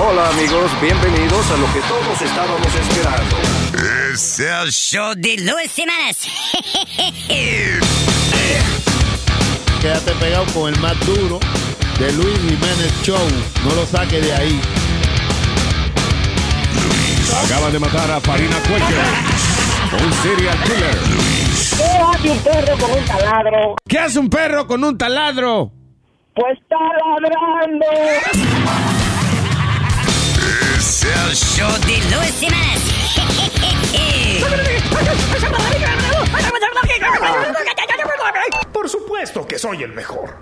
Hola amigos, bienvenidos a lo que todos estábamos esperando. Es el show de Luis Semanas. Quédate pegado con el más duro de Luis Jiménez Show. No lo saques de ahí. Acaban de matar a Farina Quaker, un serial killer. ¿Qué hace un perro con un taladro? ¿Qué hace un perro con un taladro? Pues está ladrando. Es el show de Luis Semanas. Por supuesto que soy el mejor.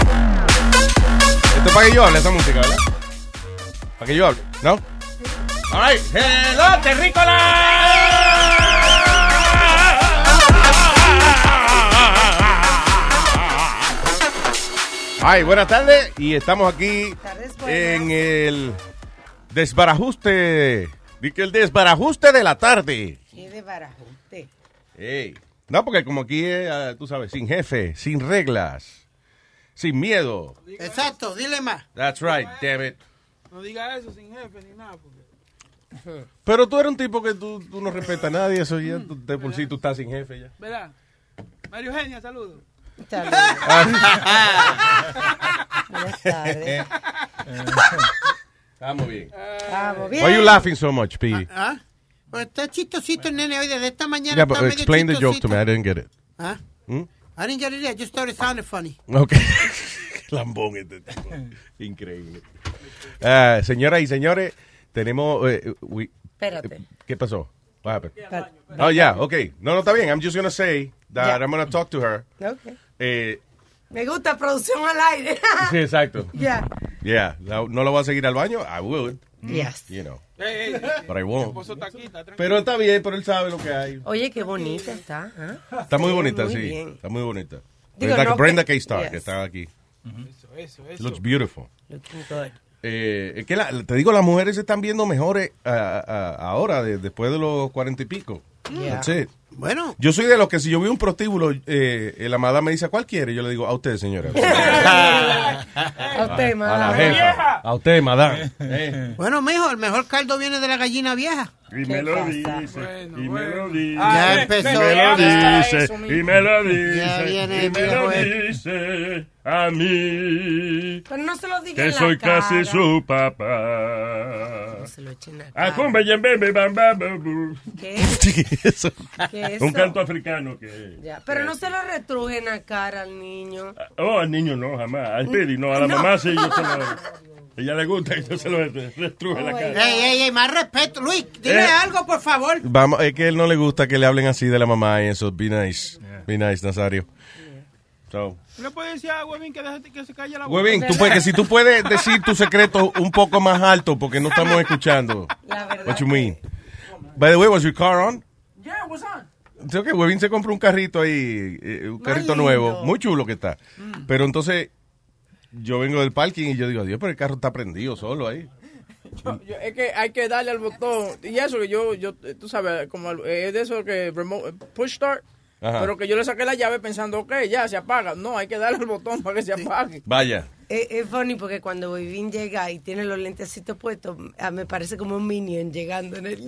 Esto es para que yo hable esa música, ¿verdad? Para que yo hable, ¿no? All right. ¡Hello, terrícola! Ay, buenas tardes y estamos aquí Tardes, buenas. en el desbarajuste, di que el desbarajuste de la tarde. Qué de barajote. Ey. No, porque como aquí es, ah, tú sabes, sin jefe, sin reglas, sin miedo. Exacto, dile más. That's right, damn it. No diga eso sin jefe ni nada. Porque... Pero tú eres un tipo que tú, tú no respetas a nadie, eso ya tú- de por sí tú estás sin jefe ya. ¿Verdad? María Eugenia, saludos. Está bien. Buenas tardes. Estamos bien. Eh, Vamos, Why are you bien. laughing so much, P? ¿Ah? Pues está chistosito el nene hoy desde esta mañana. Yeah, está but medio explain the joke to me. I chistosito. didn't get it. ¿Ah? Hmm? I didn't get it. I just started sounding funny. Okay. Lambón este tipo. Increíble. Ah, señoras y señores, tenemos eh, we- eh, Espérate. ¿Qué pasó? What happened? espérate. Oh, yeah, okay. No, no está bien. I'm just gonna say that Yeah. I'm gonna talk to her. Ok. Eh, Me gusta producción al aire. sí, exacto. Ya. Yeah, no no lo voy a seguir al baño. I would, Mm. Yes. you know, Ey, ey, ey, but I esposo won't. está aquí, está tranquilo. Pero está bien, pero él sabe lo que hay. Oye, qué bonita está. ¿ah? Está muy bonita, muy sí. bien. Está muy bonita. Digo, Brenda, no que- Brenda K. Starr, Yes. que está aquí. Eso, eso. Looks beautiful. Looking good. Eh, es que la- te digo, las mujeres se están viendo mejores ah, ah, ahora, de- después de los cuarenta y pico. That's it. Bueno, Yo soy de los que si yo veo un prostíbulo, eh, la madame me dice, ¿cuál quiere? Yo le digo, a usted, señora. A usted, A la madame. jefa. A usted, madame. Eh, bueno, mijo, el mejor caldo viene de la gallina vieja. Y ¿Qué y pasa? me lo dice, ya empezó. y me lo Ya viene el viejo este. dice a mí, Pero no se lo diga en la cara. papá. No se lo echen en la Ah, cara. cumbe, yembe, be, bam, bam, bam, bu. ¿Qué? eso. ¿Qué es Un eso? canto africano que... Ya, Pero no se lo retruje en la cara al niño. Oh, al niño no, jamás. Al Piri no, a la No. mamá sí, yo se lo... Ella le gusta que yo se lo restruje la cara. Ey, ey, ey, más respeto. Luis, dile Eh. algo, por favor. Vamos, es que a él no le gusta que le hablen así de la mamá y eso. Be nice. Be nice, Nazario. So. ¿No puedes decir a Webin que, que se Ah, calle la Huevín, tú puedes, que si tú puedes decir tu secreto un poco más alto porque no estamos escuchando. La verdad. What you mean? By the way, was your car on? Yeah, what's on? Creo que Huevín se compró un carrito ahí, eh, un carrito lindo. Mm. nuevo, muy chulo que está. Pero entonces yo vengo del parking y yo digo, Dios, pero el carro está prendido solo ahí. Yo- es que hay que darle al botón. Y eso que yo, yo eh, tú sabes, como el- eh, es de eso que remote, eh, push start. Ajá. Pero que yo le saqué la llave pensando, ok, ya se apaga. No, hay que darle al botón para que se apague. Vaya. Es, es funny porque cuando Vivín llega y tiene los lentecitos puestos, ah, me parece como un minion llegando en el.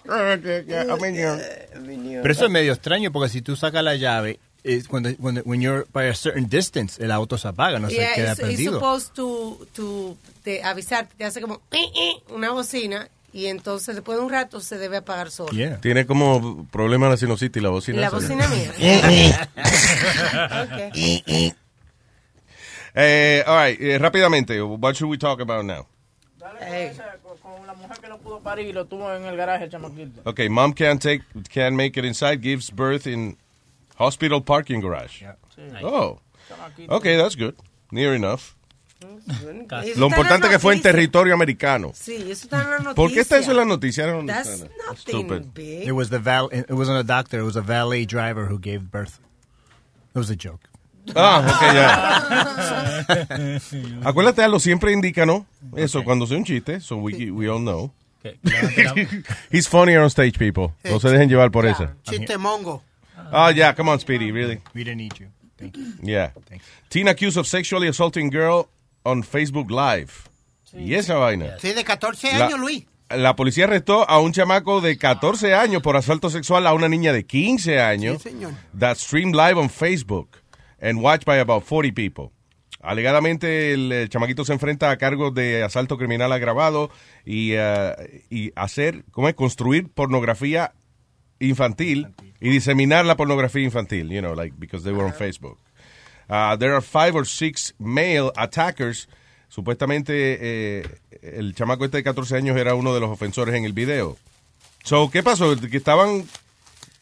Ah, Eh, Pero eso es medio extraño porque si tú sacas la llave, es cuando, cuando when you're by a certain distance, el auto se apaga, no Yeah, se queda it's- it's prendido. supposed to, to te avisarte, te hace como "Eh, eh", una bocina y entonces después de un rato se debe apagar solo. Yeah. Tiene como problema la sinusitis y la Y bocina. la esa. bocina mía. Ok. Eh, all right, eh, rápidamente, what should we talk about now? Con la mujer que lo pudo parir y lo tuvo en el garaje, el chamaquito. Okay, mom can't take can't make it inside. Gives birth in hospital parking garage. Oh, okay, that's good. Near enough. Lo importante que fue en territorio americano. Sí, eso está en la noticia. ¿Por qué está eso en la noticia? No That's understand it. nothing big. It was the val. It wasn't a doctor. It was a valet driver who gave birth. It was a joke. Ah, ok, ya. Acuérdate, lo siempre indica, ¿no? Eso, cuando sea un chiste, so we, we all know. Que- que- He's funnier on stage, people. No se dejen llevar por eso. Chiste mongo. Ah, yeah, come on, Speedy, really. We didn't need you. Thank you. Yeah. Teen accused of sexually assaulting girl on Facebook Live. Y esa vaina. Sí, de 14 La- años, Luis. La policía arrestó a un chamaco de 14 años por asalto sexual a una niña de 15 años Sí, señor. that streamed live on Facebook and watched by about 40 people. Alegadamente, el eh, chamaquito se enfrenta a cargos de asalto criminal agravado y, ah, y hacer, ¿cómo es? Construir pornografía infantil, y diseminar la pornografía infantil, you know, like, because they were on Facebook. Ah, there are five or six male attackers. Supuestamente, eh, el chamaco este de 14 años era uno de los ofensores en el video. So, ¿qué pasó? Que estaban...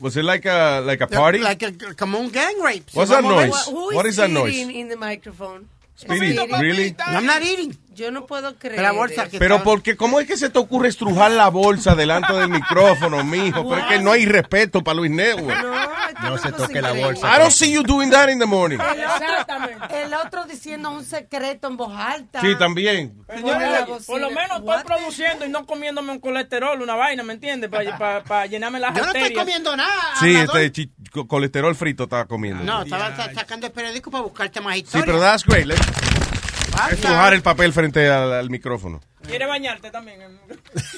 Was it like a, like a party? Like a- como un gang rape. What's Sí, that vamos a ver. noise? Who What is that noise? eating in the microphone? Speedy, really? I'm not eating. Yo no puedo creer. La bolsa que Pero estaba- porque, ¿cómo es que se te ocurre estrujar la bolsa delante del micrófono, mijo? Pero es que no hay respeto para Luis Network. No se toque la bolsa. I don't see you doing that in the morning. El otro, el otro diciendo un secreto en voz alta. Sí, también. Ponle la bocina. por lo menos estoy produciendo y no comiéndome un colesterol, una vaina, ¿me entiendes? Para llenarme las Yo no arterias. estoy comiendo nada. Sí, hablador. este chi- co- colesterol frito estaba comiendo. Ah, No, estaba sa- sacando el periódico para buscarte más Sí, historias. pero that's great. Let's Basta. estrujar el papel frente al, al micrófono. ¿Quieres bañarte también? eh.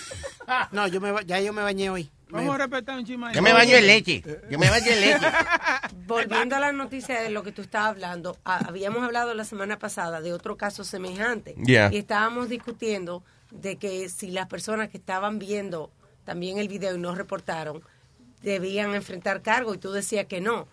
No, yo me, ba- ya yo me bañé hoy. Vamos a respetar un chisme. Yo me baño en leche. Yo me baño en leche. Volviendo a la noticia de lo que tú estabas hablando, a- habíamos hablado la semana pasada de otro caso semejante. Yeah. Y estábamos discutiendo de que si las personas que estaban viendo también el video y no reportaron, debían enfrentar cargo y tú decías que no.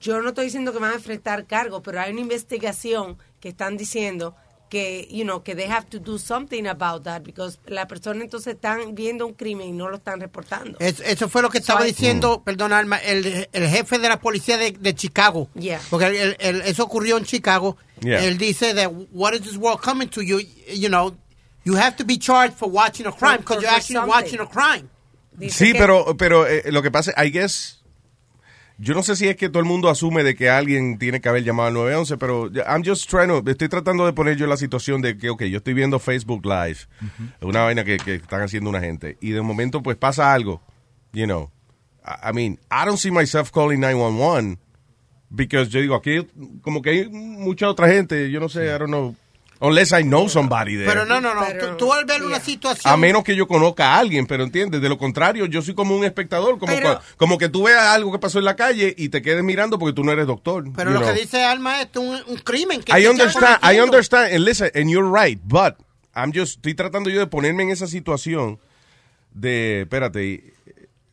Yo no estoy diciendo que van a enfrentar cargo, pero hay una investigación que están diciendo que, you know, que they have to do something about that because las personas entonces están viendo un crimen y no lo están reportando. Es- eso fue lo que estaba Ay. diciendo, perdón, Alma, el, el jefe de la policía de, de Chicago. Yeah. Porque el- el- el- eso ocurrió en Chicago. Yeah. Él dice that what is this world coming to you? You know, you have to be charged for watching a crime because you're actually something. watching a crime. Dice Sí, que- pero, pero eh, lo que pasa, I guess, yo no sé si es que todo el mundo asume de que alguien tiene que haber llamado al 911, pero I'm just trying to- estoy tratando de poner yo la situación de que, ok, yo estoy viendo Facebook Live, una vaina que, que están haciendo una gente, y de momento pues pasa algo, you know. I, I mean, I don't see myself calling 911, because yo digo, aquí como que hay mucha otra gente, yo no sé, I don't know, unless I know somebody there. Pero no, no, no. tú, tú al ver una situación. A menos que yo conozca a alguien, pero entiendes, de lo contrario, yo soy como un espectador, como, Pero- cua- como que tú veas algo que pasó en la calle y te quedes mirando porque tú no eres doctor. Pero you lo know. que dice Alma es un, un crimen. Que I se está understand, I cometiendo. understand, and listen, and you're right, but I'm just, estoy tratando yo de ponerme en esa situación de, espérate, y-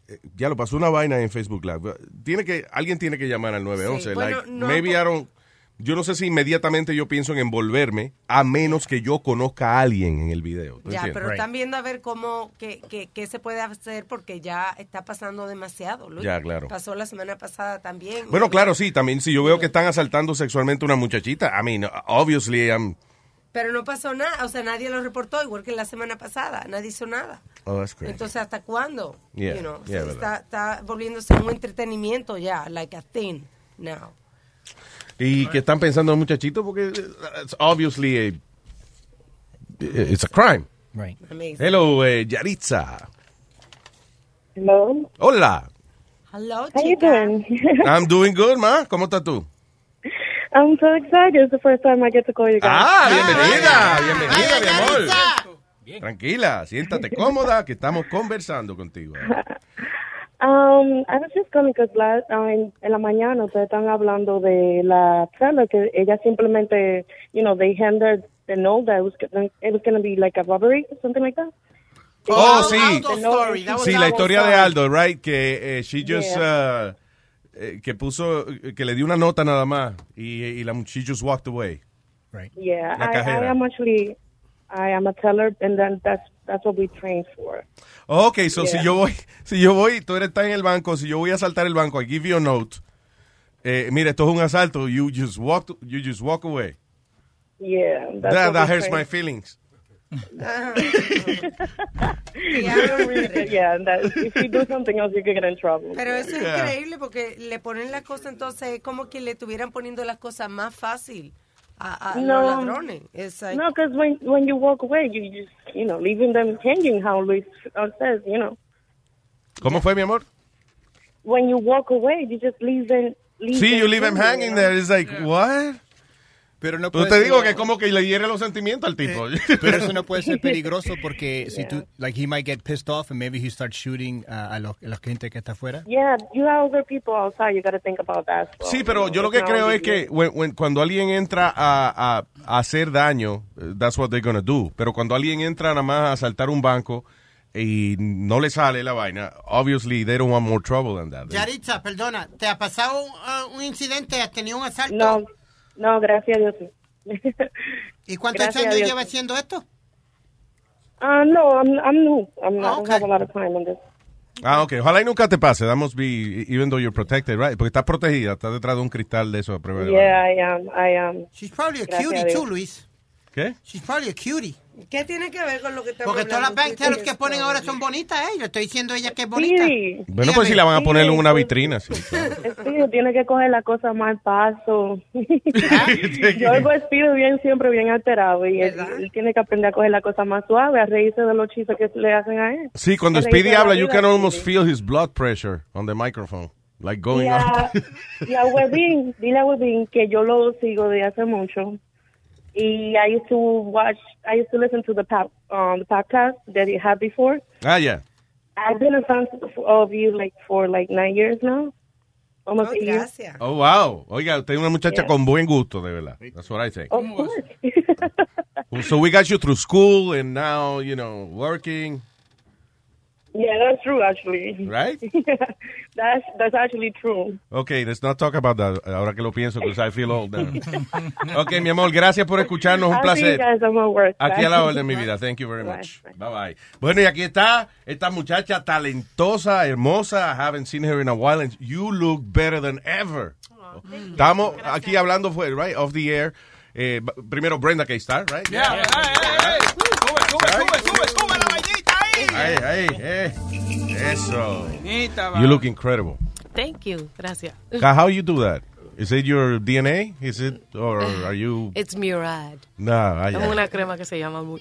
eh, ya lo pasó una vaina en Facebook Live. Tiene que, alguien tiene que llamar al 911, Sí, bueno, like, no, maybe I don't, yo no sé si inmediatamente yo pienso en envolverme, a menos que yo conozca a alguien en el video. ¿tú Ya, entiendes? pero están viendo a ver cómo, qué, qué, qué se puede hacer porque ya está pasando demasiado, Luis. Ya, claro. Pasó la semana pasada también. Bueno, claro, sí, también si yo veo que están asaltando sexualmente a una muchachita, I mean, obviously I'm Pero no pasó nada, o sea, nadie lo reportó, igual que la semana pasada, nadie hizo nada. Oh, that's crazy. Entonces, ¿hasta cuándo? Yeah, You know, yeah, so está, verdad. está volviéndose un entretenimiento ya, like a thing now. y que están pensando en muchachitos porque eh, it's obviously a, it's a crime. Right. Amazing. Hello, eh, Yaritza. Hello. Hola. Hello, How you doing? I'm doing good, ma. ¿Cómo estás tú? I'm so excited. It's the first time I get to call you guys. Ah, bienvenida, bienvenida, mi amor. Tranquila, siéntate cómoda que estamos conversando contigo. Um, I was just calling because last, uh, en, en la mañana ustedes están hablando de la trama que ella simplemente, you know, they handed the note that it was gonna, it was gonna be like a robbery or something like that. Oh, They sí. handed the note. Sí, la historia de Aldo, right? Que eh, she just Yeah. uh, eh, que puso eh, que le dio una nota nada más y, y la she just walked away. Yeah, La I, I cajera. am actually, I am a teller, and then that's that's what we train for. Oh, Ok, so Yeah. si yo voy, si yo voy, tú eres estás en el banco, si yo voy a asaltar el banco, I give you a note. Eh, mira, esto es un asalto. You just walk, you just walk away. Yeah, that's That, what that we hurts train- my feelings. yeah, and that, if you do something else, you could get in trouble. Pero eso es Yeah. increíble porque le ponen las cosas, entonces es como que le estuvieran poniendo las cosas más fácil a, a No. los ladrones. Es like- No, because when when you walk away, you just you know leaving them hanging. How Luis uh, says, you know, ¿Cómo fue, mi amor? when you walk away, you just leave them. Leave Sí, them you leave him hanging you know? there. It's like, what? Pero no Yo puede Pues te ser- Eh, digo que como que le hiere los sentimientos al tipo. Pero eso no puede ser peligroso porque si tú, like, he might get pissed off and maybe he starts shooting a, a los, a la gente que está afuera. Yeah, you have other people outside. You got to think about that. as well, Sí, you pero know, yo lo it's que not creo only es que when- when- cuando alguien entra a, a- a hacer daño, eh, that's what they're gonna do. Pero cuando alguien entra nada más a asaltar un banco y no le sale la vaina, obviously they don't want more trouble than that. Yaritza, perdona, ¿te ha pasado ah, un incidente? ¿Has tenido un asalto? No, no, gracias a Dios. ¿Y cuántos gracias a años Dios. lleva haciendo esto? Uh, no, I'm I'm new. I'm, I don't have a lot of time on this. Ah, ok. Ojalá y nunca te pase. That must be, even though you're protected, right? Porque estás protegida, estás detrás de un cristal de eso a prueba de balas. Yeah, I am. I am. She's probably a Gracias cutie a Dios. too, Luis. ¿Qué? She's probably a cutie. ¿Qué tiene que ver con lo que estamos Porque todas las hablando? bank tellers Sí. que ponen ahora son bonitas, ¿eh? Yo estoy diciendo a ella que es bonita. Bueno, pues si la van a poner en una vitrina. sí. Espíritu tiene que coger las cosas más paso. Ah, Yo oigo a Espíritu bien, siempre bien alterado y él, él tiene que aprender a coger las cosas más suaves, a reírse de los chistes que le hacen a él. Sí, cuando A reírse Speedy de la habla, you vida. can almost feel his blood pressure on the microphone. Like going Y a, y a Webin, dile a Webin que yo lo sigo de hace mucho. Y I used to watch, I used to listen to the, po- um, the podcast that you had before. up. Ah, yeah. I've been a fan of you like for like nine years now. Almost eight years. Oh, wow. Oiga, usted es una muchacha Yeah. con buen gusto, de verdad. That's what I say. Of course. So we got you through school and now, you know, working. Yeah, that's true actually. Right? that's that's actually true. Okay, let's not talk about that ahora que lo pienso, because I feel old now. Okay, mi amor, gracias por escucharnos. Un I'll see you placer. guys at my work. Aquí Bye. a la orden, mi vida. Thank you very much. Bye bye. Bueno, y aquí está esta muchacha talentosa, hermosa. I haven't seen her in a while, and you look better than ever. Estamos aquí hablando, fue, right, off the air. Eh, b- primero Brenda K-Star, right? Yeah. Sube, sube, sube, sube, sube la vainita Ay, ay, eh. Eso. Bonita, va. You look incredible. Thank you. Gracias. Ca- How you do that? Is it your DNA? Is it, or are you? It's Murad. Nah, ay, Es ay. una crema que se llama Mu-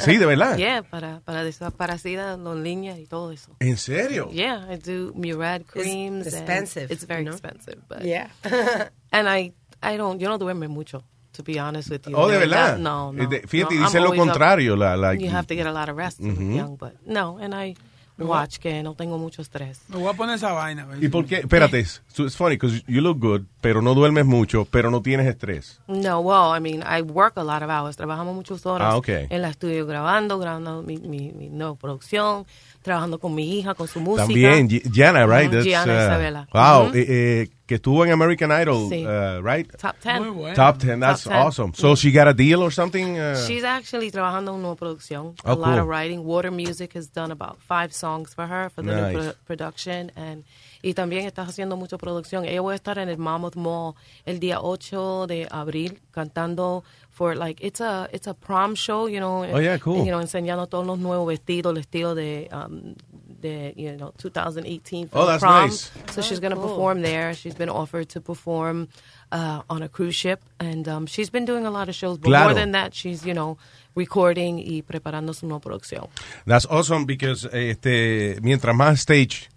Sí, ¿de verdad? Yeah, para, para desaparecida, los líneas y todo eso. ¿En serio? Yeah, I do Murad creams. and expensive, It's very ¿no? expensive. But Yeah. and I, I don't, yo no duerme mucho, to be honest with you. Oh, de verdad. No, no. Eh, de- fíjate, no, I'm dice lo always up. contrario, la- la- you have to get a lot of rest to Ujú. look young, but no, and I Ujú. watch que no tengo mucho estrés. Me voy a poner esa vaina. güey. ¿Y por qué? Espérate, it's it's funny because you look good, pero no duermes mucho, pero no tienes estrés. No, well, I mean, I work a lot of hours. Trabajamos muchas horas Ah, ok. en la estudio grabando, grabando mi, mi, mi nueva producción, trabajando con mi hija, con su música. También, Gi- Gianna, right? Ujú, That's, Gianna uh, Isabela. Wow, Ujú. eh, eh, que estuvo en American Idol, Sí. uh, right? Top 10. Muy bueno. Top 10, that's Top 10. awesome. So she got a deal or something? uh, She's actually trabajando en nueva producción. Oh, a lot cool. of writing. Water Music has done about five songs for her for the Nice. new pro- production. And, y también está haciendo mucha producción. Ella va a estar en el Mammoth Mall el día 8 de abril cantando for like, it's a, it's a prom show, you know. Oh, yeah, cool. You know, enseñando todos los nuevos vestidos, el estilo de, um, de, you know, 2018 for Oh, the that's prom. nice. So she's going to cool. perform there. She's been offered to perform uh, on a cruise ship. And um, she's been doing a lot of shows. But Claro. more than that, she's, you know, recording y preparando su nueva producción. That's awesome because eh, este, mientras más stage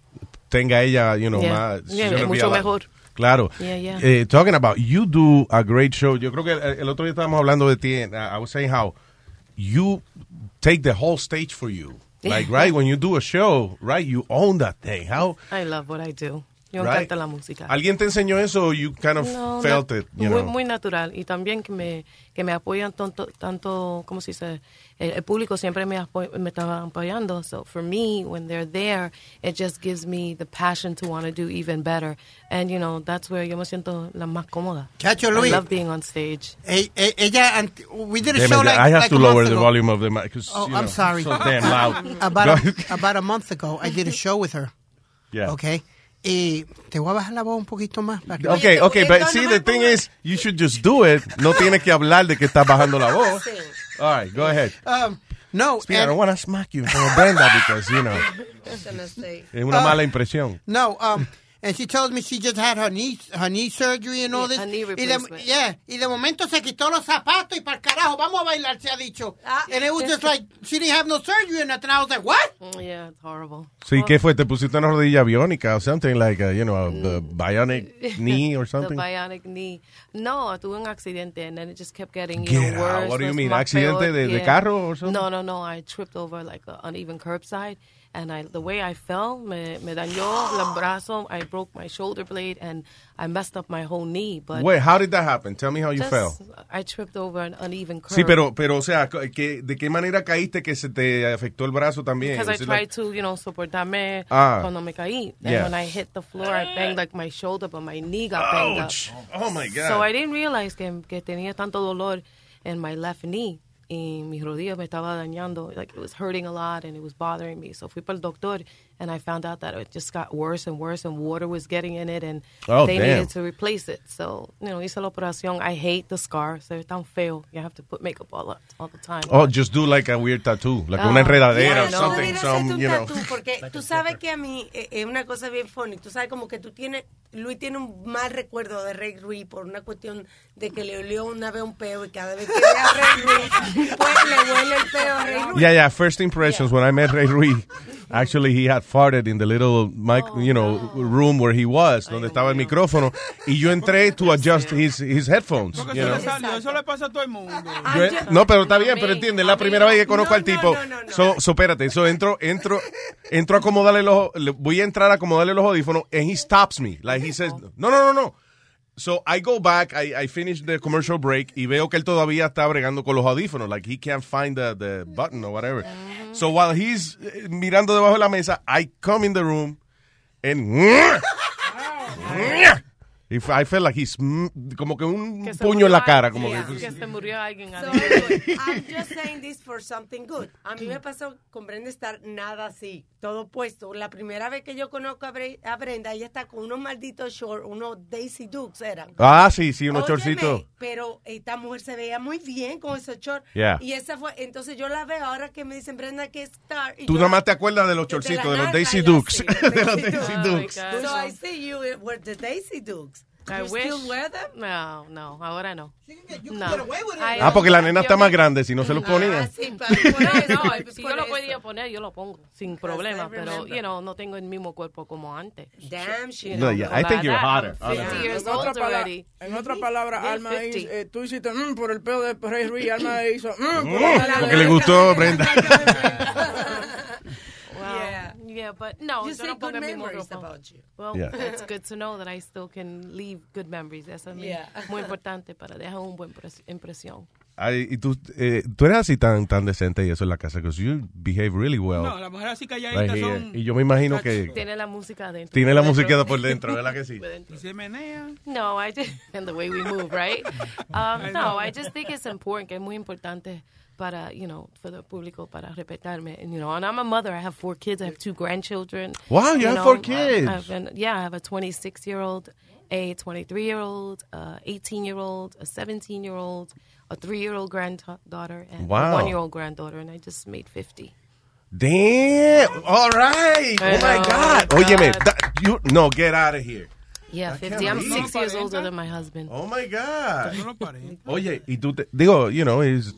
tenga ella, you know, Yeah. más... she's Yeah, gonna be mucho a lot- mejor. Claro. Yeah, yeah. Eh, talking about, you do a great show. Yo creo que el, el otro día estábamos hablando de ti, and I I was saying how you take the whole stage for you. Like, right, when you do a show, right, you own that thing. How... I love what I do. Yo Right? encanta la música. ¿Alguien te enseñó eso o you kind of No, felt na- it? You muy, know? muy natural. Y también que me, que me apoyan tanto, tanto ¿cómo se dice? El, el público siempre me, apo- me estaba apoyando. So for me, when they're there, it just gives me the passion to want to do even better. And, you know, that's where yo me siento la más cómoda. Chacho, I Luis. love being on stage. Eh, eh, Ella, ant- we did a Damn show it, like, I have like to a month lower the ago. volume of the mic. 'cause, Oh, you I'm know, sorry. So damn loud. about, a, about a month ago, I did a show with her. Yeah. Okay. Y te voy a bajar la voz un poquito más. para que- Okay, okay, but see, the thing is, you should just do it. No tienes que hablar de que estás bajando la voz. All right, go ahead. Um, no, Speaking, I and- don't want to smack you from Brenda because, you know, es una Uh, mala impresión. No, um, and she tells me she just had her knee, her knee surgery and all this. Yeah, a knee y de, replacement. yeah, y de momento se quitó los zapatos y para el carajo, vamos a bailar, se ha dicho. Ah. And it was just like, she didn't have no surgery and nothing. I was like, what? Mm, Yeah, it's horrible. Sí, ¿qué fue? ¿Te pusiste una rodilla biónica o something like, a, you know, Mm. a, a bionic knee or something? The bionic knee. No, tuve un accidente and then it just kept getting you Get know, out. worse. What do you was mean? más Accidente peor. de- de carro or No, no, no. I tripped over like an uneven curbside and I the way I fell me, me dañó el brazo. I broke my shoulder blade and I messed up my whole knee. But Wait, how did that happen? Tell me how you just- fell. I tripped over an uneven curb. Sí, pero, pero, o sea, que- ¿de qué manera caíste que se te afectó el brazo también? Because I Is it tried like- to, you know, soportarme Ah. cuando me caí. And Yeah. when I hit the floor, I banged like my shoulder, but my knee got banged Ouch. up. Oh, my God. So I didn't realize que, que tenía tanto dolor in my left knee. Y mi rodilla me estaba dañando. Like, it was hurting a lot and it was bothering me. So fui para el doctor and I found out that it just got worse and worse and water was getting in it and Oh, they damn. needed to replace it. So, you know, hice la operación. I hate the scar. So, tan feo. You have to put makeup all, up, all the time. Oh, just do like a weird tattoo, like Ah. una enredadera Yeah, or no. something, Deberías some, you know. Tú, porque tú sabes que a mí eh, es una cosa bien funny. Tú sabes como que tú tienes, Luis tiene un mal recuerdo de Rey Ruiz por una cuestión de que le olió una vez un peo y cada vez que ve a Rey Ruiz, pues le huele el peo a Rey Ruiz. Yeah, yeah. First impressions when I met Ray Ruiz. Actually, he had farted in the little mic, Oh, you know, room where he was, donde estaba el micrófono, y yo entré to adjust his his headphones, Porque you eso, know. le salió, eso le pasa a todo el mundo. Ah, Yo- no, pero está bien, pero entiende, es la primera vez que conozco al tipo. So, so, espérate, so entro, entro, entro a acomodarle los, le- voy a entrar a acomodarle los audífonos, and he stops me, like he says, no, no, no, no. So I go back, I, I finish the commercial break, y veo que él todavía está bregando con los audífonos, like he can't find the, the button or whatever. So while he's eh, mirando debajo de la mesa, I come in the room, and If I felt like he sm- como que un Que se puño en la murió cara, como alguien. que Que se murió alguien. So, I'm just saying this for something good. A mí me pasó con Brenda estar nada así, todo puesto. La primera vez que yo conozco a, Bre- a Brenda, ella está con unos malditos shorts, unos Daisy Dukes eran. Ah, sí, sí, unos Óyeme, chorcitos. Pero esta mujer se veía muy bien con esos shorts. Yeah. Y esa fue, entonces yo la veo ahora que me dicen Brenda que es star. y Tú yo- nada más te acuerdas de los de la chorcitos, de los nalga, Daisy ya Dukes. sé, De los Daisy Oh Dukes. So I see you with the Daisy Dukes. I You wish. still wear them? No, no, ahora no. No. I- Ah, porque la nena está más grande, si no se los Ah, ponía. sí, pero por eso, no, si yo lo podía poner, yo lo pongo sin problema, pero you know, no tengo el mismo cuerpo como antes. Damn, she No, yeah, I think you're hotter. Fifty years En otra old pala- already. En otra palabra, Yeah, Alma, 50. hizo- eh, tú hiciste mm, por el pedo de Rey Ruiz, Alma hizo mm, por la nalga Porque de- le gustó, Brenda. Wow. Yeah. Yeah. but no, You yo say no pongo good el mismo memories ropa. about you. Well, Yeah. it's good to know that I still can leave good memories. Eso es mi- Yeah. muy importante para dejar una buena impresión. Ay, y tú, eh, tú eres así tan, tan decente y eso en la casa, because you behave really well. No, las mujeres así calladitas Right here. son- Y yo me imagino que Tiene la música adentro. tiene la musiquita por dentro, ¿verdad que sí? Y se menea. No, I just and the way we move, right? Um, no, I just think it's important. Que es muy importante para, you know, for the público para respetarme. And, you know, and I'm a mother. I have four kids. I have two grandchildren. Wow, you have four I- kids. I've been- yeah, I have a 26 year old, a 23 year old, a 18 year old, a 17 year old, a three year old granddaughter, and Wow. a one year old granddaughter, and I just made 50. Damn, all right, oh my Bueno, God. God. Óyeme, that- you, no, get out of here. Yeah, can't 50. I'm believe- six years older than my husband. Oh my God. Oye, y tú te, digo, you know, he's,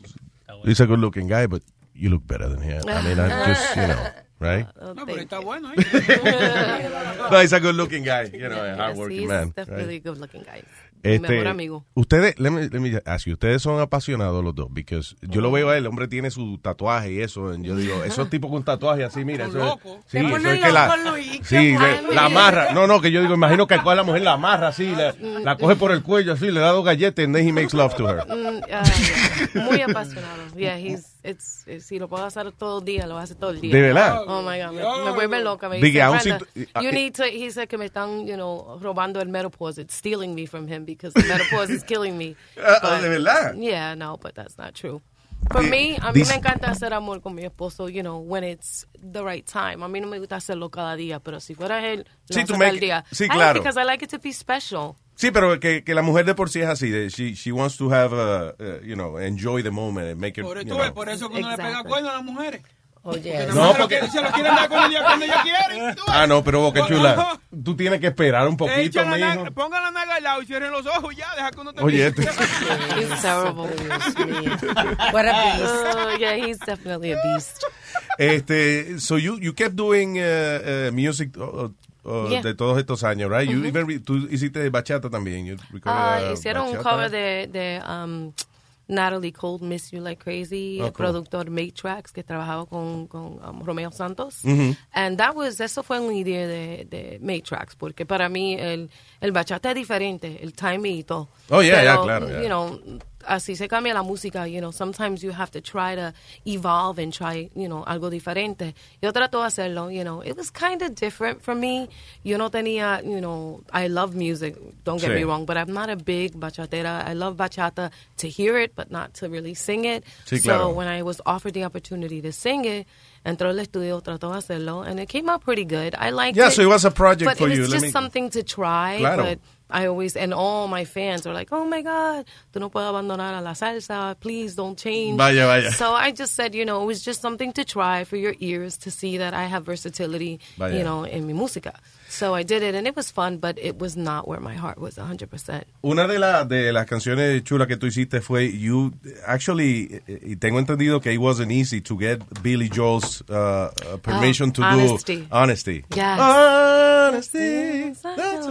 he's a good looking guy, but you look better than him. I mean, I'm just, you know, right? No, pero está bueno, ¿eh? No, he's a good looking guy, you know, a Yes, hard working he's man. definitely right? Este, a good looking guy. Mi mejor amigo. Ustedes, let me, let me ask you, ustedes son apasionados los dos, because yo lo veo a él, el hombre tiene su tatuaje y eso, y yo digo, esos tipos con tatuaje así, mira, eso, es- Te sí, eso ponen es que la, loco, Luis, qué sí, le- malo la eres. amarra, no, no, que yo digo, imagino que a la mujer la amarra así, la, la coge por el cuello así, le da dos galletas and then he makes love to her. Mm, ah, yeah. Muy apasionado. Yeah, he's, it's, eh, si lo puedo hacer todo el día, lo hace todo el día. ¿De verdad? Oh my God, me, me vuelve loca. Me Dije, dice, aún "Brenda, si tú- you eh, need to, he said que me están, you know, robando el menopause. It's stealing me from him because the menopause is killing me. Ah, ¿de verdad? Yeah, no, but that's not true. For Di- me, a mí dice- me encanta hacer amor con mi esposo, you know, when it's the right time. A mí no me gusta hacerlo cada día, pero si fuera él, lo Sí, hace tú todo me- el día. sí, I- claro. because I like it to be special. Sí, pero que, que la mujer de por sí es así, de, she, she wants to have, uh, uh, you know, enjoy the moment and make it, Por, you esto, know. es por eso que uno le pega Exacto. cuerno a las mujeres. Oye. las No, mujeres porque- que se lo quieren dar con el día cuando ellos quieren. Ah, no, pero Boca Chula, tú tienes que esperar un poquito, Echa la mijo. naga- ponga la naga al lado y cierren los ojos ya, deja que uno te Oye, este- He's terrible. What a beast. Oh, yeah, he's definitely a beast. Este, so you, you kept doing uh, uh, music uh, uh, Yeah. de todos estos años, right? You Ujú. even re- tú hiciste bachata también. You recorded, Ah, uh, hicieron un bachata. cover de, de um, Natalie Cold, Miss You Like Crazy, Oh, el cool. productor Matrax, que trabajaba con, con um, Romeo Santos. Ujú. And that was, eso fue una idea de, de Matrax, porque para mí el, el bachata es diferente, el timing y todo. Oh, yeah, Pero, yeah, claro, yeah. You know, así se cambia la música, you know, sometimes you have to try to evolve and try, you know, algo diferente. Yo trato de hacerlo, you know, it was kind of different for me. Yo no tenía, you know, I love music, don't get me Sí. wrong, but I'm not a big bachatera. I love bachata to hear it, but not to really sing it. Sí, So claro. when I was offered the opportunity to sing it, entró al estudio, trató de hacerlo, and it came out pretty good. I liked Yeah, it. so it was a project but for it you. was Let just me- something to try, Claro. but I always and all my fans are like, "Oh my God, tú no puedes abandonar a la salsa. Please don't change." Vaya, vaya. So I just said, you know, it was just something to try for your ears to see that I have versatility, Vaya. you know, in mi música. So I did it, and it was fun, but it was not where my heart was 100. percent Una de, la- de las canciones chulas que tú hiciste fue You, actually, eh, y tengo entendido que it wasn't easy to get Billy Joel's uh, uh, permission Oh, to Ah, do honesty. Honesty. Yes. Ah. Honesty, that's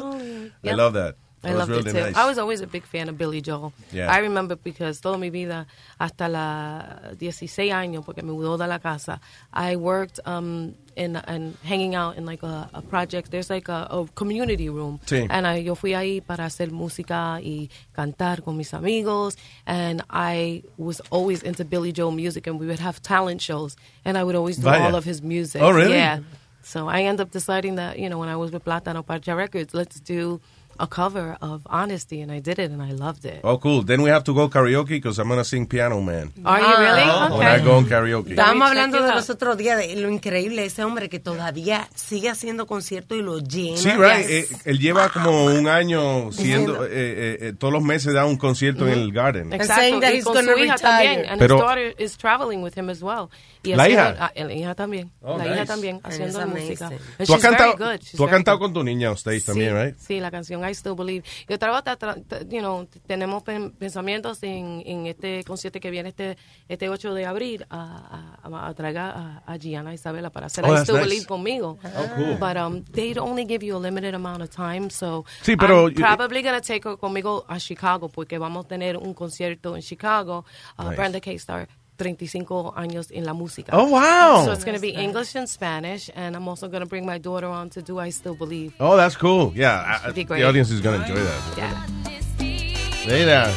I love that. I That was loved it really too. nice. I was always a big fan of Billy Joel. Yeah. I remember because toda mi vida, hasta la 16 años, porque me mudó de la casa, I worked um, in and hanging out in like a, a project. There's like a, a community room. Sí. And I, yo fui ahí para hacer música y cantar con mis amigos. And I was always into Billy Joel music, and we would have talent shows, and I would always do Vaya. all of his music. Oh, really? Yeah. So I end up deciding that, you know, when I was with Platano Parcha Records, let's do a cover of Honesty, and I did it, and I loved it. Oh, cool. Then we have to go karaoke because I'm going to sing Piano Man. Oh, Are you really? When Okay. I go on karaoke. Estábamos Let me check hablando it de out. los otros días, de lo increíble ese hombre que todavía sigue haciendo conciertos y lo llena. Sí, right. Yes. Eh, él lleva como un año siendo, Diciendo. eh, eh, eh, todos los meses da un concierto en el Garden. Exacto, saying that y he's con gonna su hija retire. también, and Pero- his daughter is traveling with him as well. Y ¿La haciendo- hija? Ah, la hija también. Oh, la nice. hija también, And haciendo it's música. amazing. And Tú has she's very cantado, good. She's tú has very cantado con tu niña on stage también, right? Sí, la canción I Still Believe. Yo trabajo, tra- tra- you know, t- tenemos pen- pensamientos en, en este concierto que viene este este 8 de abril a, a, a, a traer a, a Gianna Isabela para hacer Oh, I that's Still nice. Believe conmigo. Oh, cool. But um, they only give you a limited amount of time, so Sí, pero- I'm probably gonna take her conmigo a Chicago porque vamos a tener un concierto en Chicago. Uh, Nice. Brenda K. Star. 35 años en la música. Oh, wow. So it's going to be English and Spanish, and I'm also going to bring my daughter on to Do I Still Believe. Oh, that's cool. Yeah, I- I- the Be great. audience is going to enjoy that. Yeah. Mira,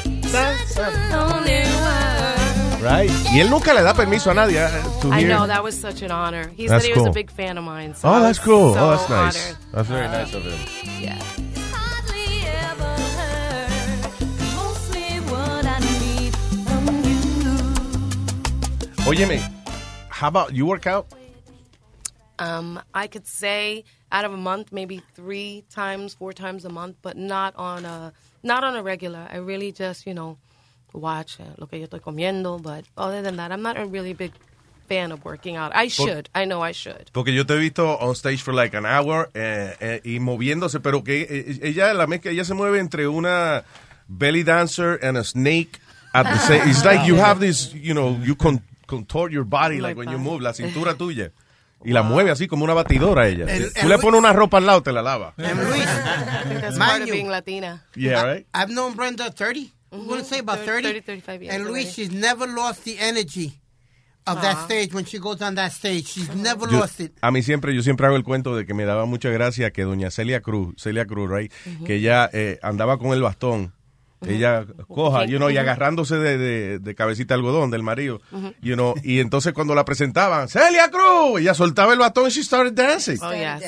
right? Y él nunca le da permiso a nadie. eh, to I hear- know that was such an honor. He That's said he was cool. a big fan of mine. So I Oh, that's was cool. So oh, that's nice. honored. Uh-huh. That's very nice of him. Yeah. Óyeme, how about you work out? Um, I could say out of a month, maybe three times, four times a month, but not on a not on a regular. I really just you know watch eh, lo que yo estoy comiendo. But other than that, I'm not a really big fan of working out. I Por- should. I know I should. Porque yo te he visto on stage for like an hour eh, eh, y moviéndose, pero que eh, ella la mezcla, ella se mueve entre una belly dancer and a snake at the same. It's like you have this, you know, you con contort your body like when you move la cintura tuya. Y la mueve así como una batidora ella. Tú le pones una ropa al lado, te la lava. That's Mind part of you. being Latina. Mm-hmm. Yeah, right? I've known Brenda 30. we I'm going to say about 30. 30, 35 years And Luis, already. she's never lost the energy of that Aw. stage when she goes on that stage. She's never Yo- lost it. a mí siempre, yo siempre hago el cuento de que me daba mucha gracia que doña Celia Cruz, Celia Cruz, right, Ujú. que ella eh, andaba con el bastón. Ella coja, Sí, you know, y ujú. agarrándose de, de- de cabecita de algodón del marido, Ujú. Mm-hmm. you know, y entonces cuando la presentaban, Celia Cruz, ella soltaba el bastón y she started dancing. Oh, yes.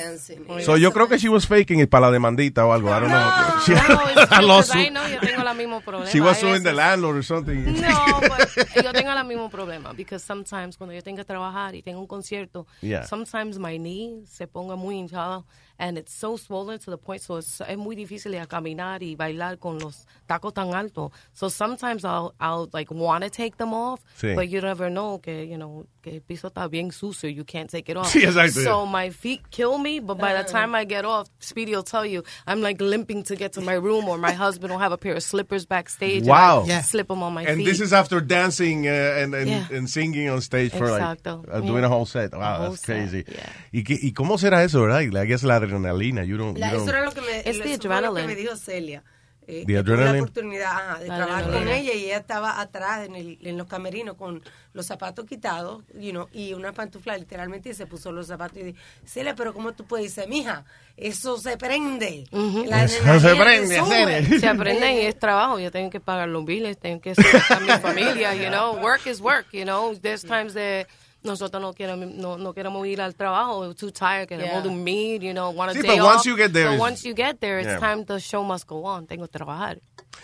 Oh, So yes. yo creo que she was faking it para la demandita o algo. I don't know. She- No, it's I lost because I you. know yo tengo la mismo problema. She was Hay suing the veces- landlord or something. No, but yo tengo el mismo problema because sometimes cuando yo tengo que trabajar y tengo un concierto, Yeah. sometimes my knee se ponga muy hinchada and it's so swollen to the point so it's, es muy difícil de caminar y bailar con los tacos tan altos. So sometimes I'll, I'll like want to take them off, Sí. but you never know que you know que el piso está bien sucio, you can't take it off. Sí, exacto, So yeah. my feet kill me, but by the Ah. time I get off, Speedy will tell you I'm like limping to get to my room or my husband will have a pair of slippers backstage. and I Wow. Yeah. slip them on my And feet. this is after dancing uh, and, and, Yeah. and singing on stage for like Exacto. uh, doing Yeah. a whole set. Wow, A whole that's crazy. ¿Y, qué- ¿Y cómo será eso, verdad? I guess la adrenalina. You don't, La- you eso don't- era lo que me, It's lo- the eso fue lo que adrenaline. me dijo Celia. Eh, The que tuve adrenaline. la oportunidad ajá, de La trabajar con adrenalina. ella y ella estaba atrás en, el- en los camerinos con los zapatos quitados you know, y una pantufla literalmente y se puso los zapatos y dije, Celia, pero ¿cómo tú puedes? Dice, mija, eso se prende. La Eso adrenalina te prende, sube. Celia. Se aprenden y es trabajo. Yo tengo que pagar los biles, tengo que sustentar a mi familia, you know. Work is work, you know. There's times that nosotros no queremos, no, no queremos ir al trabajo. We're too tired, queremos Yeah. dormir, you know, want a Sí, day but off. once you get there But is- once you get there, it's Yeah. time the show must go on. Tengo que trabajar.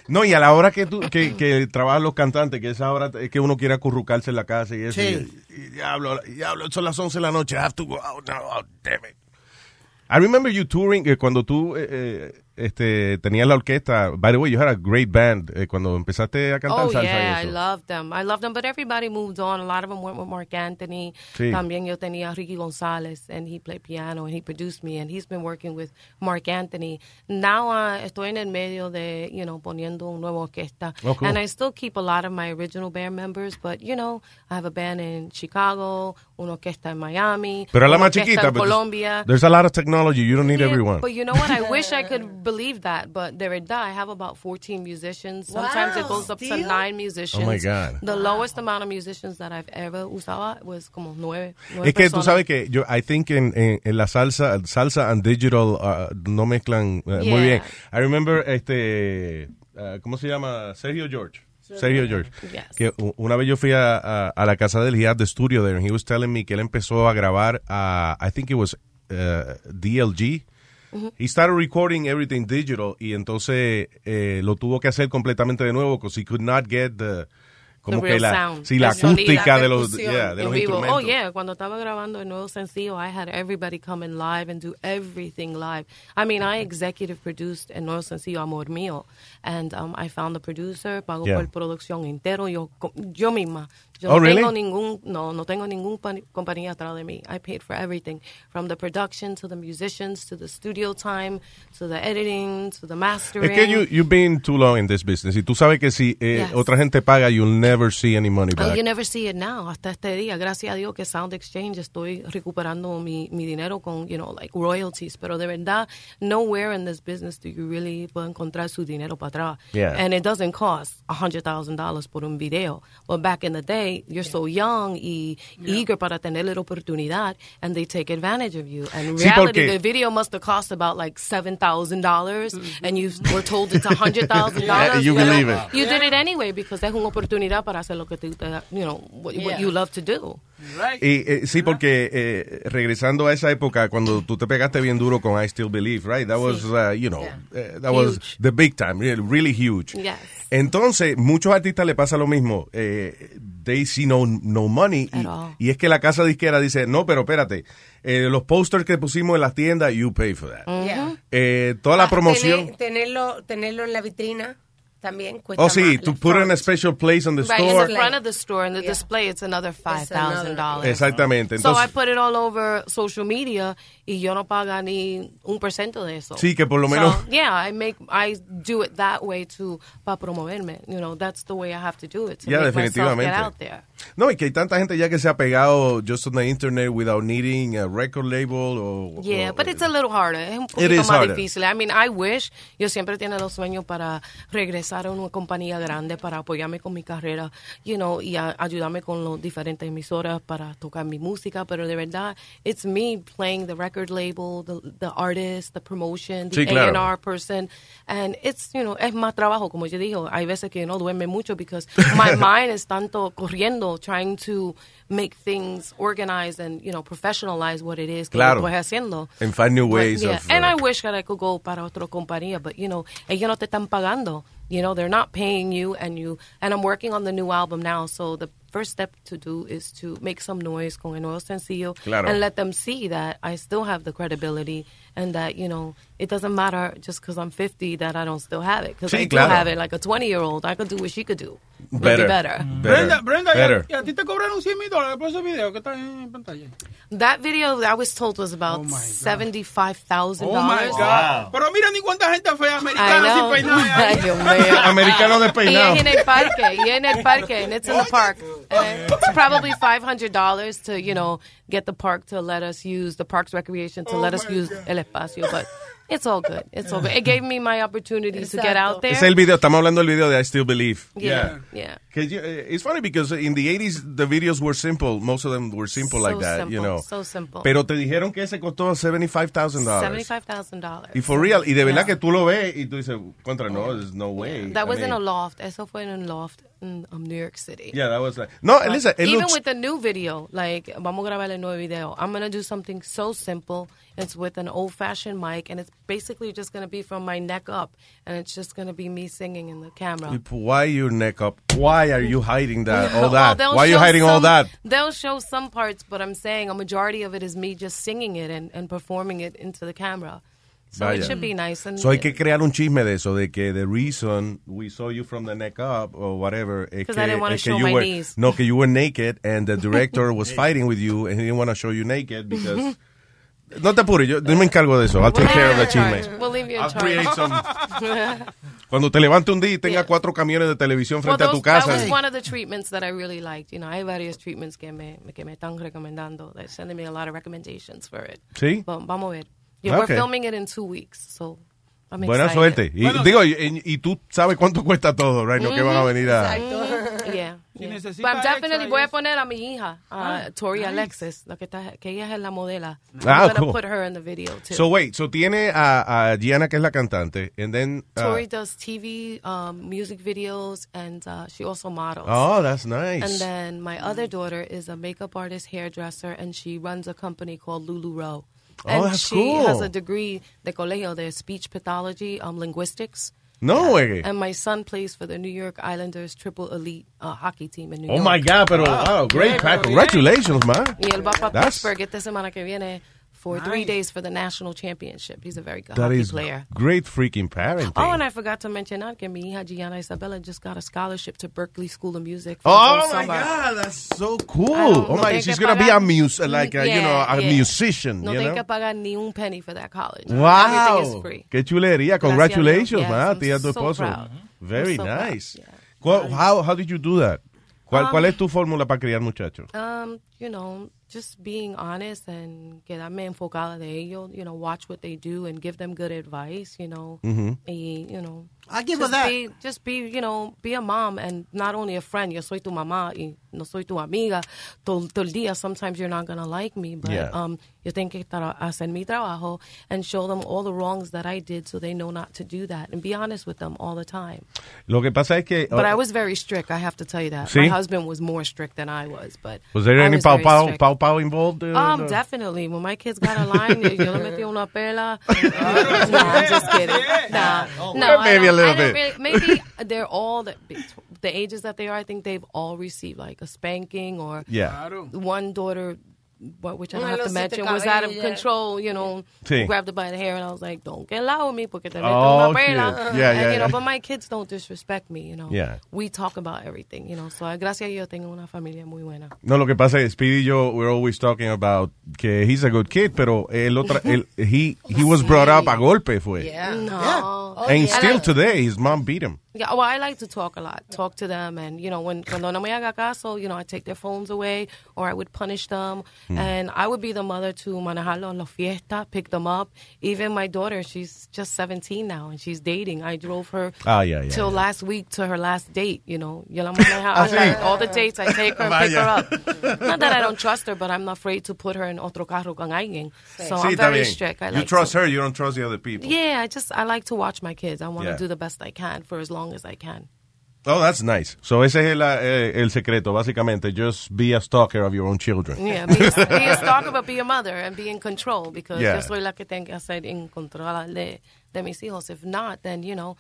No, y a la hora que, tú, que, que trabajan los cantantes, que esa hora es que uno quiere acurrucarse en la casa y eso. Sí. Y, y diablo, diablo, son las 11 de la noche. I have to go out now. Oh, damn it. I remember you touring eh, cuando tú eh, eh, este, tenías la orquesta. By the way, you had a great band eh, cuando empezaste a cantar Oh salsa. y yeah, I eso. love them. I love them, but everybody moved on. A lot of them went with Mark Anthony. Sí. También yo tenía Ricky González, and he played piano and he produced me, and he's been working with Mark Anthony. Now uh, estoy en el medio de, you know, poniendo un nuevo orquesta, Oh, cool. and I still keep a lot of my original band members, but you know, I have a band in Chicago, una orquesta en Miami, Pero es la una más orquesta chiquita. but en there's- Colombia. pues, There's a lot of technology. You don't need everyone. But you know what? I wish I could believe that, but there it die. I have about 14 musicians. Sometimes Wow, it goes up to still? nine musicians. Oh, my God. The lowest amount of musicians that I've ever usaba was como nueve. nueve Es que tú personas. sabes que yo, I think en, en, en la salsa, salsa and digital uh, no mezclan uh, muy Yeah. bien. I remember este, uh, ¿cómo se llama? Sergio George. Sergio George. Yes. Que u- una vez yo fui a, a, a la casa del Hiat de estudio there and he was telling me que él empezó a grabar a, I think it was uh, DLG. Ujú. He started recording everything digital y entonces eh, lo tuvo que hacer completamente de nuevo because he could not get the, como The que real la, sound, sí, la el sonido, acústica la de los, percusión yeah, de en los vivo. instrumentos. Oh yeah, cuando estaba grabando el nuevo sencillo, I had everybody come in live and do everything live. I mean, I executive produced el nuevo sencillo Amor Mío, and um, I found the producer, pago Yeah. por producción entero, yo co- yo misma. Yo Oh, no really? tengo ningún no no tengo ningún pan- compañía atrás de mí. I paid for everything, from the production to the musicians to the studio time to the editing to the Es mastering. que you, you've been too long in this business. Y tú sabes que si eh, Yes. otra gente paga, you'll never see any money Oh, back. you never see it now. Hasta este día, gracias a Dios que Sound Exchange estoy recuperando mi, mi dinero con, you know, like royalties. Pero de verdad, nowhere in this business do you really puede encontrar su dinero para atrás. Yeah. And it doesn't cost $100,000 por un video. But back in the day, you're so young y eager para tener la oportunidad, and they take advantage of you. And in Sí, reality, porque- the video must have cost about like $7,000, and you were told it's $100,000. Yeah, you know? believe it. You did it anyway because es una oportunidad para hacer lo que tú, te- uh, you know, what, what Yeah. you love to do. Y, eh, sí, porque eh, regresando a esa época, cuando tú te pegaste bien duro con I Still Believe, right? That was, uh, you know, eh, that was the big time, really, really huge. Yes. Entonces, muchos artistas le pasa lo mismo. Eh, they see no, no money. Y, y es que la casa disquera dice, no, pero espérate, eh, los posters que pusimos en las tiendas, you pay for that. Yeah. Eh, toda la promoción. Tener- Ah, tenerlo, tenerlo en la vitrina también cuesta Oh, sí, más. to put in a special place on the right store. in the front of the store and the display, it's another five thousand dollars. Exactamente. So I Entonces, put it all over social media, y yo no paga ni un por ciento de eso. Sí, que por lo menos- So, yeah, I make I do it that way to para promoverme. You know, that's the way I have to do it to Yeah, make myself definitivamente. get out there. No, y que hay tanta gente ya que se ha pegado just on the internet without needing a record label o... Yeah, o- but it's a little harder. Es un It poquito is más harder. difícil. I mean, I wish. Yo siempre tenía los sueños para regresar a una compañía grande para apoyarme con mi carrera, you know, y a- ayudarme con las diferentes emisoras para tocar mi música. Pero de verdad, it's me playing the record label, the, the artist, the promotion, the Sí, claro. A&R person. And it's, you know, es más trabajo, como yo digo. Hay veces que no duerme mucho because my mind is tanto corriendo, trying to make things organized and, you know, professionalize what it is que yo Claro. estoy haciendo. Pues, And find new ways Yeah, of, and uh, I wish that I could go para otra compañía, but you know, ellos no te están pagando. You know, they're not paying you, and you. And I'm working on the new album now, so the first step to do is to make some noise con el nuevo sencillo, Claro. and let them see that I still have the credibility, and that you know, it doesn't matter just because I'm 50 that I don't still have it, because Sí, I claro. do have it like a 20 year old. I could do what she could do, maybe Better. better. Better. Brenda, Brenda, ¿y a- Better. ¿y a, ti te cobraron 100 mil dólares por ese video que está en pantalla? That video I was told was about seventy-five thousand Oh my dollars. God. Pero mira ni cuánta gente fea americana I know. sin peinar. Ay, Dios mío. Ah, Americano despeinado. Y es en el parque, y es en el parque, and it's in the park. And it's probably $500 to, you know, get the park to let us use, the parks recreation Oh to let us use el espacio, but it's all good. It's all good. It gave me my opportunity to get out there. Es el video, estamos hablando del video de I Still Believe. Yeah, yeah. Que yo- eh, it's funny because in the 80s the videos were simple, most of them were simple So like that, you simple, know. so simple. Pero te dijeron que ese costó $75,000. $75,000. Y for real, y de verdad que tú lo ves y tú dices, contra no, there's no way. That I was in mean, a loft. Eso fue en un loft in um, New York City. Yeah, that was like, no, But listen, it even looks with the new video, like vamos a grabar el nuevo video. I'm gonna do something so simple. It's with an old fashioned mic, and it's basically just gonna be from my neck up, and it's just gonna be me singing in the camera. Why your neck up? Why are you hiding that? All Well, that? they'll Why are you show hiding all some- that? They'll show some parts, but I'm saying a majority of it is me just singing it and, and performing it into the camera. So Vaya. it should be nice. And So hay que crear un chisme de eso, de que the reason we saw you from the neck up or whatever es 'Cause que, I didn't wanna es que show you my were knees. no que you were naked and the director was fighting with you and he didn't want to show you naked because no te apures, yo, yo me encargo de eso. I'll take care of the chisme. We'll leave you in I'll charge. create Cuando te levante un día y tenga cuatro camiones de televisión frente a tu casa. That was one of the treatments that I really liked. You know, hay varios treatments que me, que me están recomendando. They're sending me a lot of recommendations for it. Sí. But vamos a ver. Yeah, Okay. We're filming it in two weeks, so I'm Buena suerte. excited. Y, digo, y, y tú sabes cuánto cuesta todo, right? No que van a venir a... Mm-hmm. Exacto. Yeah. Si yeah. necesita But I'm definitely extra, voy a poner a mi hija, a Ah, Tori nice. Alexis, la que, está, que ella es la modela. Ah, I'm gonna cool. put her in the video too. So wait, so tiene a, a Gianna que es la cantante, and then uh, Tori does TV, um, music videos, and uh, she also models. Oh, that's nice. And then my other daughter is a makeup artist, hairdresser, and she runs a company called Lulu Row. Oh, And that's she cool. has a degree de colegio de speech pathology, um, linguistics. no güey. And my son plays for the New York Islanders triple elite uh, hockey team in New Oh York. my God, pero wow, great pack. Congratulations, man. Y él va para That's- Pittsburgh esta semana que viene for three days for the national championship. He's a very good That hockey is player. great freaking parenting. Oh, and I forgot to mention out que mi hija Gianna Isabella just got a scholarship to Berkeley School of Music. for the Oh, whole my summer. God, that's so I don't- cool. Oh no my, tiene she's Ah, que gonna be a pagar- mus like a, you know Yeah, a yeah. musician, No you tiene que know. pagar ni un penny for that college. Everything is Wow, free. qué chulería! Gracias a Dios. Congratulations, Yes, man, I'm tía tu so esposo. proud. I'm Very so proud, nice. Cu- How how did you do that? ¿Cuál, Um, cuál es tu fórmula para criar muchachos? Um, you know, just being honest and quedarme enfocada de ellos. You know, watch what they do and give them good advice. You know, Mm-hmm. Mhm. y, you know, I give her just that. Be, just be, you know, be a mom and not only a friend. Yo soy tu mamá y no soy tu amiga. Todo, todo el día. Sometimes you're not gonna like me, but Yeah. um, yo tengo que tra- hacer mi trabajo and show them all the wrongs that I did, so they know not to do that, and be honest with them all the time. Lo que pasa es que. oh, But I was very strict. I have to tell you that. Eh, See? My husband was more strict than I was. But Was there I any was pow very pow strict. pow pow involved? uh, Um, no? definitely. When my kids got a line, yo yo le metí una pela. nah, I'm just kidding. Nah, no, I Maybe a don't- little I don't bit. really- maybe they're all the, the ages that they are. I think they've all received like a spanking or Yeah. One daughter, what which I don't Una have to losita mention, was out of cabella. control. You know, Sí. grabbed her by the hair and I was like, "Don't get loud with me, porque te meto Oh, una pela." shit. Yeah, And, yeah, you know, yeah. but my kids don't disrespect me. You know, Yeah. we talk about everything. You know, so gracias a Dios tengo una familia muy buena. No, lo que pasa es Speedy y yo we're always talking about que he's a good kid, pero el otra el- he he was brought up a golpe fue. No. Oh, Oh, And still today his mom beat him. Yeah, well, I like to talk a lot, talk to them, and you know, when cuando no me haga caso, you know, I take their phones away, or I would punish them, Hmm. and I would be the mother to manejarlo en la fiesta, pick them up. Even my daughter, she's just 17 now, and she's dating. I drove her Ah, yeah, yeah, till yeah. last week to her last date. You know, yo la maneja, Ah, sí. I like all the dates I take Ah, her, and pick her Vaya. up. Not that I don't trust her, but I'm not afraid to put her in otro carro con alguien. So sí, I'm está very bien. strict. I you like trust to- her, you don't trust the other people. Yeah, I just I like to watch my kids. I want to Yeah. do the best I can for as long as I can. Oh, that's nice. So ese es el, eh, el secreto, básicamente. Just be a stalker of your own children. Yeah, be a, be a stalker, but be a mother and be in control because Yeah. yo soy la que tengo que hacer en control de, de mis hijos. If not, then, you know,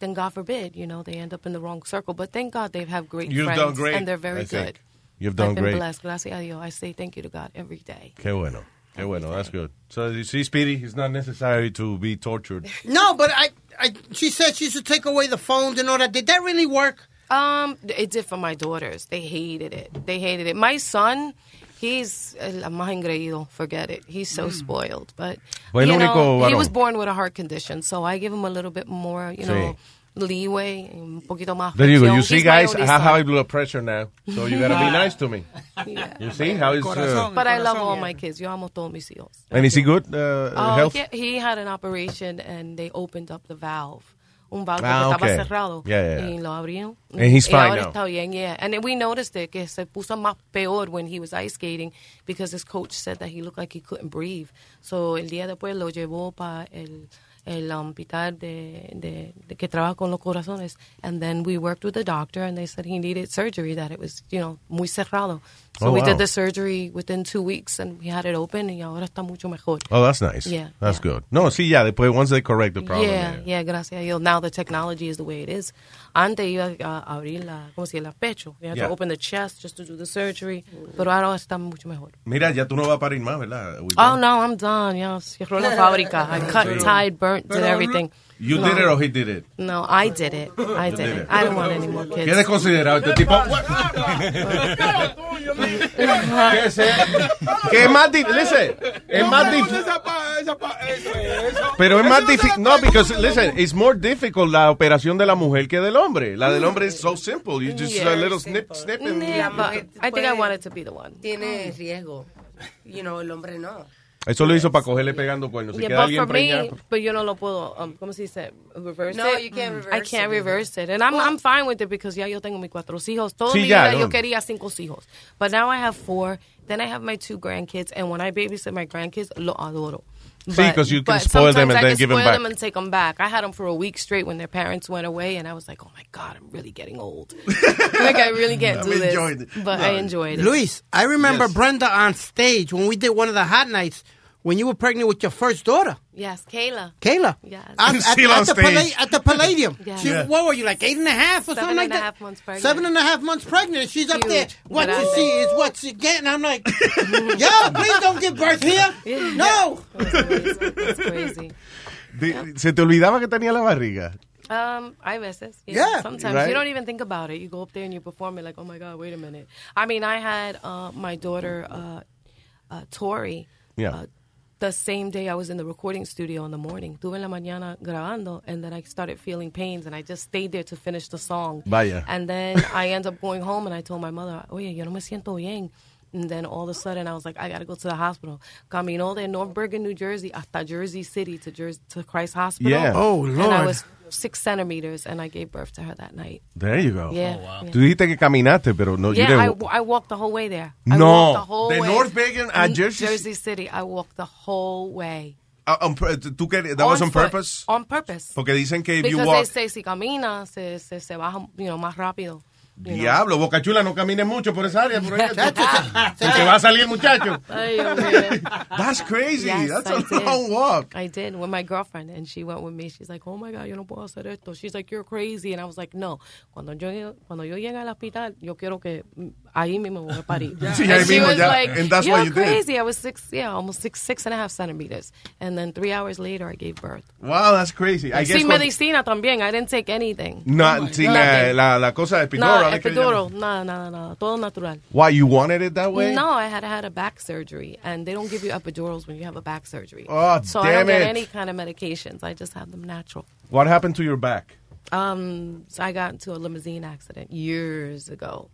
then God forbid, you know, they end up in the wrong circle. But thank God they have great You've friends done great, and they're very I think. good. You've I've done been great. blessed. Gracias a Dios. I say thank you to God every day. Qué bueno. Qué bueno. That's good. So you see, Speedy, it's not necessary to be tortured. No, but I, I, she said she should take away the phones and all that. Did that really work? Um, it did for my daughters. They hated it. They hated it. My son, he's el más engreído. Forget it. He's Hmm. so spoiled. But Fue el you único know, he varón. was born with a heart condition, so I give him a little bit more, you Sí. know, leeway, un poquito más. There you go. flexión. You He's see, my guys, I only have son. high blood pressure now, so you gotta be nice to me. You see how it's. Uh, But I love all my kids. Yo amo todos mis hijos. and is he good? Uh, Oh, health? yeah, he had an operation and they opened up the valve. Un valve Ah, que okay. estaba cerrado. Yeah, yeah, Y yeah. lo abrieron. And he's Y fine ahora now. está bien, yeah. And then we noticed it, que se puso más peor when he was ice skating because his coach said that he looked like he couldn't breathe. So el día después lo llevó para el, el hospital de, de, de que trabaja con los corazones. And then we worked with the doctor and they said he needed surgery, that it was, you know, muy cerrado. So Oh, we wow. did the surgery within two weeks and we had it open y ahora está mucho mejor. Oh, that's nice. Yeah. That's good. No, see, yeah, después, once they correct the problem. eh. Yeah, yeah. yeah, gracias a Dios. Now the technology is the way it is. Antes iba a abrir la, ¿cómo se llama? Pecho. You had Yeah. to open the chest just to do the surgery. Pero ahora está mucho mejor. Mira, ya tú no vas a parir más, ¿verdad? We Oh, no, I'm done. Ya cerró la fábrica. I Sí. cut, tied, burnt, did everything. You no. did it or he did it. No, I did it. I You did, did it. it. I don't want any more kids. ¿Qué desconsiderado este tipo? ¿Qué es eso? ¿Qué es más difícil? Listen, es más difícil. Pero es más difícil. No, because listen, it's more difficult la operación de la mujer que del hombre. La del hombre is so simple. You just a little snip, snip. and- Yeah, but I think I wanted to be the one. Tiene riesgo. You know, el hombre no. Eso lo hizo para cogerle pegando cuernos. Si Yeah, queda but alguien for me, preñado. but yo no lo puedo, um, ¿cómo se dice? Reverse No, it. you can't Mm. I reverse can't it. reverse it. And I'm, I'm fine with it because ya yo tengo mis cuatro hijos. Toda Sí, mi ya, vida no. yo quería cinco hijos. But now I have four. Then I have my two grandkids. And when I babysit my grandkids, lo adoro. Sí, But- 'cause you can but spoil them sometimes and I then can give 'em spoil back. them and take them back. I had them for a week straight when their parents went away, and I was like, "Oh my god, I'm really getting old. like I really can't I'm do this." enjoying it. But I enjoyed it. Luis, I remember Brenda on stage when we did one of the hot nights when you were pregnant with your first daughter, yes, Kayla. Kala. Yes. At, at, Still on at the stage. Palladi- at the Palladium. Yeah. She- Yeah. What were you, like eight and a half or Seven something like and a that? half months pregnant. Seven and a half months pregnant. She's up Huge. there. What Grande. you see is what you get. And I'm like, yo, please don't give birth here. No. De- ¿Se te olvidaba que tenía la barriga? Um, I veces. Yeah. Yeah, Sometimes right? you don't even think about it. You go up there and you perform it like, oh my God, wait a minute. I mean, I had uh, my daughter, uh, uh, Tori, Yeah. the same day I was in the recording studio in the morning. Tuve en la mañana grabando, and then I started feeling pains, and I just stayed there to finish the song. Vaya. And then I end up going home, and I told my mother, oye, yo no me siento bien. And then all of a sudden, I was like, I got to go to the hospital. Camino de North Bergen, New Jersey, hasta Jersey City to, Jersey, to Christ Hospital. Yeah. Oh, And I Lord. was six centimeters, and I gave birth to her that night. There you go. Yeah. yeah. Tú dijiste que caminaste, pero no. you Yeah, didn't- I, w- I walked the whole way there. I No. walked the whole The way. North Bergen and N- Jersey- Jersey City. I walked the whole way. Ah, on pur- ¿Tú querías? ¿That was On on foot. purpose? On purpose. Porque dicen que if you Because walk... they say si camina, se, se, se baja you know, más rápido. you know. Diablo, Bocachula, no camines mucho por esa área. Por ahí, se te va a salir, muchacho. Ay, Dios mío. That's crazy. Yes, That's I a did. long walk. I did with my girlfriend, and she went with me. She's like, "Oh my God, yo no puedo hacer esto." She's like, "You're crazy," and I was like, "No." Cuando yo cuando yo llegue al hospital, yo quiero que mm, ahí mismo voy a parir. Sí, and ahí she mismo, was ya. like, And that's "You're what you did." crazy." I was six, yeah, almost six, six and a half centimeters, and then three hours later, I gave birth. Wow, that's crazy. I guess Sin cuando- medicina también. I didn't take anything. No, sin la, Nothing. la, la cosa de epidural. Nada, epidural, nada, nada, nada. Todo natural. Why, you wanted it that way? No, I had had a back surgery, and they don't give you epidurals when you have a back surgery. Oh, so I damn don't get it. any kind of medications. I just have them natural. What happened to your back? Um, so I got into a limousine accident years ago.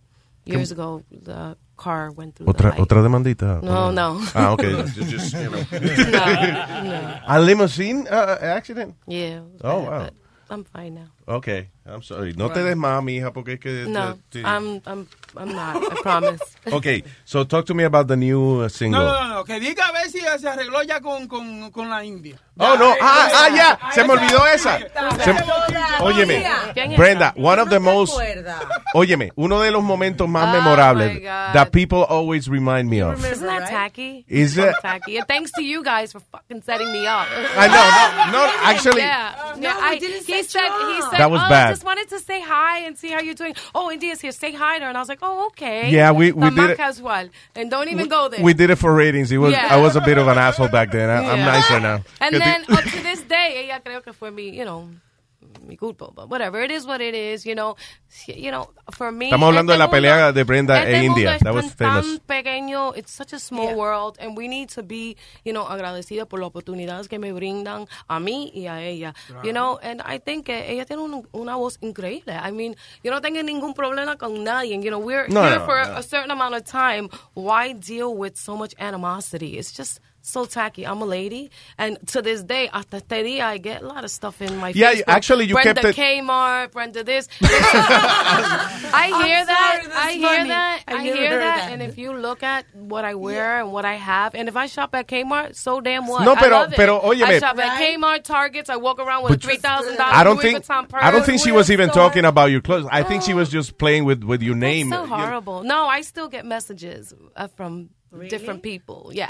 Years ¿Qué- ago, the car went through. Otra- the light. otra demandita. No, no. Ah, okay. Just- just, you know. no, no. A limousine uh, accident? Yeah. it was Oh, bad, wow. but I'm fine now. Okay, I'm sorry. No te Right. des más, mija, porque es que... No, um, te- I'm, I'm, I'm not. I promise. Okay, so talk to me about the new uh, No, single. no, no, que diga a ver si se arregló ya con, con, con la India. Oh, no. Ya, Ah, esa. ah, ya. Se me esa. olvidó esa. Se me- Óyeme, Brenda, one of the most... Óyeme, uno de los momentos más Oh, memorables that people always remind me of. Isn't that tacky? Is I'm it- tacky? And thanks to you guys for fucking setting me up. I know, no, no, actually- Yeah. yeah Uh, we I, didn't he set said, you he up. said, That was oh, bad. I just wanted to say hi and see how you're doing. Oh, India's here. Say hi to her. And I was like, oh, okay. Yeah, we- we Tan did it- casual. And don't even go there. We did it for ratings. It was, Yeah. I was a bit of an asshole back then. I, I'm Yeah. nicer now. And Good then thing- up to this day, ella creo que fue mi, you know, mi culpa, but whatever. It is what it is, you know. You know, for me. Estamos hablando de la mundo- pelea de Brenda este e mundo India. es That was tan, famous. tan pequeño. It's such a small world, and we need to be, you know, agradecida por las oportunidades que me brindan a mí y a ella. You know, and I think que ella tiene un- una voz increíble. I mean, yo no tengo ningún problema con nadie. You know, we're No, here no, for no. a certain amount of time, why deal with so much animosity? It's just so tacky. I'm a lady, and to this day, hasta este día, I get a lot of stuff in my Yeah, you- Facebook. actually, you Brenda kept it- Kmart, Brenda this. I hear that. sorry, that's I hear funny. that. I I, never hear heard that. that. And if you look at what I wear and what I have, and if I shop at Kmart, so damn what? No, pero- I love it. pero, I óyeme. shop at Kmart, Targets. I walk around with a But- three thousand dollars. I don't think I don't think she was even talking about your clothes. I think she was just playing with with your name. Oh. So Oh horrible. No, I still get messages uh, from different people. Yeah.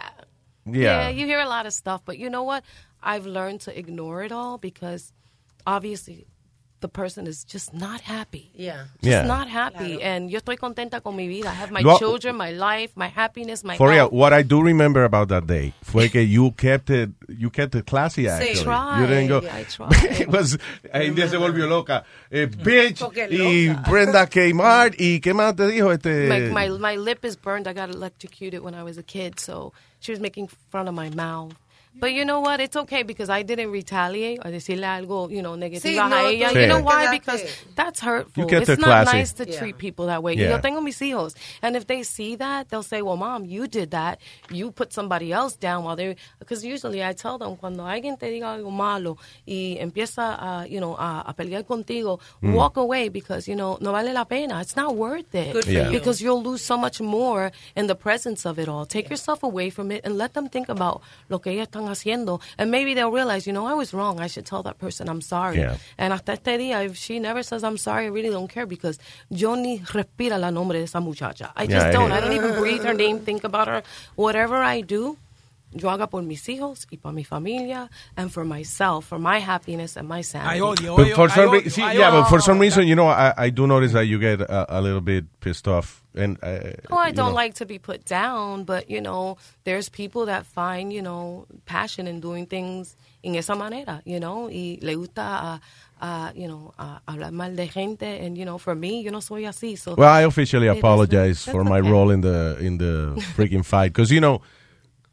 Yeah. You hear a lot of stuff, but you know what? I've learned to ignore it all because obviously the person is just not happy. Yeah. Just Yeah. not happy. And yo estoy contenta con mi vida. I have my Lo- children, my life, my happiness, my For real, health. what I do remember about that day fue que you kept it, you kept it classy. Actually, tried. you didn't go. I tried. it was. India se volvió loca. Eh, bitch Porque y Brenda Kmart y qué más te dijo este. My, my my lip is burned. I got electrocuted when I was a kid, so she was making fun of my mouth. But you know what? It's okay because I didn't retaliate or decirle algo, you know, negativa no, a ella. tú- You know Sí. why? Because that's hurtful. You get it's the not classy. nice to Yeah. treat people that way. You Yeah. know, tengo mis hijos. And if they see that, they'll say, well, mom, you did that. You put somebody else down while they... Because usually I tell them, cuando alguien te diga algo malo y empieza a, you know, a, a pelear contigo, Mm. walk away because, you know, no vale la pena. It's not worth it Good for Yeah. you. because you'll lose so much more in the presence of it all. Take yourself away from it and let them think about lo que ellas están haciendo. And maybe they'll realize, you know, I was wrong. I should tell that person I'm sorry. Yeah. And hasta este día, if she never says I'm sorry, I really don't care because yo ni respira la nombre de esa muchacha. I just Yeah, don't. yeah. I don't even breathe her name, think about her. Whatever I do, yo haga por mis hijos y para mi familia and for myself, for my happiness and my sanity. Ay, odio, But for some odio, re- see, I yeah, but for odio. some reason, you know, I, I do notice that you get a, a little bit pissed off, and I, Oh, I you don't know. like to be put down, but you know, there's people that find, you know, passion in doing things en esa manera, you know, y le gusta, uh, uh, you know, uh, hablar mal de gente, and you know, for me, yo no soy así. So Well, I officially It doesn't- apologize for that's my okay. role in the in the freaking fight because you know,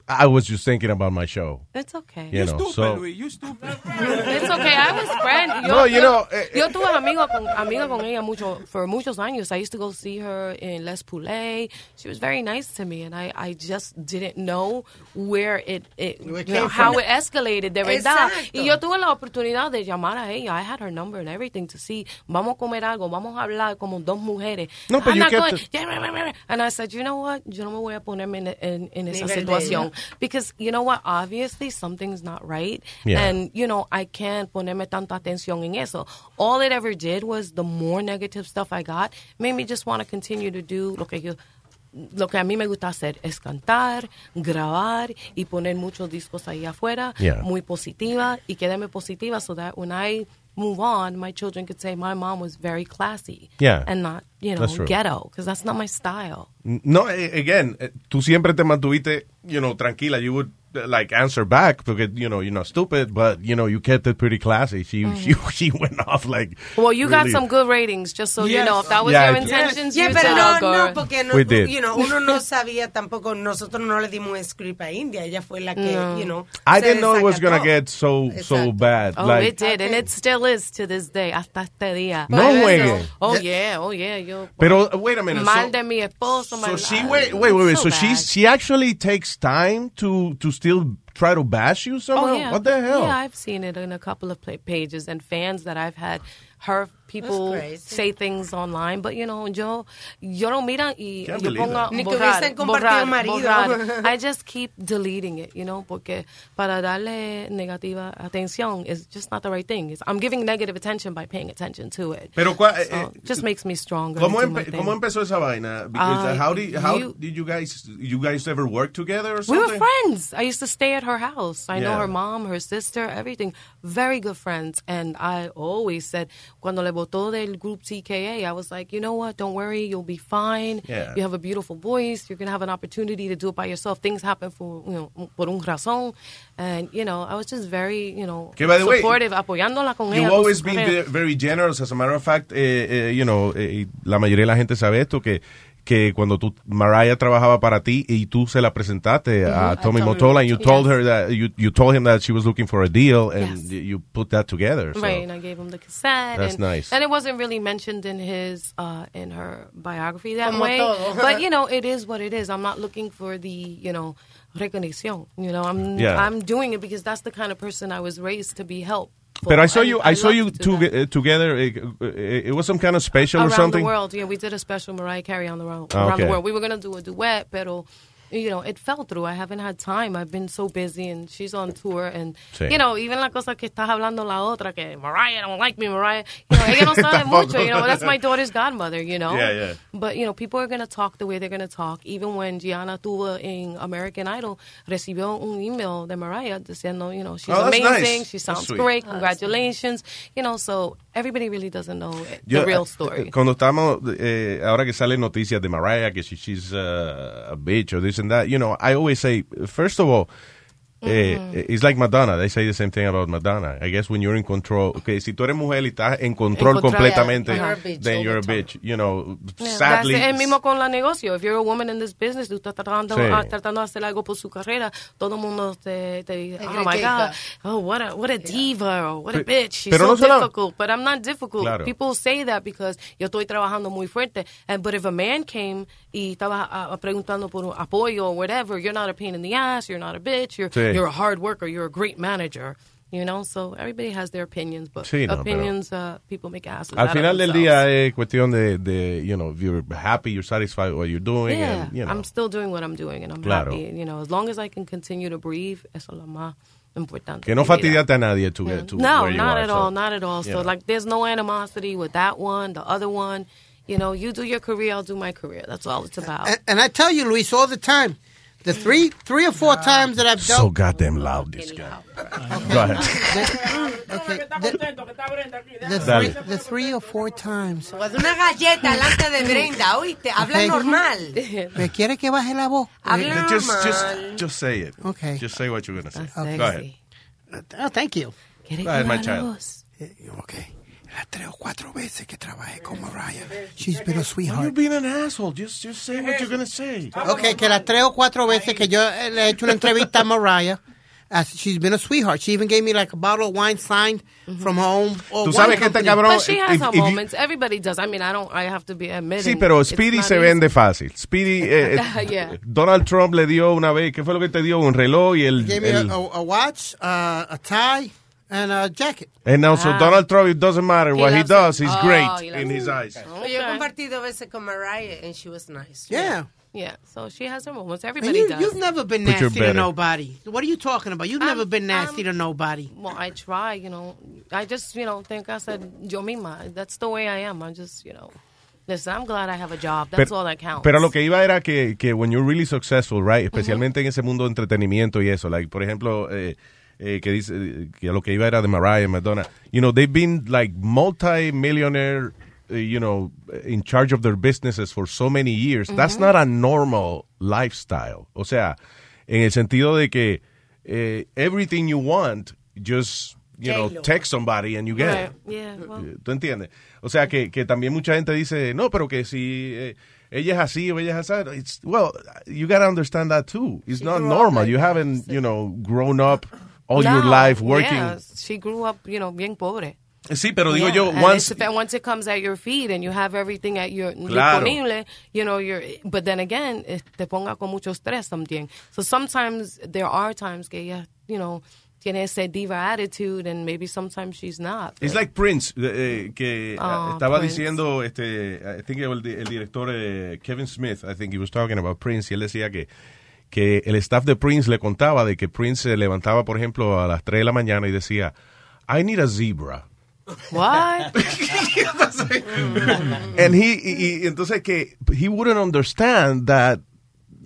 I was just thinking about my show. It's okay. You know, so You stupid. It's okay. I was friend. Yo, No, you yo- know, eh, yo tuve amigo con amiga con ella mucho for muchos años. I used to go see her in Les Poulet. She was very nice to me, and I, I just didn't know where it, it it you know, came how from. it escalated de verdad. Exacto. Y yo tuve la oportunidad de llamar a ella. I had her number and everything to see. Vamos a comer algo. Vamos a hablar como dos mujeres. No, but I'm you not kept going- it- Yeah, right, right, right. And I said, you know what? Yo no me voy a ponerme en, en, en esa Nivel de situación. ella. Because you know what? Obviously something's not right, Yeah. and you know I can't ponerme tanta atención en eso. All it ever did was the more negative stuff I got made me just want to continue to do lo que yo. Lo que a mí me gusta hacer es cantar, grabar y poner muchos discos ahí afuera, Yeah. muy positiva y quedarme positiva so that when I move on, my children could say my mom was very classy Yeah. and not, you know, That's true. ghetto because that's not my style. no, eh, again, eh, tú siempre te mantuviste, you know, tranquila. You would like answer back because you know you're not stupid, but you know you kept it pretty classy. She she she went off like. Mm-hmm. Well, you got really- some good ratings, just so you Yes. know. If that was Yeah, your I- intentions, Yeah, you pero did. no, no, porque no, We did. you know, uno no sabía tampoco, nosotros no le dimos un script a India, ella fue la que, No. you know. I se didn't know it was gonna desacató. get so so bad. Oh, like it did, and it still is to this day. Hasta este día. No jueguen. Oh yeah, oh yeah. Yo, Pero uh, wait a minute. mal so- de mi esposo. mal- So she wait wait wait wait. So, she she actually takes time to to still try to bash you somehow. Oh, yeah. What the hell? Yeah, I've seen it in a couple of pla- pages and fans that I've had. Her people crazy. say things online, but you know, yo, yo no miran y Can't yo believe pongo that. Ni que borrar, borrar, hubiesen compartido marido. borrar. I just keep deleting it, you know, porque para darle negativa atención is just not the right thing. It's, I'm giving negative attention by paying attention to it. Pero cua- eh, so, eh, just makes me stronger. ¿Cómo, into my empe- thing. ¿Cómo empezó esa vaina? Because Ah, uh, how did how you- did you guys you guys ever work together or We something? were friends. I used to stay at her house. I know Yeah. her mom, her sister, everything. Very good friends. And I always said, cuando le botó del group TKA, I was like, you know what? Don't worry. You'll be fine. Yeah. You have a beautiful voice. You're going to have an opportunity to do it by yourself. Things happen for, you know, por un razón. And, you know, I was just very, you know, Que, by the way, supportive, apoyándola con ella. You've con always su been carrera. ve- very generous. As a matter of fact, eh, eh, you know, eh, la mayoría de la gente sabe esto, que, que cuando tú, Mariah trabajaba para ti y tú se la presentaste a Ujú, a Tommy Tommy Motola and you Mottola, told yes. her that, you, you told him that she was looking for a deal and Yes. y- you put that together. so. Right, and I gave him the cassette. That's and, nice. And it wasn't really mentioned in his uh, in her biography that Como way. todo. but you know, it is what it is. I'm not looking for the you know recognition. You know, I'm Yeah. I'm doing it because that's the kind of person I was raised to be helped. But I saw you. I, saw love you to do two, that. uh, together. It, it was some kind of special around or something. the world. Yeah, we did a special Mariah Carey on the road Ah, around okay. the world. We were gonna do a duet, pero you know it fell through. I haven't had time. I've been so busy, and she's on tour, and Sí. you know even la cosa que estás hablando la otra que Mariah don't like me, Mariah. You know, ella no sabe mucho. You know, that's my daughter's godmother. You know. Yeah, yeah. But you know, people are gonna talk the way they're gonna talk. Even when Gianna tuvo in American Idol, recibió un email de Mariah diciendo, you know, she's Oh, that's amazing. nice. She That's sounds sweet. great. Congratulations. You know, so everybody really doesn't know it- the Yo, real eh, story. eh, Cuando estamos, eh, ahora que salen noticias de Mariah, que she- she's uh, a bitch or this and that, you know, I always say, first of all, eh, Mm-hmm. it's like Madonna. They say the same thing about Madonna. I guess when you're in control, okay, si tú eres mujer y estás en control En control, completamente, yeah, you're a bitch then all you're a bitch. You know, Yeah, sadly. that's- es mismo con la negocio. If you're a woman in this business, tú estás tratando, Sí. ah, tratando de hacer algo por su carrera, todo el mundo te, te dice, Te oh my God, critica. oh, what a, what a diva, or what a bitch, she's pero so no solo- difficult. But I'm not difficult. Claro. People say that because yo estoy trabajando muy fuerte. And, but if a man came y estaba ah, preguntando por un apoyo or whatever, you're not a pain in the ass, you're not a bitch, you're, Sí. you're a hard worker, you're a great manager. You know, so everybody has their opinions, but Sí, no, pero- opinions uh, people make asses Al out of final del themselves. día es cuestión de, de, you know, if you're happy, you're satisfied with what you're doing. Yeah, and, you know. I'm still doing what I'm doing, and I'm Claro. happy. You know, as long as I can continue to breathe, eso es lo más importante. Que no en mi vida. fastidiate a nadie to get to Mm. No, where you not are, at so, all, not at all. you So, know. like, there's no animosity with that one, the other one. You know, you do your career, I'll do my career. That's all it's about. And, and I tell you, Luis, all the time, the three, three or four times that I've So dealt. goddamn loud, this guy. Go ahead. okay, the, the Dale. three, the three or four times. Haz una galleta delante de Brenda, ¿oíste? Habla Okay. normal. ¿Me quiere que baje la voz? Habla Just, normal. just, just say it. Okay. Just say what you're gonna say. Okay. Go ahead. Oh, thank you. Eh, Go ahead, my child. She's been a sweetheart. You've been an asshole. Just, just say what you're gonna say. Okay, que las tres o cuatro veces que yo eh, le he hecho una entrevista a Mariah, as she's been a sweetheart. She even gave me like a bottle of wine signed from home. Tú sabes que este cabrón- But she has if- her if you- moments. Everybody does. I mean, I don't. I have to be admitted. Sí, pero Speedy se vende fácil. Speedy, eh, eh, Yeah. Donald Trump le dio una vez, ¿qué fue lo que te dio? Un reloj y el... Gave me el- a, a, a watch, uh, a tie, and a jacket. and now, so Ah. Donald Trump, it doesn't matter He what he loves does, it. he's Oh, great he in his eyes. Oh, Yo he compartido veces con Mariah and she was nice. Yeah. Yeah. So she has her moments. And Everybody you, does. you've never been But you're nasty to better. nobody. What are you talking about? You've never been nasty to nobody. Well, I try, you know. I just, you know, think I said yo misma. That's the way I am. I just, you know. Listen, I'm glad I have a job. That's Pero- all that counts. Pero lo que iba era que, que when you're really successful, right, especialmente en ese mundo de entretenimiento y eso, like, por ejemplo, eh, eh, que dice, eh, que lo que iba era de Mariah, Madonna, you know, they've been like multi-millionaire, eh, you know, in charge of their businesses for so many years. That's Ujú. not a normal lifestyle. O sea, en el sentido de que eh, everything you want, just, you know, J-Lo. text somebody and you get it. Right. Yeah, well, ¿Tú entiendes? O sea, que, que también mucha gente dice, no, pero que si eh, ella es así o ella es así. It's, well, you gotta understand that too. It's not grew up normal. You haven't, you know, grown up all your no, life working. yeah, she grew up, you know, bien pobre. Sí, pero digo Yeah, yo, and once... it's- if- once it comes at your feet and you have everything at your Claro. disponible, you know, you're, but then again, eh, te ponga con mucho estrés también. So sometimes there are times que ella, you know, tiene ese diva attitude and maybe sometimes she's not. It's like Prince, eh, eh, que eh, Ah, estaba Prince. diciendo, este, I think el, di- el director eh, Kevin Smith, I think he was talking about Prince, y él decía que, que el staff de Prince le contaba de que Prince se levantaba, por ejemplo, a las 3 de la mañana y decía, I need a zebra. What? Mm-hmm. And he, y, y entonces que he wouldn't understand that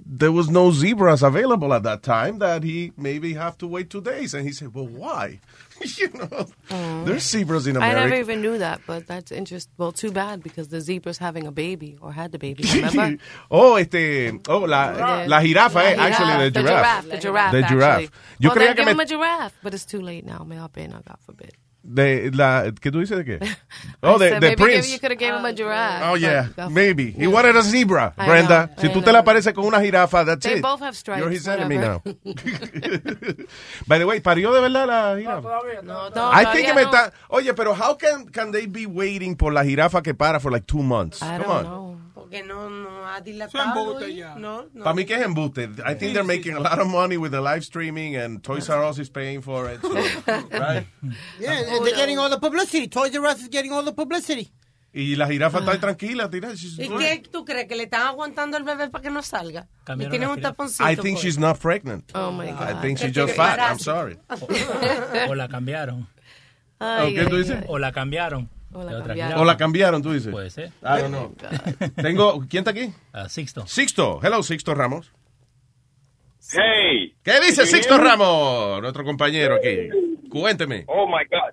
there was no zebras available at that time, that he maybe have to wait two days. And he said, well, why? you know, Mm. there's zebras in I America. never even knew that, but that's interesting. Well, too bad because the zebra's having a baby or had the baby. Remember? Oh, este, oh, la, The- la jirafa, eh, la actually, the the giraffe. giraffe, the giraffe, The giraffe. actually. Yo well, creía then que give me- him a giraffe, but it's too late now. May I pay now, God forbid. De, la, ¿Qué tú dices de qué? Oh, de, So de maybe give- Prince. you could have gave him a giraffe. Oh, but yeah, God maybe. He wanted a zebra, I Brenda. know, si I tú te know. la pareces con una jirafa, that's They it. both have stripes, You're his enemy whatever. now. By the way, ¿parió de verdad la jirafa? No, I think todavía que me no. está... Oye, pero how can, can they be waiting por la jirafa que para for like two months? I Come don't on. know. Porque no, no ha dilatado. Luis. No, no. Para mí que es embuste. I think they're making a lot of money with the live streaming and Toys R Us is paying for it. so, right? Yeah, and they're getting all the publicity. Toys R Us is getting all the publicity. Y la jirafa está ahí tranquila. Tira, she's ¿Y good. qué tú crees? ¿Que le están aguantando al bebé para que no salga? Y Cambiaron tiene la un jirafa. taponcito. I think pues. she's not pregnant. Oh, my God. I think she's Que just tiene fat. I'm parásito. sorry. O la cambiaron. Ay, ¿Qué tú ay, dices? ay. O la cambiaron. O la O la cambiaron, tú dices. Puede ser. Ah, I don't Oh, know. Tengo, ¿quién está aquí? Sixto. Sixto. Hello, Sixto Ramos. Hey. ¿Qué dice Can you Sixto hear me? Ramos, nuestro compañero aquí? Cuénteme. Oh my God.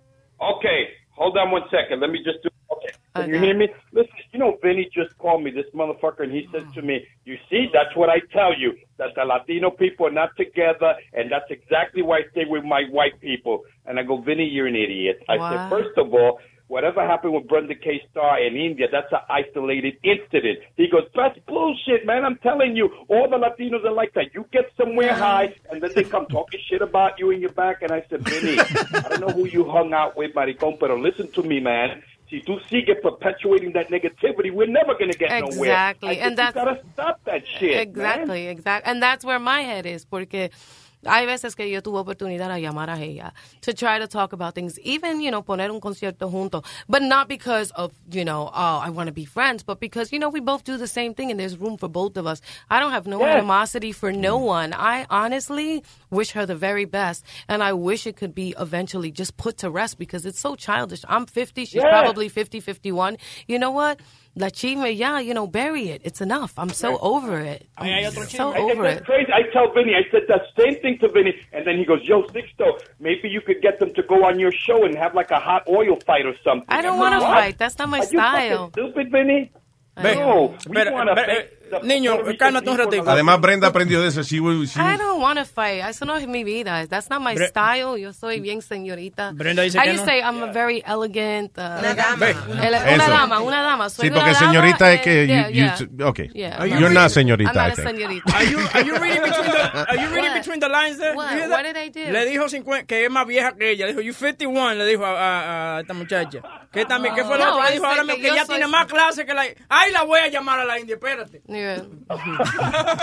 Okay, hold on one second. Let me just do. Okay, can you hear me? Listen, you know, Vinny just called me, this motherfucker, and he says to me, "You see, that's what I tell you. That the Latino people are not together, and that's exactly why I stay with my white people." And I go, "Vinny, you're an idiot." I Wow. said, first of all. Whatever happened with Brenda K. Star in India, that's an isolated incident. He goes, that's bullshit, man. I'm telling you, all the Latinos are like that. You get somewhere high, and then they come talking shit about you in your back. And I said, Vinny, I don't know who you hung out with, maricón, pero listen to me, man. Si tú sigues perpetuating that negativity, we're never going to get nowhere. Exactly, I said, and you that's- gotta stop that shit, man. Exactly, exactly. And that's where my head is, porque hay veces que yo tuve oportunidad a llamar a ella to try to talk about things, even, you know, poner un concierto junto, but not because of, you know, oh, I want to be friends, but because, you know, we both do the same thing and there's room for both of us. I don't have no Yes. animosity for no one. I honestly wish her the very best, and I wish it could be eventually just put to rest because it's so childish. I'm 50, she's Yes. probably 50, 51. You know what? La chisme, yeah, you know, bury it. It's enough. I'm so over it. Oh, I'm so I said, over that's it. crazy. I tell Vinny, I said that same thing to Vinny, and then he goes, "Yo, Sixto, maybe you could get them to go on your show and have like a hot oil fight or something." I don't I'm like, want to "What? fight. That's not my Are you style. fucking stupid, Vinny? No, we Pero- want to pero- eh, Niño, cálmate un ratito. Además, Brenda aprendió de eso. She will- she- I don't want to fight. Eso no es mi vida. That's not my Bre- style. Yo soy bien señorita. Brenda dice How que you no. say I'm a very elegant. uh, Ve. ele- una Eso. dama, una dama. Soy Sí, una porque dama, señorita es eh, que yeah, you- yeah. you- okay. Yeah. Are you You're not señorita, este. I'm not I a think. señorita. Are you, are you reading between the, are you reading What? between the lines there? What? You hear What that? did I do? Le dijo 50, que es más vieja que ella. Le dijo, you 51, le dijo a, a- a esta muchacha. Que también, ¿qué fue lo No, otro? Le I dijo said ahora que mismo que, yo ya soy- tiene más clase que la... Ay, la voy a llamar a la India, espérate.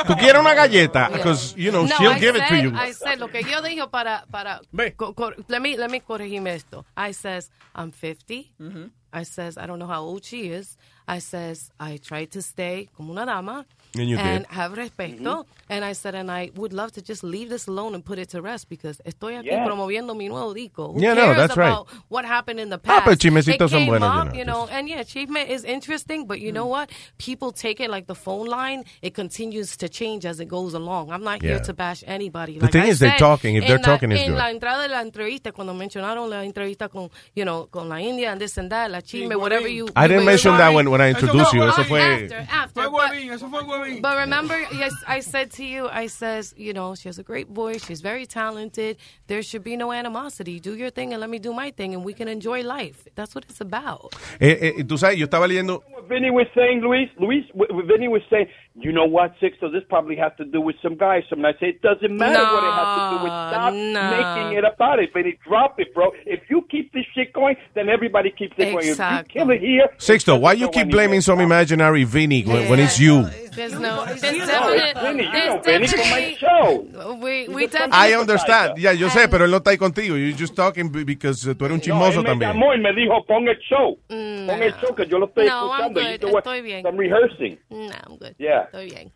¿Tú quieres una galleta? Because, you know, no, she'll I give said, it to you. I said, lo que yo digo para, para, co- cor- let me, let me corregirme esto. I says, I'm 50. Mm-hmm. I says, I don't know how old she is. I says, I try to stay como una dama. And you and did. have respecto. Mm-hmm. And I said, and I would love to just leave this alone and put it to rest because estoy aquí Yeah. promoviendo mi nuevo disco. Who Yeah, no, cares that's right. about what happened in the Ah, past? pero chismecitos It son came buenos, you up, know, you know, and yeah, achievement is interesting, but Mm. you know what? People take it like the phone line. It continues to change as it goes along. I'm not here Yeah. to bash anybody. The like thing I is they're said, talking. If en they're la- talking, it's en good. la entrada de la entrevista, cuando mencionaron la entrevista con, you know, con la India and this and that, la chisme, whatever you. I you didn't were mention that sorry. when, when I introduced you. Eso fue... After, after, but- Sorry. But remember, yes, I said to you, I says, you know, she has a great voice. She's very talented. There should be no animosity. Do your thing and let me do my thing, and we can enjoy life. That's what it's about. Eh, eh, tú sabes, yo estaba leyendo. What Vinny was saying, Luis, Luis, what Vinny was saying, you know what, six, so this probably has to do with some guy. Some I say it doesn't matter what it has to do with. Stop no. making it about it, Vinny. Drop it, bro. If you keep this shit going, then everybody keeps it going. If you Exacto. kill it here, Sixto, why you keep blaming some imaginary Vinny when, when it's you? There's no, there's Vinny, definitely, you know there's Vinny from my definitely, show. we, we I definitely. understand. Ya, yo sé, pero él no está ahí contigo. You're just talking be- because eh, tú eres un chismoso él me también. llamó y me dijo, pon el show. Pon el show, que yo lo estoy Mm. No, I'm escuchando. good. You do what- Estoy bien. Some rehearsing. No, I'm good. Yeah. Estoy bien.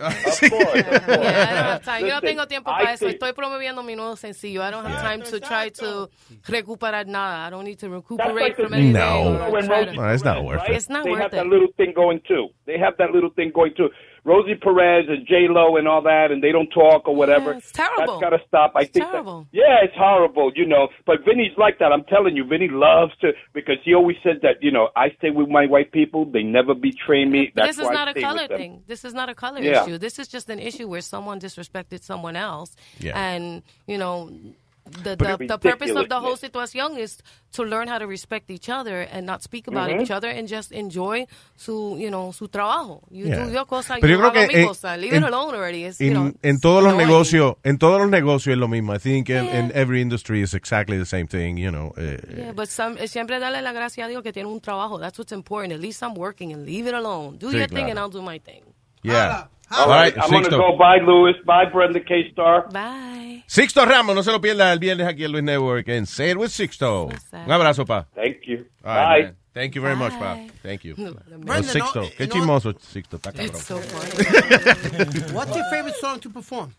Of course, of course. Yeah, I don't have time. Yo no Listen, tengo tiempo I para eso. think- Estoy promoviendo mi nuevo sencillo. I don't have time to try to recuperar nada. I don't need to recuperate from anything. No. or try to- No, it's not worth right? it. It's not they worth have it. that little thing going too. They have that little thing going too. Rosie Perez and J Lo and all that, and they don't talk or whatever. it's terrible. That's got to stop. I think. that- yeah, it's horrible, you know. But Vinny's like that. I'm telling you, Vinny loves to because he always says that. You know, I stay with my white people. They never betray me. But That's this is why not I a stay color with them. thing. This is not a color Yeah. issue. This is just an issue where someone disrespected someone else, Yeah. and you know, the But the, the purpose of the ridiculousness. whole situation is to learn how to respect each other and not speak about Mhm. each other and just enjoy su you know su trabajo. You Yeah. do your cosa, Pero you yo creo hago que mi en- cosa. Leave en- it alone already. It's, you know, En, en todos los negocios, en todos los negocios es lo mismo. I think in, in every industry is exactly the same thing, you know. eh, Yeah, but some, eh, siempre darle la gracia a Dios que tiene un trabajo. That's what's important. At least I'm working and leave it alone. Do Sí, your thing claro. and I'll do my thing. yeah. All right, I'm gonna Sixto. go. Bye, Louis. Bye, Brenda K. Star. Bye. Sixto Ramos, no se lo pierda el viernes aquí en Luis Network en Say It With Sixto. Un abrazo, pa. Thank you. All right, Bye. man. Thank you very much, pa. Thank you. Brenda, Oh, Sixto, no- qué no- chismoso, Sixto, está cabrón. It's so funny. What's your favorite song to perform?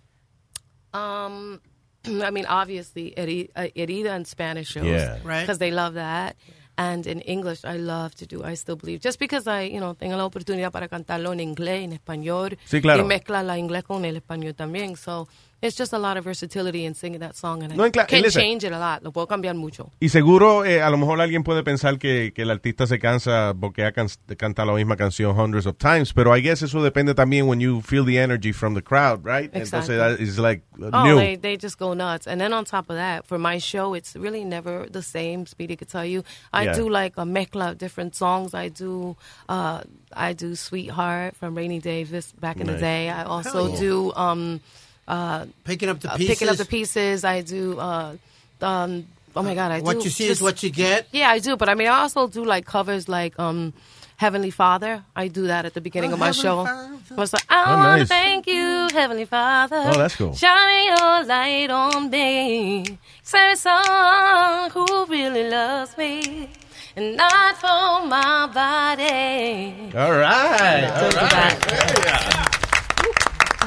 Um, I mean, obviously, Eri- uh, Erida in Spanish shows. Yeah. Right. Because they love that. And in English, I love to do I Still Believe. Just because I, you know, tengo la oportunidad para cantarlo en inglés, en español. Sí, claro. Y mezcla la inglés con el español también. So, it's just a lot of versatility in singing that song. And No, I en cla- can listen. change it a lot. Lo puedo cambiar mucho. Y seguro, eh, a lo mejor alguien puede pensar que, que el artista se cansa porque ha can- cantado la misma canción hundreds of times, pero I guess eso depende también when you feel the energy from the crowd, right? Exactly. Entonces, that is like uh, Oh, new. they they just go nuts. And then on top of that, for my show, it's really never the same. Speedy could tell you, I Yeah. do like a mecla of different songs. I do uh, I do "Sweetheart" from Rainy Davis back in Nice. the day. I also Hell yeah. do um, uh, picking up the picking Pieces. up the pieces. I do. Uh, um, oh my god, I What do you see is what you get. Yeah, I do. But I mean, I also do like covers like um, "Heavenly Father." I do that at the beginning Oh, of my Heavenly show. What's the- I Oh, want to nice. thank you, Heavenly Father. Oh, that's cool. Shining your light on me. Send someone who really loves me. And not for my body. All right. So do that.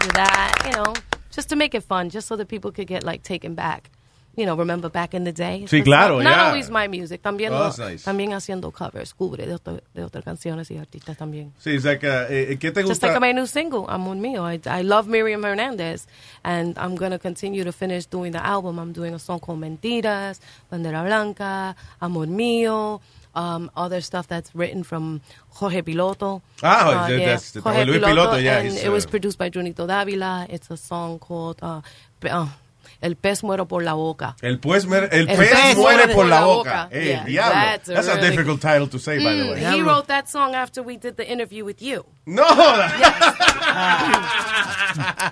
Do that, you know, just to make it fun, just so that people could get like taken back. You know, remember back in the day. Sí, It's claro, not, not yeah. always my music. También, Oh, lo- that's nice. también haciendo covers, cubre de, otro- de otras canciones y artistas también. Sí, es like, uh, eh, ¿qué te Just gusta? like my new single, Amor Mio. I, I love Miriam Hernandez, and I'm going to continue to finish doing the album. I'm doing a song called Mentiras, Bandera Blanca, Amor Mio, um, other stuff that's written from Jorge Piloto. Uh, Ah, that- that's- that- Luis Piloto, yeah, And he's, it was uh, produced by Junito Davila. It's a song called uh, Pe- uh, El Pez Muero por la Boca. El pez, mer- el pez muere por la boca. Eh, Yeah, diablo. That's, that's a a really- difficult title to say, by the Mm, way. He wrote that song after we did the interview with you. No.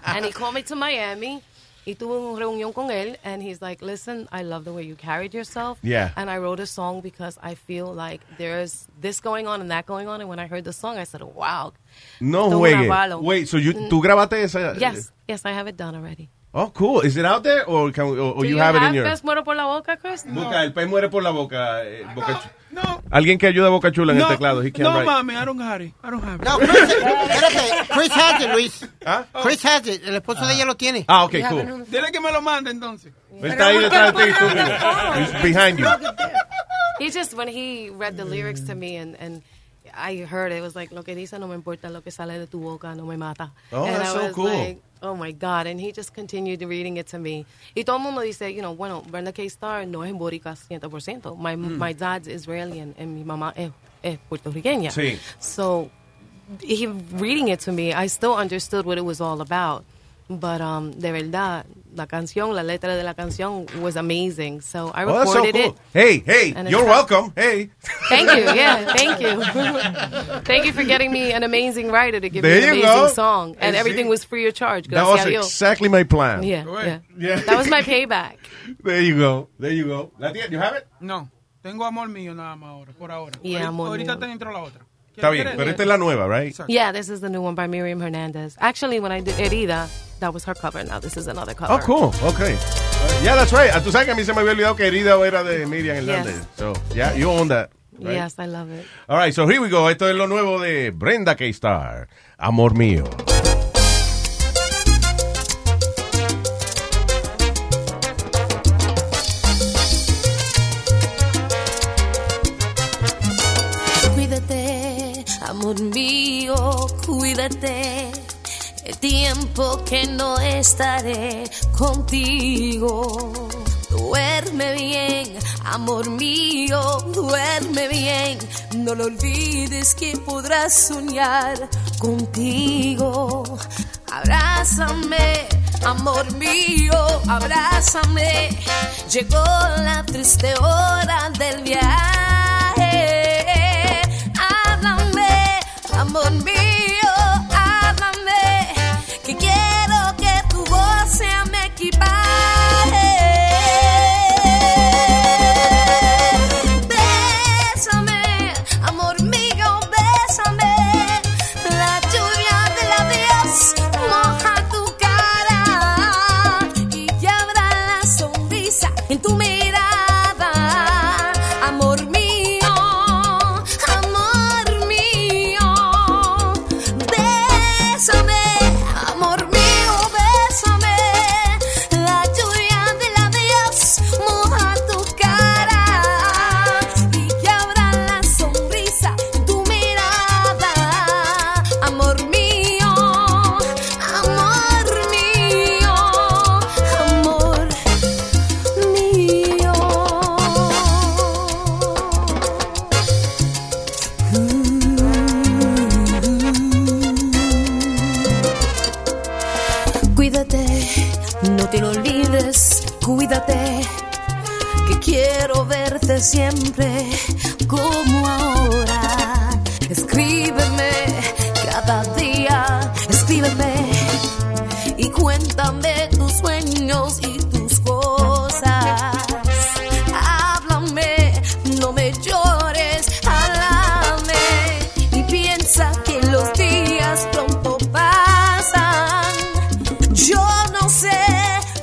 and he called me to Miami. Y tuve una reunión con él, and he's like, "Listen, I love the way you carried yourself. Yeah. And I wrote a song because I feel like there's this going on and that going on. And when I heard the song, I said, "Wow." No Esto es un juegue. avalo. Wait, so you, Mm. tú grabaste esa. Yes, yes, I have it done already. Oh, cool. Is it out there or can we, or, or Do Oh, you, have, it in your Pez Muero por la boca, Chris? Boca, el pez muere por la boca. eh, Boca Chu- Alguien que ayuda a Boca Chula en el teclado. He can't no, write. mami, I don't have it. I don't have it. No, Chris, espérate, Chris has it, Luis. Chris has it. El esposo de ella lo tiene. Ah, ok, cool. Dile que me lo mande entonces. Él está ahí detrás de ti, estúpido. He's behind you. He just when he read the lyrics to me and and. I heard it, it was like lo que dice no me importa lo que sale de tu boca no me mata. Oh, and that's I so was cool. like, oh my god! And he just continued reading it to me. Y todo el mundo dice, you know, bueno, Brenda K. Star no es boricua 100%. My Mm. my dad's Israeli and, and mi mamá es, es puertorriqueña. Sí. So he reading it to me, I still understood what it was all about. But um, de verdad, la canción, la letra de la canción was amazing. So I Oh, that's so recorded cool. it. Hey, hey, and it's you're out. welcome. Hey. Thank you. Yeah, thank you. thank you for getting me an amazing writer to give There me an you amazing go. song. And Sí. everything was free of charge. That was Gracias a Dios. exactly my plan. Yeah, yeah. That was my payback. There you go. There you go. La tía, you have it? No. Tengo amor mío nada más ahora, por ahora. Yeah, Ahorita- amor Ahorita mío. te entró la otra. Está bien, pero esta es la nueva, right? Yeah, this is the new one by Miriam Hernandez. Actually, when I did Herida, that was her cover. Now this is another cover. Oh, cool. Okay. Uh, yeah, that's right. Ah, Tú sabes que a mí se me había olvidado que herida era de Miriam Hernández. Yes. So, yeah, you own that. right? Yes, I love it. All right, so here we go. Esto es lo nuevo de Brenda K-Star. Amor mío. Cuídate, amor mío, cuídate. El tiempo que no estaré contigo. Duerme bien, amor mío, duerme bien. No lo olvides que podrás soñar contigo. Abrázame, amor mío, abrázame. Llegó la triste hora del viaje. Háblame, amor mío, háblame. Que quiero que tu voz sea mi equipaje. Bésame, amor mío, bésame. La lluvia de labios moja tu cara y ya habrá la sonrisa en tu mirada. Amor mío, amor mío, bésame, amor mío, bésame. La lluvia de labios moja tu cara y que habrá la sonrisa en tu mirada, amor mío, amor mío, amor mío. Cuídate, no te lo olvides, cuídate, que quiero verte siempre como ahora. Escríbeme cada día, escríbeme y cuéntame tus sueños y tus cosas. Háblame, no me llores, háblame y piensa que los días pronto pasan. Yo no sé,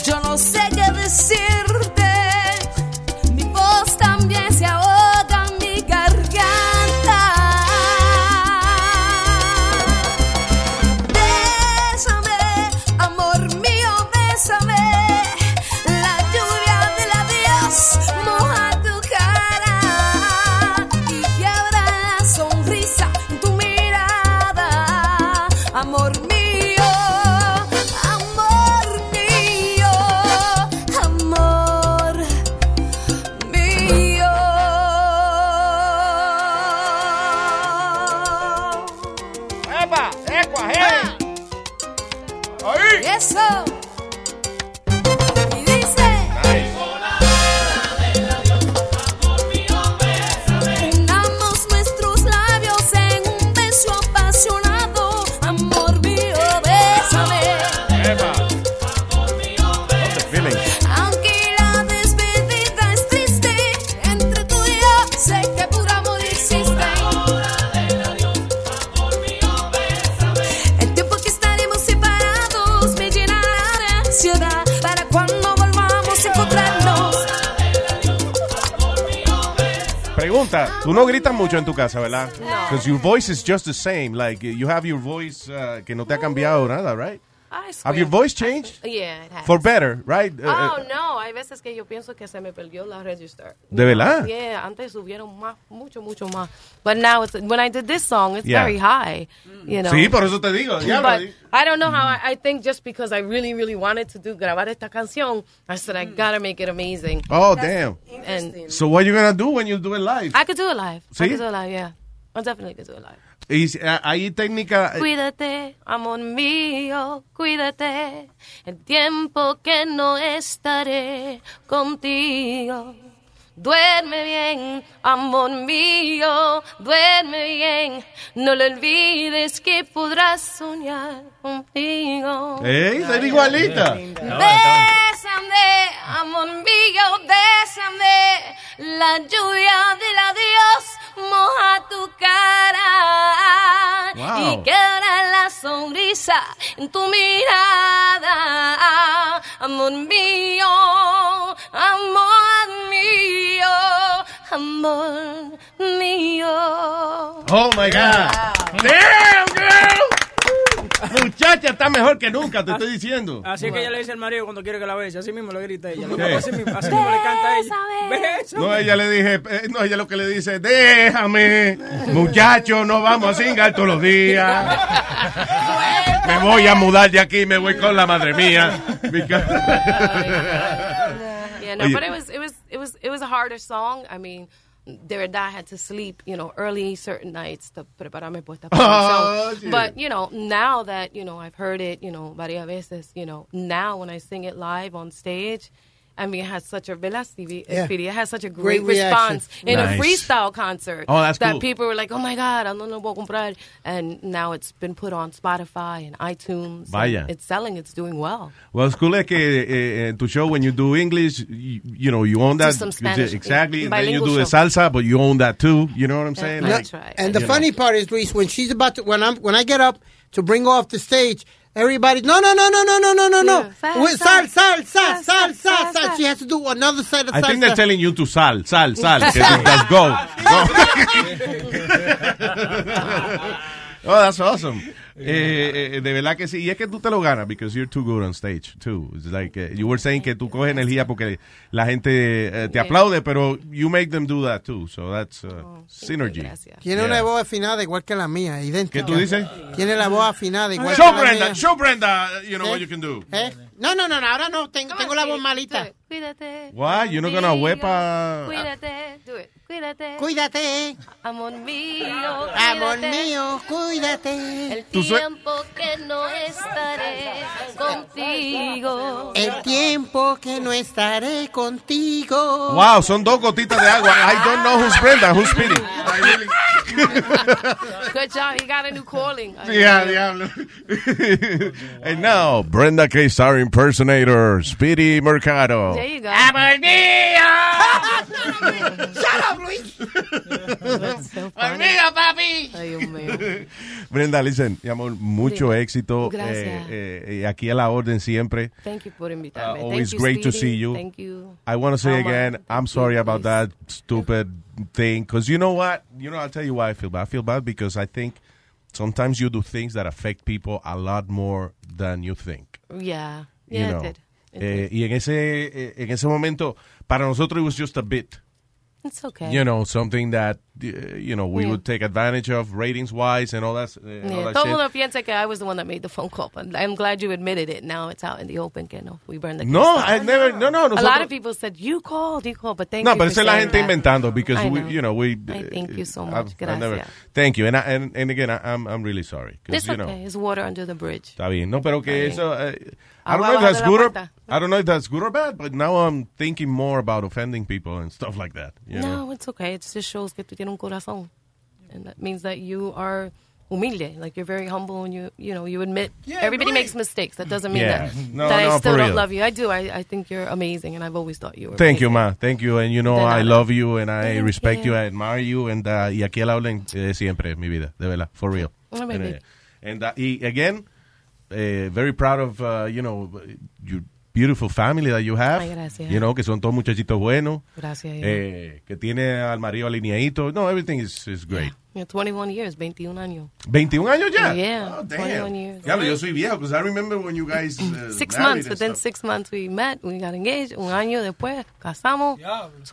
yo no sé qué decirte. Mi voz también se ahoga en mi garganta. Bésame, amor mío, bésame. La lluvia de labios moja tu cara y que habrá la sonrisa en tu mirada, amor mío, amor mío, amor mío. ¡Epa! ¡Epa! ¡Eh! ¡Ahí! ¡Eso! Y dice: Unamos nuestros labios en un beso apasionado. Amor mío, bésame. Aunque la despedida es triste, entre tú y yo sé que puro amor existe. El tiempo que estaremos separados me llenará de ansiedad para cuando volvamos a encontrarnos. Pregunta, tú no gritas mucho en tu casa, ¿verdad? Because your voice is just the same. Like, you have your voice uh, que no te ha cambiado nada, right? I Have your swear. voice changed? Yeah, it has. For better, right? Uh, Oh, uh, no, hay veces que yo pienso que se me perdió la register. ¿De verdad? Yeah, antes subieron más, mucho, mucho más. But now, it's, when I did this song, it's Yeah. very high, you know. Sí, por eso te digo. diablo, But di- I don't know how, I, I think just because I really, really wanted to do grabar esta canción, I said Mm. I gotta make it amazing. Oh, damn. And So what you gonna do when you do it live? I could do it live. I See? could do it live, yeah. I definitely could do it live. Y si- a- hay técnica. eh, Cuídate, amor mío, cuídate. El tiempo que no estaré contigo. Duerme bien, amor mío, duerme bien. No lo olvides que podrás soñar contigo. ¡Ey! ¡Está igualita! Bésame, amor mío, bésame. La lluvia del adiós moja tu cara. Wow. Y queda la sonrisa en tu mirada. Amor mío, amor mío, amor mío. Oh my God. Damn, girl. Muchacha, está mejor que nunca, te estoy diciendo. Así es que ella le dice al marido cuando quiere que la bese. Así mismo lo grita ella. Sí. Así mismo, así mismo le canta a ella. Bésame. No, ella le dije, eh, no, ella lo que le dice, déjame, muchacho, no vamos a singar todos los días. Me voy a mudar de aquí, me voy con la madre mía. Yeah, no, Oye. but it was it was it was it was a harder song. I mean, there and I had to sleep, you know, early certain nights to prepararme por esta Oh, canción. shit. But you know, now that you know I've heard it, you know, varias veces, you know, now when I sing it live on stage. I mean, it has such a velas TV, Yeah. Speedy, It has such a Great great, reaction. response in Nice. a freestyle concert. Oh, that's that cool. people were like, "Oh my God, I don't know what comprar," and now it's been put on Spotify and iTunes. and Vaya. it's selling. It's doing well. Well, it's cool es que eh, eh, en tu show, when you do English, you, you know, you own Do that. some Spanish. Exactly. Then you Bilingual do the show. salsa, but you own that too. You know what I'm Uh, saying? Like, And the you know. funny part is, Luis, when she's about to, when I'm, when I get up to bring her off the stage, everybody, no, no, no, no, no, no, no, no, no, With sal, sal, sal, sal, sal, sal. She has to do another side of I think they're salsa. telling you to sal, sal, sal. que tú- Let's go. Oh, that's awesome. Eh, eh, de verdad que sí. Y es que tú te lo ganas because you're too good on stage, too. It's like eh, you were saying que tú coges energía porque la gente eh, te Yeah. aplaude, pero you make them do that, too. So that's Oh, uh, synergy. Tiene Yeah. una voz afinada igual que la mía, idéntica. ¿Qué tú dices? Tiene la voz afinada igual Show que la Brenda, mía. show Brenda, you know ¿Eh? what you can do. ¿Eh? No, no, no, no, ahora no, tengo, tengo la voz malita. Cuídate. Why? You're not gonna whip a... Cuídate, do it. Cuídate. Cuídate. Amor mío. Amor cuídate. mío, cuídate. El Tú sue- tiempo que no estaré contigo. El tiempo que no estaré contigo. Wow, son dos gotitas de agua. I don't know who's Brenda, who's Speedy. Good job. He got a new calling. Yeah, diablo. And now, Brenda K. Star impersonator, Speedy Mercado. There you go. Amor mío. Shut up, Luis. Amor mío, papi. Ay, Dios mío. Brenda, listen, mi amor, mucho Dime. éxito. Gracias. eh, eh, eh, aquí a la orden siempre. Thank you por Uh, invitarme. always Thank you, great to Speedy. see you. Thank you. I want to say How much? again, I'm sorry about that stupid thing. Because you know what? You know, I'll tell you why I feel bad. I feel bad because I think sometimes you do things that affect people a lot more than you think. Yeah. you Yeah, it know. did. It Eh, did. y en ese, eh, en ese momento, para nosotros, it was just a bit. It's okay. You know, something that, uh, you know, we Yeah. would take advantage of ratings wise and all that, uh, and all Yeah, that todo shit. mundo piensa que I was the one that made the phone call, but I'm glad you admitted it. Now it's out in the open. Que no, we burned the. No, I never, no, no, a lot of nosotros. people said you called, you called, but thank No, you. pero for esa es la saying gente that. inventando, because I we, know. you know, we. I thank you so I've- much. I've Gracias. never- thank you, and, I, and and again, I, I'm I'm really sorry. 'cause, It's you okay. know, It's water under the bridge. Está bien, no, pero que Está bien. eso. eh, I don't know if Agua abajo that's de la good or puerta. I don't know if that's good or bad, but now I'm thinking more about offending people and stuff like that. You know? No, it's okay. It just shows que tú tienes un corazón, and that means that you are humilde. Like you're very humble, and you you know you admit everybody makes mistakes. That doesn't mean Yeah. that No, that no, I for still real. don't love you. I do. I, I think you're amazing, and I've always thought you were. Thank you, ma. Thank you, and you know De I nada. love you and I respect you. you, I admire you, and uh, y aquí la hablen eh, siempre, mi vida, de verdad, for real. Ay, And, Oh, baby. eh, and uh, y again, eh, very proud of uh, you know your beautiful family that you have. Ay, gracias. You know que son todos muchachitos buenos. Gracias. Eh, que tiene al marido alineadito. No, everything is, is great. You're 21 years, 21 años. 21 años ya. Yeah, Oh, damn. 21 years. Diablo, yo soy viejo, because I remember when you guys. uh, Mm-hmm. Six married months, and but then stuff. six months we met, we got engaged. Un año después, casamos.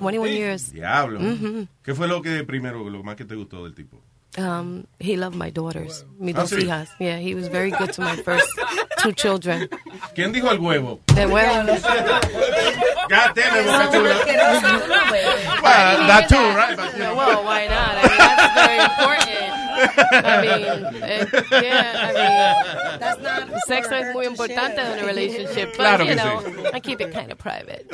21 years. Diablo. Mhm. ¿Qué fue lo que primero, lo más que te gustó del tipo? Um, he loved my daughters, mis Ah, dos sí. hijas. Yeah, he was very good to my first two children. ¿Quién dijo el huevo? They were. God damn it, boca chula. Well, that too, right? But, you know. Well, why not? I mean, that's very important. I mean, eh, yeah, I That's not mean, sexo es muy importante en una relationship. But, Claro you que know, sí. I keep it kind of private.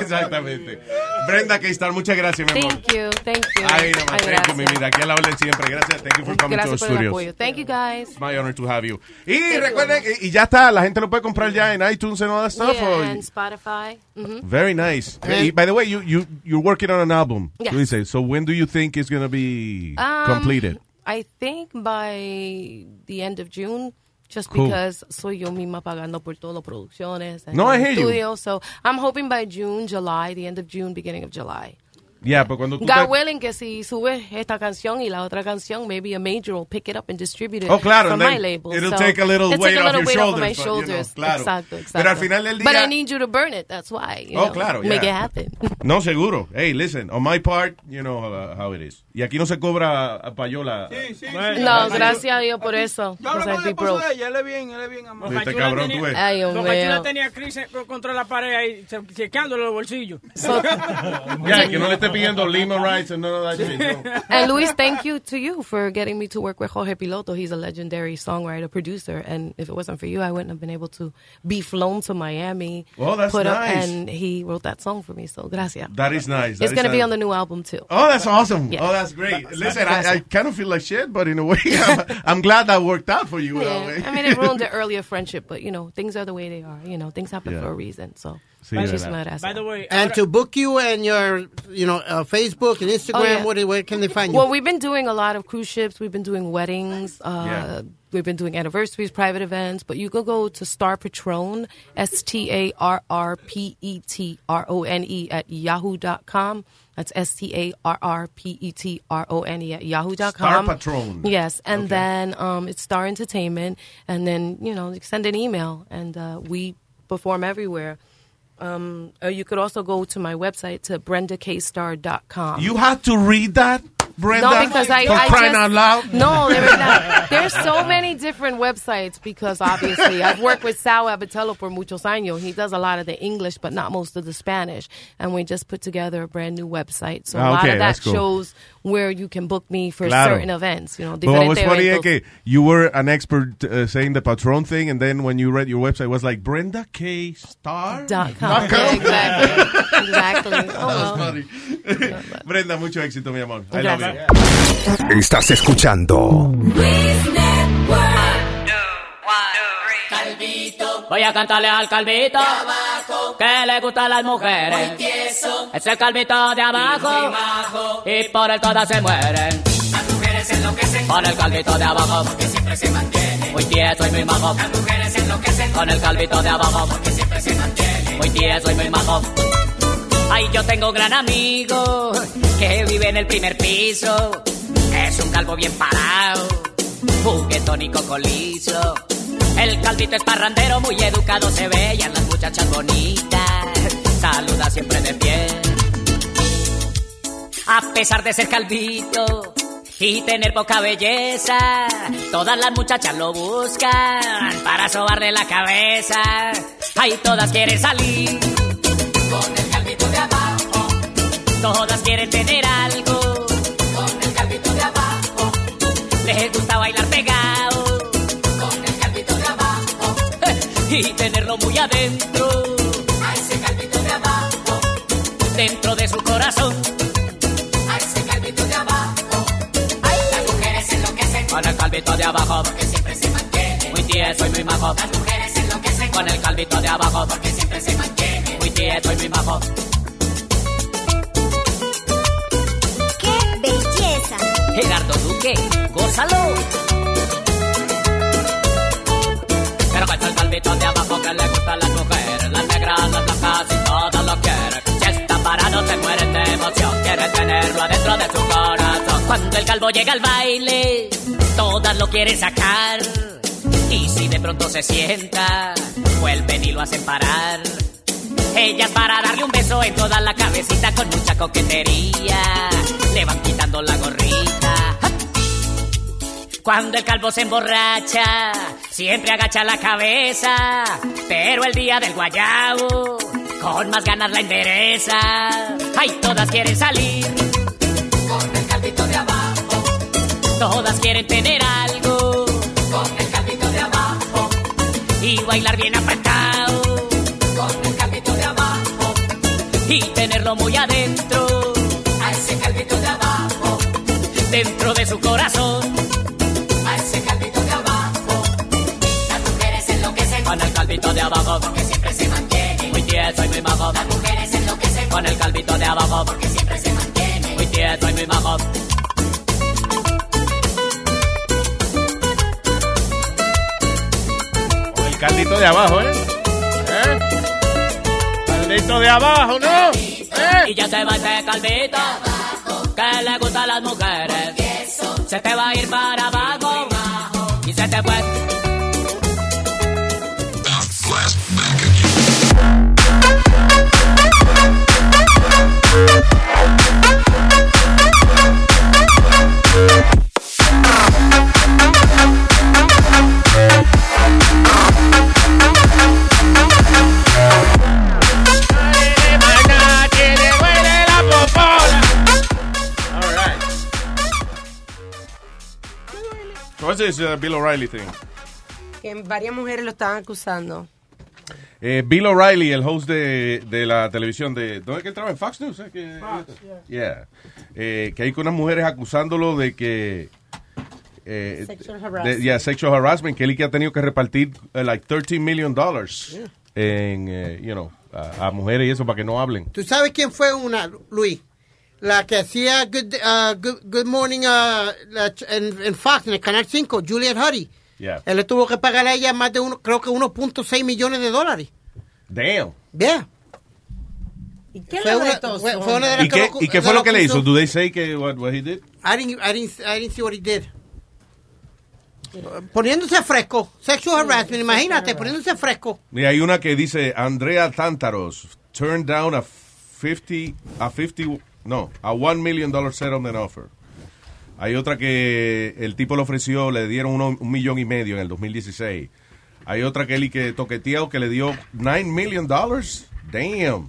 Exactamente. Brenda Keistar, muchas gracias, mi amor. Thank you, thank you. Ay, no, Ay, thank you, mi gracias. vida. Aquí a la orden siempre. Gracias. Thank you for coming to our Gracias por el studios. apoyo. Thank you guys. It's my honor to have you. Y recuerden, que- y ya está, la gente lo puede comprar ya en iTunes and all that stuff. Yeah, or- and Spotify. Mhm. Very nice. Y, by the way, you, you, you're working on an album. Yes. Tú dices, so when do you think it's going to be Um, completed? I think by the end of June, just Cool. because soy yo misma pagando por todo, producciones and No, I hear you. studio. So I'm hoping by June, July, the end of June, beginning of July. Yeah, pero cuando tú God te- willing que si subes esta canción y la otra canción, maybe a major will pick it up and distribute it Oh, claro. and from then my label. It'll So take a little it'll weight take a off little your shoulders. but, you know, weight off of my shoulders. claro. Exacto, exacto. Pero al final del día... But I need you to burn it, that's why. you Oh, know, claro, Make yeah. it happen. No, seguro. Hey, listen, on my part, you know uh, how it is. Y aquí no se cobra a payola. No, gracias a Dios por eso. Yo hablo because I'd con be el esposo broke. de ella, él es bien, él es bien amable. Este cabrón, tú ves. Ay, oh. Dios Don Cachula mío. tenía crisis co- contra la pared ahí, che- chequeándole los bolsillos. Ya, que no le esté pidiendo Lima rights and none of that shit. no. And Luis, thank you to you for getting me to work with Jorge Piloto. He's a legendary songwriter, producer, and if it wasn't for you, I wouldn't have been able to be flown to Miami. Oh, that's put up- nice. and he wrote that song for me, so gracias. That is nice. that it's is going to be nice. on the new album too. Oh, that's awesome. Yeah. Oh, that's great. Listen, I, I Gracias. kind of feel like shit, but in a way, I'm, I'm glad that worked out for you. eh. in a way. Yeah. I mean, it ruined the earlier friendship, but you know, things are the way they are. You know, things happen Yeah. for a reason. So, Sí, muchísimas verdad. gracias. And to book you and your, you know, uh, Facebook and Instagram, Oh, yeah. what, do- where can they find you? Well, we've been doing a lot of cruise ships. We've been doing weddings. Uh, Yeah. We've been doing anniversaries, private events. But you could go to Star Patron, S T A R R P E T R O N E at yahoo.com. That's S T A R R P E T R O N E at yahoo.com. Star Patron. Yes. And Okay. then um, it's Star Entertainment. And then, you know, send an email. And uh, we perform everywhere. Um, uh, you could also go to my website to brendakstar.com. You had to read that, Brenda? No, because I, For I crying just, out loud? No, there is not. There's so many different websites because obviously I've worked with Sal Abatello for muchos años. He does a lot of the English, but not most of the Spanish. And we just put together a brand new website. So Ah, a lot okay, of that that's cool. shows where you can book me for Claro. certain events. You know, But what was diferentes funny es eventos. que you were an expert uh, saying the patron thing, and then when you read your website, it was like Brenda K. Star. Dot com. Yeah, exactly. exactly. Oh, well. Brenda, mucho éxito, mi amor. I love Gracias. you. Estás escuchando. Voy a cantarle al calvito que le gustan las mujeres. Es el calvito de abajo y por él todas se mueren. Las mujeres enloquecen con el calvito de abajo porque siempre se mantiene. Muy tieso y muy majo. Las mujeres enloquecen con el calvito de abajo porque siempre se mantiene. Muy tieso y muy majo. Ay, yo tengo un gran amigo que vive en el primer piso. Es un calvo bien parado, juguetón y cocolizo. El calvito es parrandero, muy educado se ve y a las muchachas bonitas saluda siempre de pie. A pesar de ser calvito y tener poca belleza, todas las muchachas lo buscan para sobarle la cabeza. Ay, todas quieren salir con el calvito de abajo. Todas quieren tener algo con el calvito de abajo. Les gusta bailar pegado con el calvito de abajo y tenerlo muy adentro. A ese calvito de abajo, dentro de su corazón. A ese calvito de abajo, las mujeres enloquecen con el calvito de abajo porque siempre se mantiene muy tieso y muy majo. Las mujeres enloquecen con el calvito de abajo porque siempre se mantiene muy tieso y muy majo. ¡Qué belleza! Gerardo Duque, gózalo. Pero con el calvito de abajo que le gusta a las mujeres, las negras, las blancas y todo lo quiere. Si está parado se mueren de emoción, quiere tenerlo adentro de su corazón. Cuando el calvo llega al baile, todas lo quieren sacar. Y si de pronto se sienta, vuelven y lo hacen parar. Ellas para darle un beso en toda la cabecita con mucha coquetería. Le van quitando la gorrita. ¡Ah! Cuando el calvo se emborracha, siempre agacha la cabeza. Pero el día del guayabo, con más ganas la endereza. Ay, todas quieren salir. Con el calvito de abajo. Todas quieren tener algo Con el capito de abajo, y bailar bien apretado con el capito de abajo, y tenerlo muy adentro, a ese calvito de abajo, dentro de su corazón. a ese calvito de abajo. Las mujeres enloquecen Con el calvito de abajo, porque siempre se mantienen. muy tieso y muy majo. Las mujeres enloquecen Con el calvito de abajo, porque siempre se mantienen. muy tieso y muy majo. El caldito de abajo, ¿eh? ¿Eh? Caldito de abajo, ¿no? ¿Eh? Y ya se va ese calvito que le gusta a las mujeres. Se te va a ir para abajo y se te fue. What's this uh, Bill O'Reilly thing? Que varias mujeres lo estaban acusando. Eh, Bill O'Reilly, el host de, de la televisión de... ¿Dónde es que él trabaja? ¿En Fox News? eh? Que- Yeah. Eh, que hay unas mujeres acusándolo de que... eh, Sexual de- harassment. yeah, sexual harassment. Que él y que ha tenido que repartir eh, like 13 million dollars en, eh, you know, a, a mujeres y eso para que no hablen. ¿Tú sabes quién fue una, Luis? La que hacía Good, uh, good, Good Morning uh, la ch- en, en Fox, en el Canal 5, Juliet Huddy. Yeah. Él le tuvo que pagar a ella más de, uno, creo que 1.6 millones de dólares. Damn. Vea. ¿Y qué fue, una, fue, fue una de las ¿Y qué, que ¿Y qué de fue lo que le acusó. hizo? ¿Do they say que what, what he did? I didn't, I didn't, I didn't see what he did. Poniéndose fresco. Sexual harassment, imagínate, poniéndose fresco. Y hay una que dice Andrea Tántaros turned down a 50 a 50 no, a 1 million dollar settlement offer. Hay otra que el tipo le ofreció, le dieron uno- un millón y medio en el 2016. Hay otra que él y que toqueteado que le dio 9 million dollars. Damn.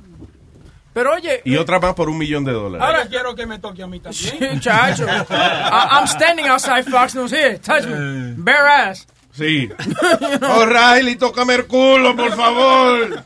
Pero oye, Y otra más por un millón de dólares. Ah. Ahora quiero que me toque a mí también. Chacho, I- I'm standing outside Fox News here. Touch Eh. me. Bare ass. Sí. Oh, Riley, tócame el culo, por favor.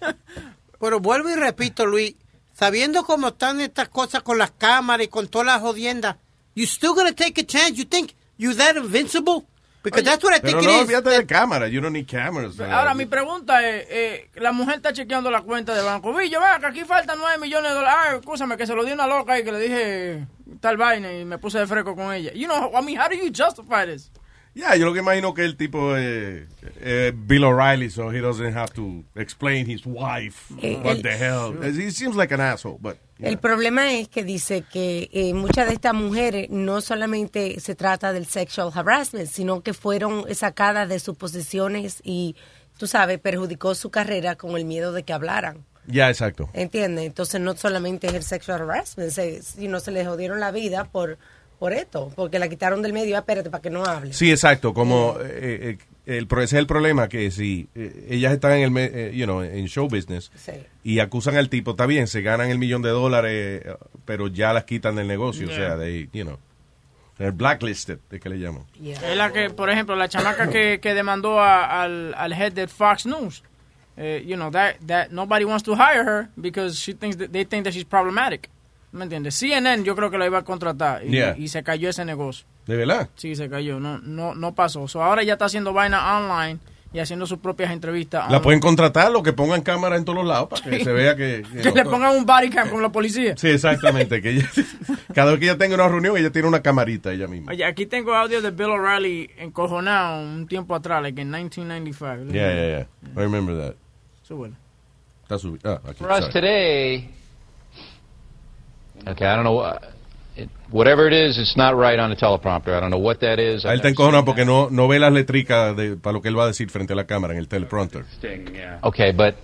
Pero vuelvo y repito, Luis, sabiendo cómo están estas cosas con las cámaras y con todas las jodiendas, you still gonna take a chance. You think you that invincible? Because that's what I think Pero it no, is. fíjate de cámara. You don't need cameras. Ahora, mi pregunta es, eh, la mujer está chequeando la cuenta del banco. Vi, yo vea que aquí faltan 9 millones de dólares. Ah, escúchame, que se lo di una loca y que le dije tal vaina y me puse de fresco con ella. You know, I mean, how do you justify this? Yeah, yo lo que imagino que el tipo eh, eh, Bill O'Reilly, so he doesn't have to explain his wife. Eh, what el- the hell? He seems like an asshole, but yeah. El problema es que dice que eh, muchas de estas mujeres no solamente se trata del sexual harassment, sino que fueron sacadas de sus posiciones y, tú sabes, perjudicó su carrera con el miedo de que hablaran. Yeah, exacto. ¿Entiendes? Entonces no solamente es el sexual harassment, se, sino se les jodieron la vida por, por esto, porque la quitaron del medio, ah, espérate, para que no hable. Sí, exacto. Como eh, eh, el, pro- ese es el problema que si eh, ellas están en el, me- eh, you know, en show business Sí. y acusan al tipo, está bien, se ganan el millón de dólares, eh, pero ya las quitan del negocio, o sea, Yeah. they, you know, they're blacklisted, es que le llaman. Es la que, por ejemplo, la chamaca que, que demandó a- al, al head de Fox News. Eh, you know, that, that nobody wants to hire her because she thinks that, they think that she's problematic. ¿Me entiendes? CNN yo creo que la iba a contratar y, Yeah. y se cayó ese negocio. ¿De verdad? Sí, se cayó, no, no, no pasó. So, ahora ya está haciendo vaina online y haciendo sus propias entrevistas. La online. pueden contratar, lo que pongan cámara en todos los lados para que se vea que... you que know, eh, le pongan un body cam con la policía. Sí, exactamente. Que ella- cada vez que ella tenga una reunión, ella tiene una camarita ella misma. Oye, aquí tengo audio de Bill O'Reilly encojonado un tiempo atrás, like en 1995. Yeah, yeah, yeah. I remember that. Súbelo. Está subi- ah, aquí, For us sorry. today, okay, I don't know what, it, whatever it is, it's not right on the teleprompter. I don't know what that is. A él te encojona porque no, no ve las letricas de, para lo que él va a decir frente a la cámara en el teleprompter. Okay, but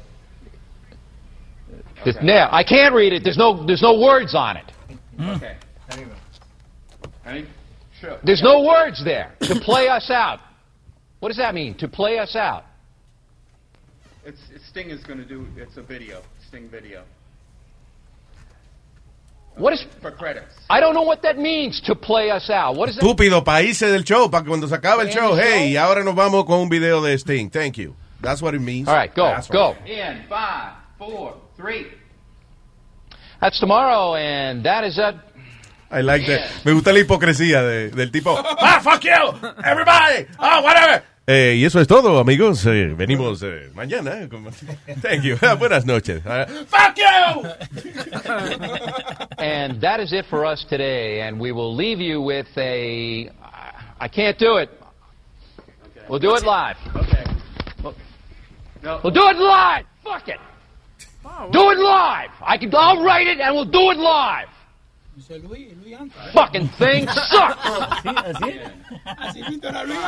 it's, now I can't read it. There's no there's no words on it. Mm. Okay. There you go. Ready? Sure. There's no words there to play us out. What does that mean? To play us out? It's, it's Sting is going to do. It's a video. Sting video. What is for credits? I don't know what that means to play us out. What is that? Estúpido, países del show, para que cuando se acaba el show, hey, y ahora nos vamos con un video de Sting. Thank you. That's what it means. All right, go, go. In five, four, three. That's tomorrow, and that is it. I like that. Me gusta la hipocresía de- del tipo. Ah, fuck you, everybody. Ah, Oh, whatever. Eh, y eso es todo, amigos. Eh, venimos eh, mañana. con- Thank you. Buenas noches. Ah, Fuck you. And that is it for us today. And we will leave you with a. I can't do it. We'll do it live. Okay. We'll, we'll do it live. Fuck it. Do it live. I can. I'll write it, and we'll do it live. Dice Luis, Luis ¿eh? antes. Fucking thing sucks. Así, así. Así mismo era Luis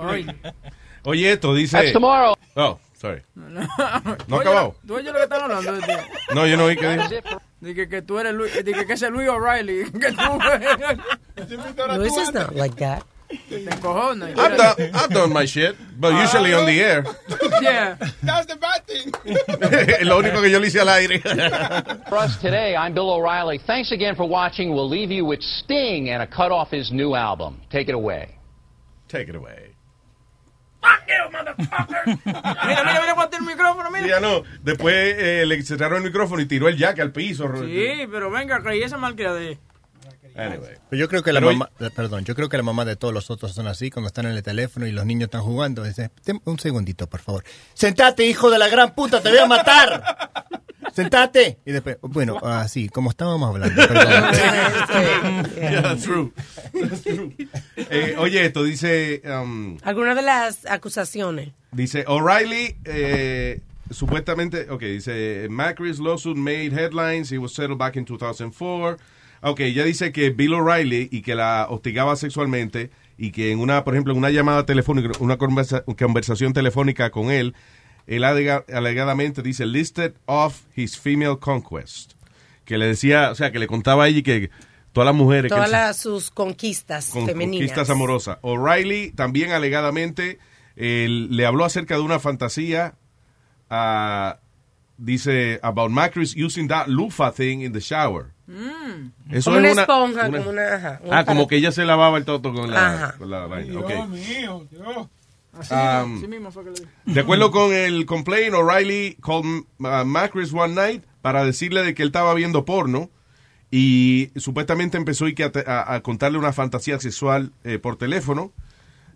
antes. Oye, esto dice. That's tomorrow. Oh, sorry. No, No acabó. Tú oyes lo que están hablando. de- No, yo no oí que dijo. Dije que tú eres Luis, dije que ese es Luis O'Reilly. Que tú Luis is not like that. Te encojonas. I've done, I've done my shit, but usually on the air. Yeah. That's the bad thing. Lo único que yo le hice al aire. For us today, I'm Bill O'Reilly. Thanks again for watching. We'll leave you with Sting and a cut off his new album. Take it away. Take it away. Fuck you, motherfucker. Mira, mira, mira, ponte el micrófono, mira. Sí, ya no. Después eh, le cerraron el micrófono y tiró el jack al piso. Sí, pero venga, que y esa malcriada de... Anyway. Pero yo creo que la Pero hoy- mamá, eh, perdón, yo creo que la mamá de todos los otros son así, cuando están en el teléfono y los niños están jugando, dice, "Tem- un segundito, por favor. Sentate, hijo de la gran puta, te voy a matar. Sentate. Y después, bueno, así, como estábamos hablando, perdón. Yeah, that's true. That's true. Eh, oye, esto dice. um, Algunas de las acusaciones. Dice O'Reilly, eh, supuestamente, ok, dice Macri's lawsuit made headlines, he was settled back in 2004. Ok, ya dice que Bill O'Reilly y que la hostigaba sexualmente y que en una, por ejemplo, en una llamada telefónica, una conversa- conversación telefónica con él, él alega- alegadamente dice listed off his female conquest. Que le decía, o sea, que le contaba a ella y que todas las mujeres que Todas él- las, sus conquistas con femeninas. conquistas amorosas. O'Reilly también alegadamente eh, le habló acerca de una fantasía, ah, dice, about Macri's using that loofah thing in the shower. Mm. Eso como es una una- esponja, una- como una... ajá, un Ah, como aparato. que ella se lavaba el toto con la, Ajá. con la vaina. Dios ok. Um, mío, Dios. Así mismo, así mismo De acuerdo con el complaint, O'Reilly called uh, Macris one night para decirle de que él estaba viendo porno y supuestamente empezó y que a, a- a contarle una fantasía sexual eh, por teléfono,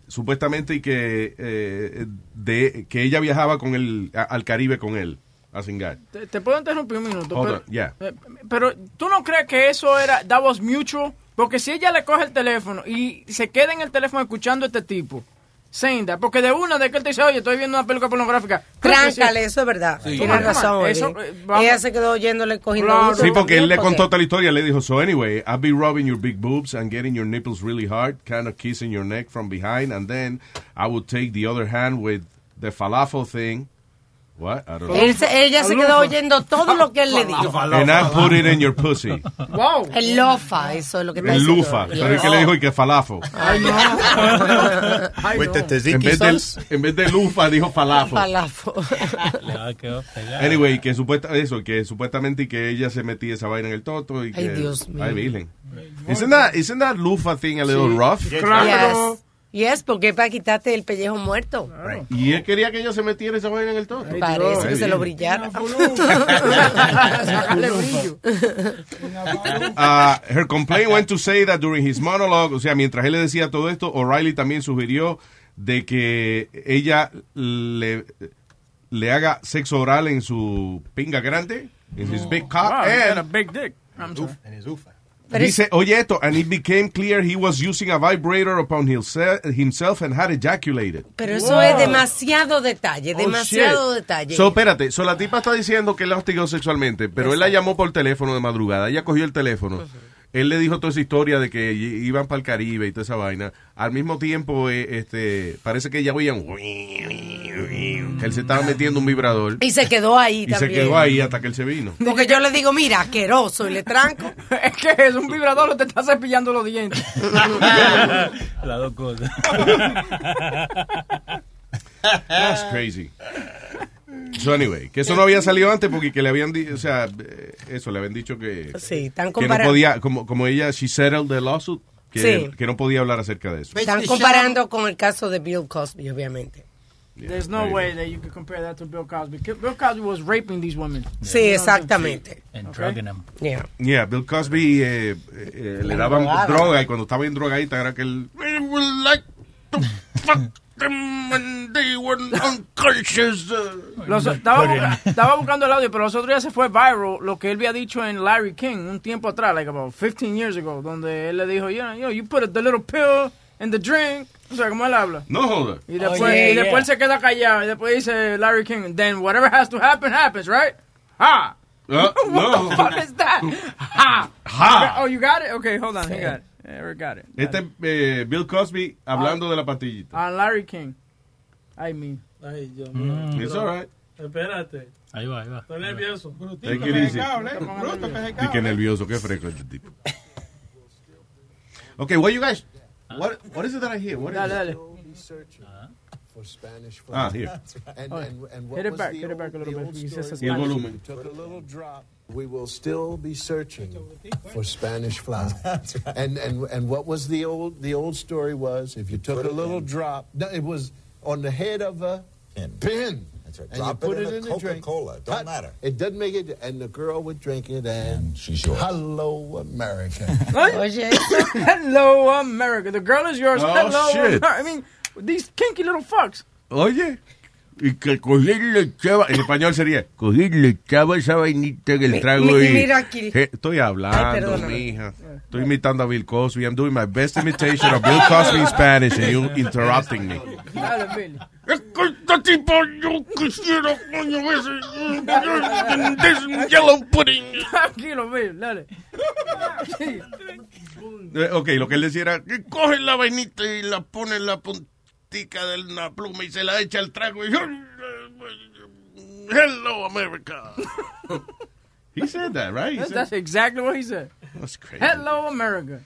supuestamente y que eh, de que ella viajaba con él a- al Caribe con él, a Singar. Te, te puedo interrumpir un minuto. Hold pero- on, yeah. Eh, Pero tú no crees que eso era, that was mutual? Porque si ella le coge el teléfono y se queda en el teléfono escuchando a este tipo, saying that, porque de una de que él te dice, oye, estoy viendo una película pornográfica. Tráncale, eso es verdad. Sí. Tienes Come on, razón. come on. Eddie. Eso, eh, vamos. Ella se quedó oyéndole cogiendo Claro. uno, Sí, porque él le ¿por contó qué? toda la historia, le dijo, so anyway, I've been rubbing your big boobs and getting your nipples really hard, kind of kissing your neck from behind, and then I would take the other hand with the falafel thing. What? I don't know. Él se- ella se quedó oyendo todo lo que él le dijo. And I put it in your pussy. Wow. El lofa, eso es lo que está El diciendo. lufa. Pero es que le dijo y que falafel. Ay, no. En Ay, no. vez, del- en vez de lufa dijo falafel. Falafo. Anyway, que supuesta eso, que supuestamente y que ella se metía esa vaina en el toto y que Ay, Dios mío. Ay, virgen. Isn't that, isn't that lufa thing a little rough? Yes. Yes, porque es para quitarte el pellejo muerto. Y él quería que ella se metiera esa vaina en el toto. Parece que Ay, se lo bien. brillara. Sacarle brillo. Ah, her complaint went to say that during his monologue, o sea, mientras él le decía todo esto, O'Reilly también sugirió de que ella le, le haga sexo oral en su pinga grande, en his big cock, Wow, he's got a and big dick. I'm sorry. dice, oye esto, and it became clear he was using a vibrator upon himself, himself and had ejaculated. Pero eso es demasiado detalle, Oh, demasiado detalle. So, espérate, so la tipa está diciendo que él la hostigó sexualmente, pero él la llamó por teléfono de madrugada, ella cogió el teléfono, él le dijo toda esa historia de que i- iban para el Caribe y toda esa vaina. Al mismo tiempo, eh, este, parece que ya oían que él se estaba metiendo un vibrador y se quedó ahí y se también. quedó ahí hasta que él se vino. Porque yo le digo, mira, asqueroso, y le tranco. es que es un vibrador, te está cepillando los dientes. Las dos cosas. That's crazy. So anyway, que eso no había salido antes porque que le habían dicho, o sea, eh, eso, le habían dicho que, Sí, están que no comparando. podía, como, como ella, she settled the lawsuit, que, Sí. que no podía hablar acerca de eso. Están comparando con el caso de Bill Cosby, obviamente. There's no way that you could compare that to Bill Cosby. Bill Cosby was raping these women. Sí, You know what I'm saying? exactamente. Okay. Yeah. Yeah, Bill Cosby eh, eh, eh, le daban drogaba. droga y cuando estaba en drogadita era que él... We would like to fuck them and they were unconscious. Los- estaba, busca- estaba buscando el audio, pero los otros días se fue viral lo que él había dicho en Larry King un tiempo atrás, like about 15 years ago, donde él le dijo, you know, you, know, you put the little pill in the drink. O sea, ¿cómo él habla? No joda. Y después, Oh, yeah, y después yeah. se queda callado. Y después dice Larry King, then whatever has to happen, happens, right? Ha! Ah, What the no. fuck is that? Ha! Ha. Oh, you got it? Okay, hold on. He got it. Eric got it. Este eh, Bill Cosby hablando de la pastillita. On Uh, Larry King. I mean. Ay, Dios Mm. It's all right. Espérate. Ahí va, ahí va. Estoy nervioso. Take it easy. Y que nervioso, qué fresco este tipo. Okay, what you guys... What, what is it that I hear? What is Dale, it? dale. for Spanish for Ah, here. And, Oh, and, and what hit it was back, the hit it back a old- little the bit, old because he says story? Y el Spanish. volumen. Took a little drop. We will still be searching for Spanish fly. And and and what was the old the old story was if you took a little drop, no, it was on the head of a pin. That's right. And Drop you it put in it, a in the drink. Coca-Cola. Don't Hot- matter. It doesn't make it. And the girl would drink it, and, she's yours. Hello, America. Hello, America. The girl is yours. Oh, Hello, shit. America. I mean, these kinky little fucks. Oye, y que cogerle chava, en español sería cogerle chava esa vainita que el Mi- trago mi- y... mira aquí. Eh, estoy Ay, hablando, perdóname. Ah. mija. Estoy imitando a Bill Cosby. I'm doing my best imitation of Bill Cosby in Spanish and you interrupting me. Dale, Billy. Es que este tipo yo quisiera coño ese and this yellow pudding. Tranquilo, Billy, dale. Sí. Eh, ok, lo que él decía era, que coge la vainita y la pone en la puntica de la pluma y se la echa al trago y... Hello, America. He said that, right? He That's, said- that's exactly what he said. That's crazy. Hello, America.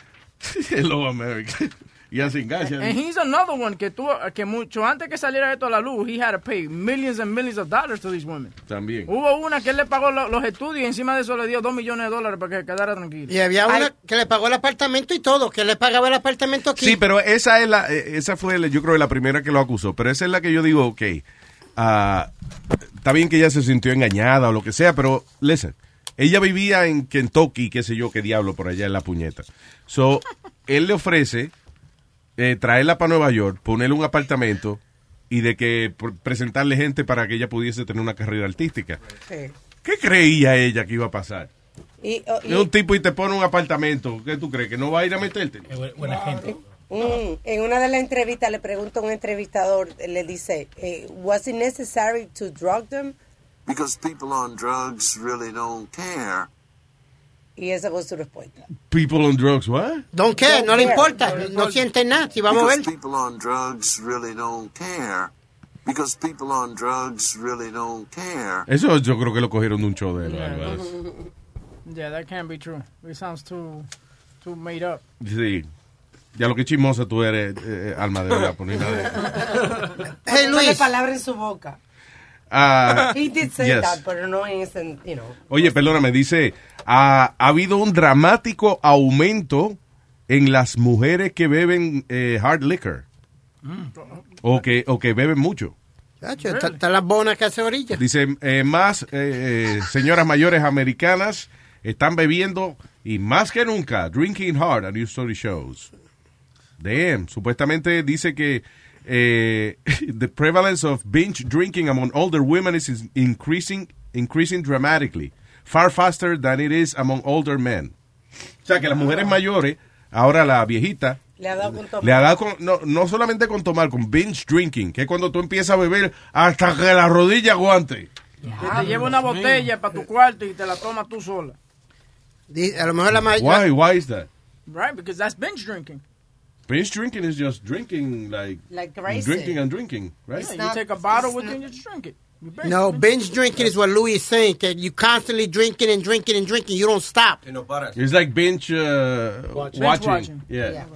Hello, America. y así gracias. And he's another one que tú, que mucho antes que saliera esto a la luz, he had to pay millions and millions of dollars to these women. También. Hubo una que él le pagó lo- los estudios y encima de eso le dio dos millones de dólares para que se quedara tranquilo. Y había una que le pagó el apartamento y todo, que le pagaba el apartamento aquí. Sí, pero esa es la, eh, esa fue la- yo creo la primera que lo acusó, pero esa es la que yo digo, ok, ah, está bien que ella se sintió engañada o lo que sea, pero listen, ella vivía en Kentucky, qué sé yo, qué diablo por allá en la puñeta. So, él le ofrece eh, traerla para Nueva York, ponerle un apartamento y de que por- presentarle gente para que ella pudiese tener una carrera artística. Sí. ¿Qué creía ella que iba a pasar? Y, oh, y- Es un tipo y te pone un apartamento, ¿qué tú crees? ¿Que no va a ir a meterte? Mm, en una de las entrevistas le pregunta a un entrevistador, le dice, eh, ¿was it necessary to drug them? Because people on drugs really don't care. Y esa fue su respuesta. People on drugs, what? Don't care, no le importa, no siente nada, si vamos a ver. Because people on drugs really don't care. Because people on drugs really don't care. Eso yo creo que lo cogieron de un show de él. Álvarez. Pues. Yeah, that can't be true. It sounds too, too made up. Sí. Ya lo que chismosa tú eres, eh, alma de verdad, por ni nada de- Hey, Luis. palabra en su boca. Ah, He did say yes. that, pero no en ese, you know. Oye, perdóname, dice, ha, ha habido un dramático aumento en las mujeres que beben eh, hard liquor o que, o que beben mucho. Chacho, está- está las bonas que hace orilla. Dice, eh, más eh, eh, señoras mayores americanas están bebiendo y más que nunca, drinking hard at news story shows. Damn, supuestamente dice que eh, the prevalence of binge drinking among older women is is increasing, increasing dramatically, far faster than it is among older men. O sea, que las mujeres mayores, ahora la viejita, Le ha dado con todo. le ha dado con- no, no solamente con tomar, con binge drinking, que es cuando tú empiezas a beber hasta que la rodilla aguante. Que Ah, te lleva una botella para tu cuarto y te la tomas tú sola. Di- A lo mejor la mayor. Why? Why is that? Right? Because that's binge drinking. Binge drinking is just drinking, like, Like drinking and drinking, right? Yeah, you take a bottle with you and you just drink it. You binge. No, binge drinking is what Louis is saying, that you constantly drinking and drinking and drinking, you don't stop. It's like binge uh, watching. Binge Yeah.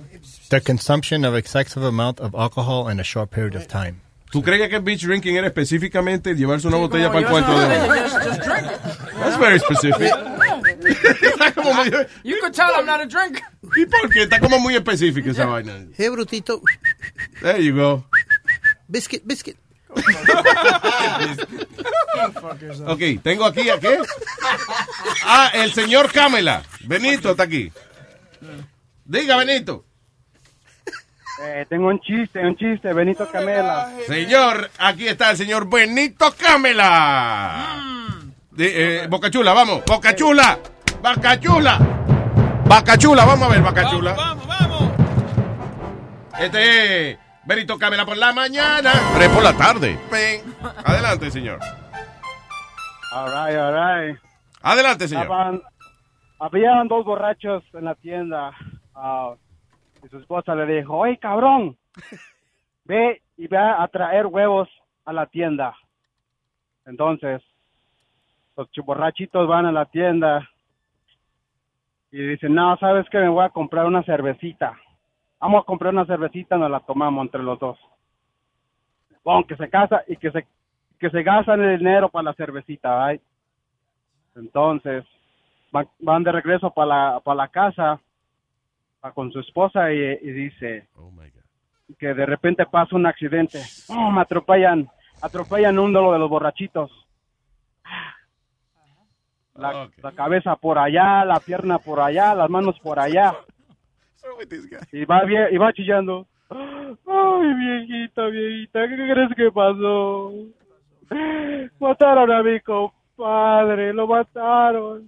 The consumption of excessive amount of alcohol in a short period of time. ¿Tú crees que el beach drinking era específicamente llevarse una botella para el cuarto? No, de- just- just drink it. That's very specific. You could tell I'm not a drinker. ¿Y por qué? Está como muy específica esa vaina. Hey, Brutito. There you go. Biscuit, biscuit. Ok, tengo aquí a qué. Ah, el señor Camela. Benito está aquí. Diga, Benito. Eh, tengo un chiste, un chiste, Benito Camela. Señor, aquí está el señor Benito Camela. De, eh, Bocachula, vamos. Bocachula. Bacachula. Bacachula, vamos a ver, Bacachula. Vamos, vamos, Este es Benito Camela por la mañana. Tres por la tarde. Ven. Adelante, señor. All right, all right. Adelante, señor. Estaban- habían dos borrachos en la tienda. ah, y su esposa le dijo, oye, cabrón, ve y va a traer huevos a la tienda. Entonces, los chu- borrachitos van a la tienda y dicen, no, ¿sabes que Me voy a comprar una cervecita. Vamos a comprar una cervecita, nos la tomamos entre los dos. Bon, que se casa y que se, que se gastan el dinero para la cervecita, ¿right? Entonces, van, van de regreso para la, para la casa va con su esposa y, y dice que de repente pasa un accidente. ¡Oh, me atropellan, atropellan un de los borrachitos. La, la cabeza por allá, la pierna por allá, las manos por allá. Y va, bien- y va chillando. Ay, viejita, viejita, ¿qué crees que pasó? Mataron a mi compadre, lo mataron.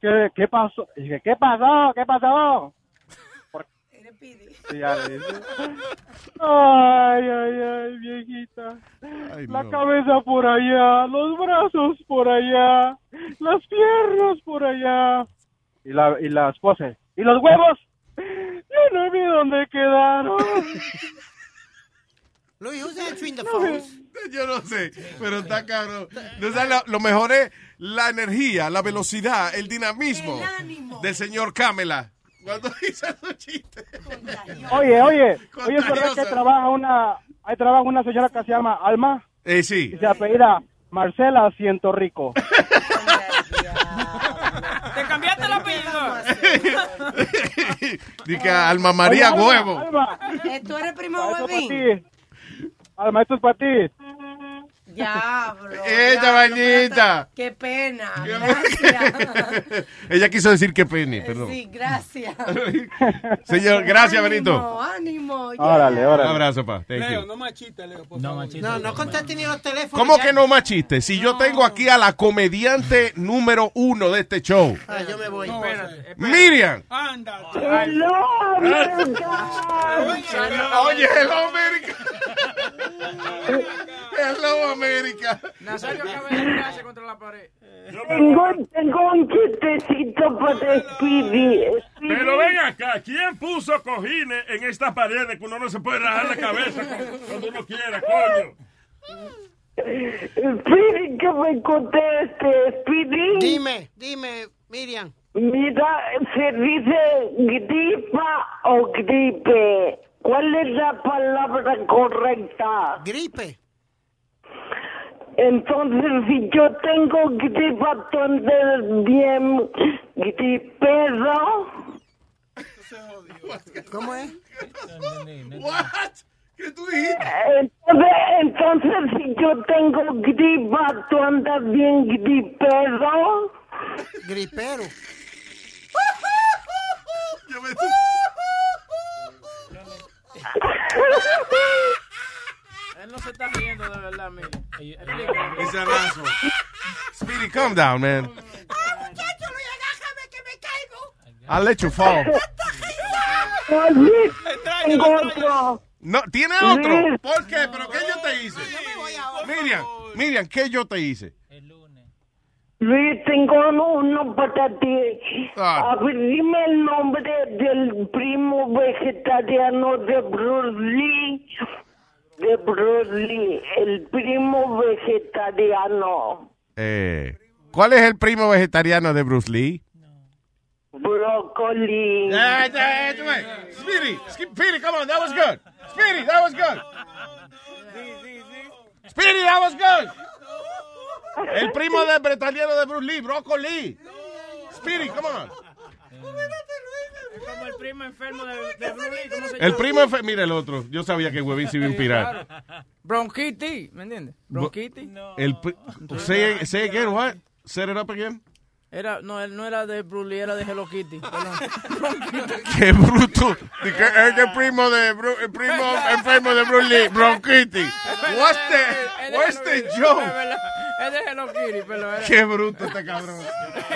¿Qué, qué pasó? Y dije, ¿qué pasó? ¿Qué pasó? Y ya le dije, ay, ay, ay, viejita. la cabeza por allá, los brazos por allá, las piernas por allá. Y la, y la esposa, ¿y los huevos? Yo no vi dónde quedaron. Luis, who's answering the phones? Yo no sé, pero está cabrón. O sea, lo, lo mejor es la energía, la velocidad, el dinamismo del señor Camela. Cuando hizo su chiste. Oye, oye, oye, es verdad que ahí trabaja una, ahí trabaja una señora que se llama Alma Eh, sí. y se apellida Marcela Siento Rico. Te cambiaste el apellido. Dice Alma María Oye, Alma, Huevo. Alma, Eh, ¿Tú eres primo esto es huevín? para ti. Alma, esto Ah, es para ti. Diablo. Ella, diablo, vainita. Qué pena. Gracias. Eh, Ella quiso decir que pene, perdón. Sí, gracias. Señor, gracias, Benito. Ánimo, ánimo. yeah. Órale, órale. Un abrazo, pa. Thank you. no machiste, Leo, por favor. No, no conteste ni los teléfonos. ¿Cómo ya. que no más chistes? Si yo tengo aquí a la comediante número uno de este show, Ah, yo me voy. Eh, pues. Miriam. Anda. Ah, Oye, hello, América. Hello, América. Nazario acaba de darse contra la pared. Tengo, tengo un chistecito para escribir. Pero ven acá, ¿quién puso cojines en esta pared de que uno no se puede rajar la cabeza cuando uno quiera, coño? Pidi que me conteste, Pidi. Dime, dime, Miriam. Mira, se dice gripa o gripe. ¿Cuál es la palabra correcta? Gripe. Entonces, si yo tengo gripa, tú andas bien gripero. ¿Cómo es? What? ¿Qué tú dijiste? Entonces, entonces, si yo tengo gripa, tú andas bien gripero. Gripero. Él no se está riendo de verdad, mira. Ese abrazo. Speedy, calm down, man. I'll let you fall. Tengo otro. No, tiene otro. ¿Por qué? ¿Pero qué yo te hice? Miriam, Miriam, ¿qué yo te hice? Luis, tengo uno, uno para ti. Ah. A ver, dime el nombre del primo vegetariano de Bruce Lee. De Bruce Lee, el primo vegetariano. Eh, ¿Cuál es el primo vegetariano de Bruce Lee? Brócoli. Ah, ah, ah, Speedy, Speedy, come on, that was good. Speedy, that was good. Speedy, that was good. El primo del bretañero de Bruce Lee, Rocco Lee. Speedy, come on. Como el primo enfermo de, de Bruce Lee, ¿cómo se El llama? primo, enfe- mira el otro. Yo sabía que Huevín se iba a inspirar. Claro. Bronquitis, ¿me entiendes? Bronquitis. El pri- say, say again, what? Set it up again. Era, no, él no era de Bruce Lee, era de Hello Kitty. Perdón. Bronquitis. Qué bruto. Di que Es el primo de Bru- el primo enfermo de Bruce Lee, bronquitis. What's the, what's the joke? Es de Hello Kitty, pero era... Qué bruto este cabrón.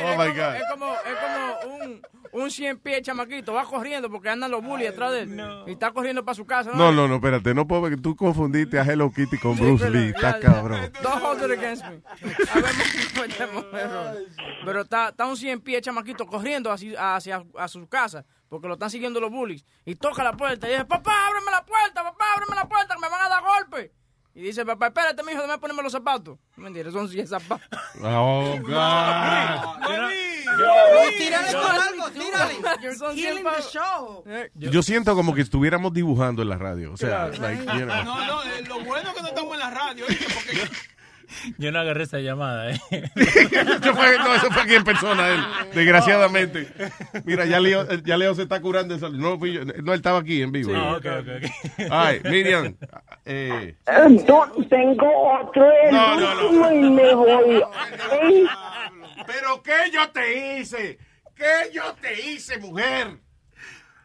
Oh my God. Es como, es como un, un 100 pies chamaquito. Va corriendo porque andan los bullies atrás de él. Y está corriendo para su casa. No, no, no, espérate, no puedo, porque tú confundiste a Hello Kitty con Bruce Lee, estás cabrón. Don't hold it against me. A ver, cometemos errores. Pero está, está un 100 pies chamaquito corriendo hacia, hacia a su casa porque lo están siguiendo los bullies. Y toca la puerta y dice, papá, ábreme la puerta, papá, ábreme la puerta que me van a dar golpe. Y dice, papá, espérate, mijo, déjame ponerme los zapatos. Mentira, son 100 zapatos. Oh God. Tírale con algo, tírale. Son 100 pa- Eh, Yo siento como que estuviéramos dibujando en la radio, o sea, like, you know. No, no, eh, lo bueno es que no estamos en la radio, ¿oíste? porque Yo no agarré esa llamada, ¿eh? Eso fue, no, eso fue aquí en persona, él, desgraciadamente. Mira, ya Leo, ya Leo se está curando. de salud. No, fui yo, no, él estaba aquí en vivo. Sí, ok, ok, ok. Ay, Miriam. eh, Entonces tengo otro, el No, no, no. último, y me voy. Ey, ¿Pero qué yo te hice? ¿Qué yo te hice, mujer?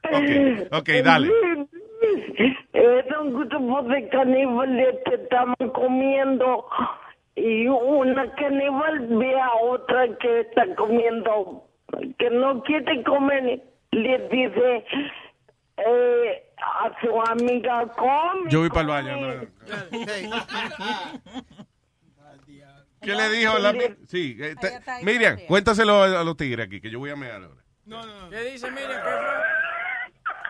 Ok, ok, dale. Era un grupo de caníbales que estaban comiendo y una caníbal ve a otra que está comiendo, que no quiere comer, le dice eh, a su amiga, come. Yo voy para el baño. no, no. ¿Qué le dijo la.? Sí, eh, te- Miriam, cuéntaselo a, a los tigres aquí, que yo voy a mear ahora. ¿Qué dice, Miriam? ¿Qué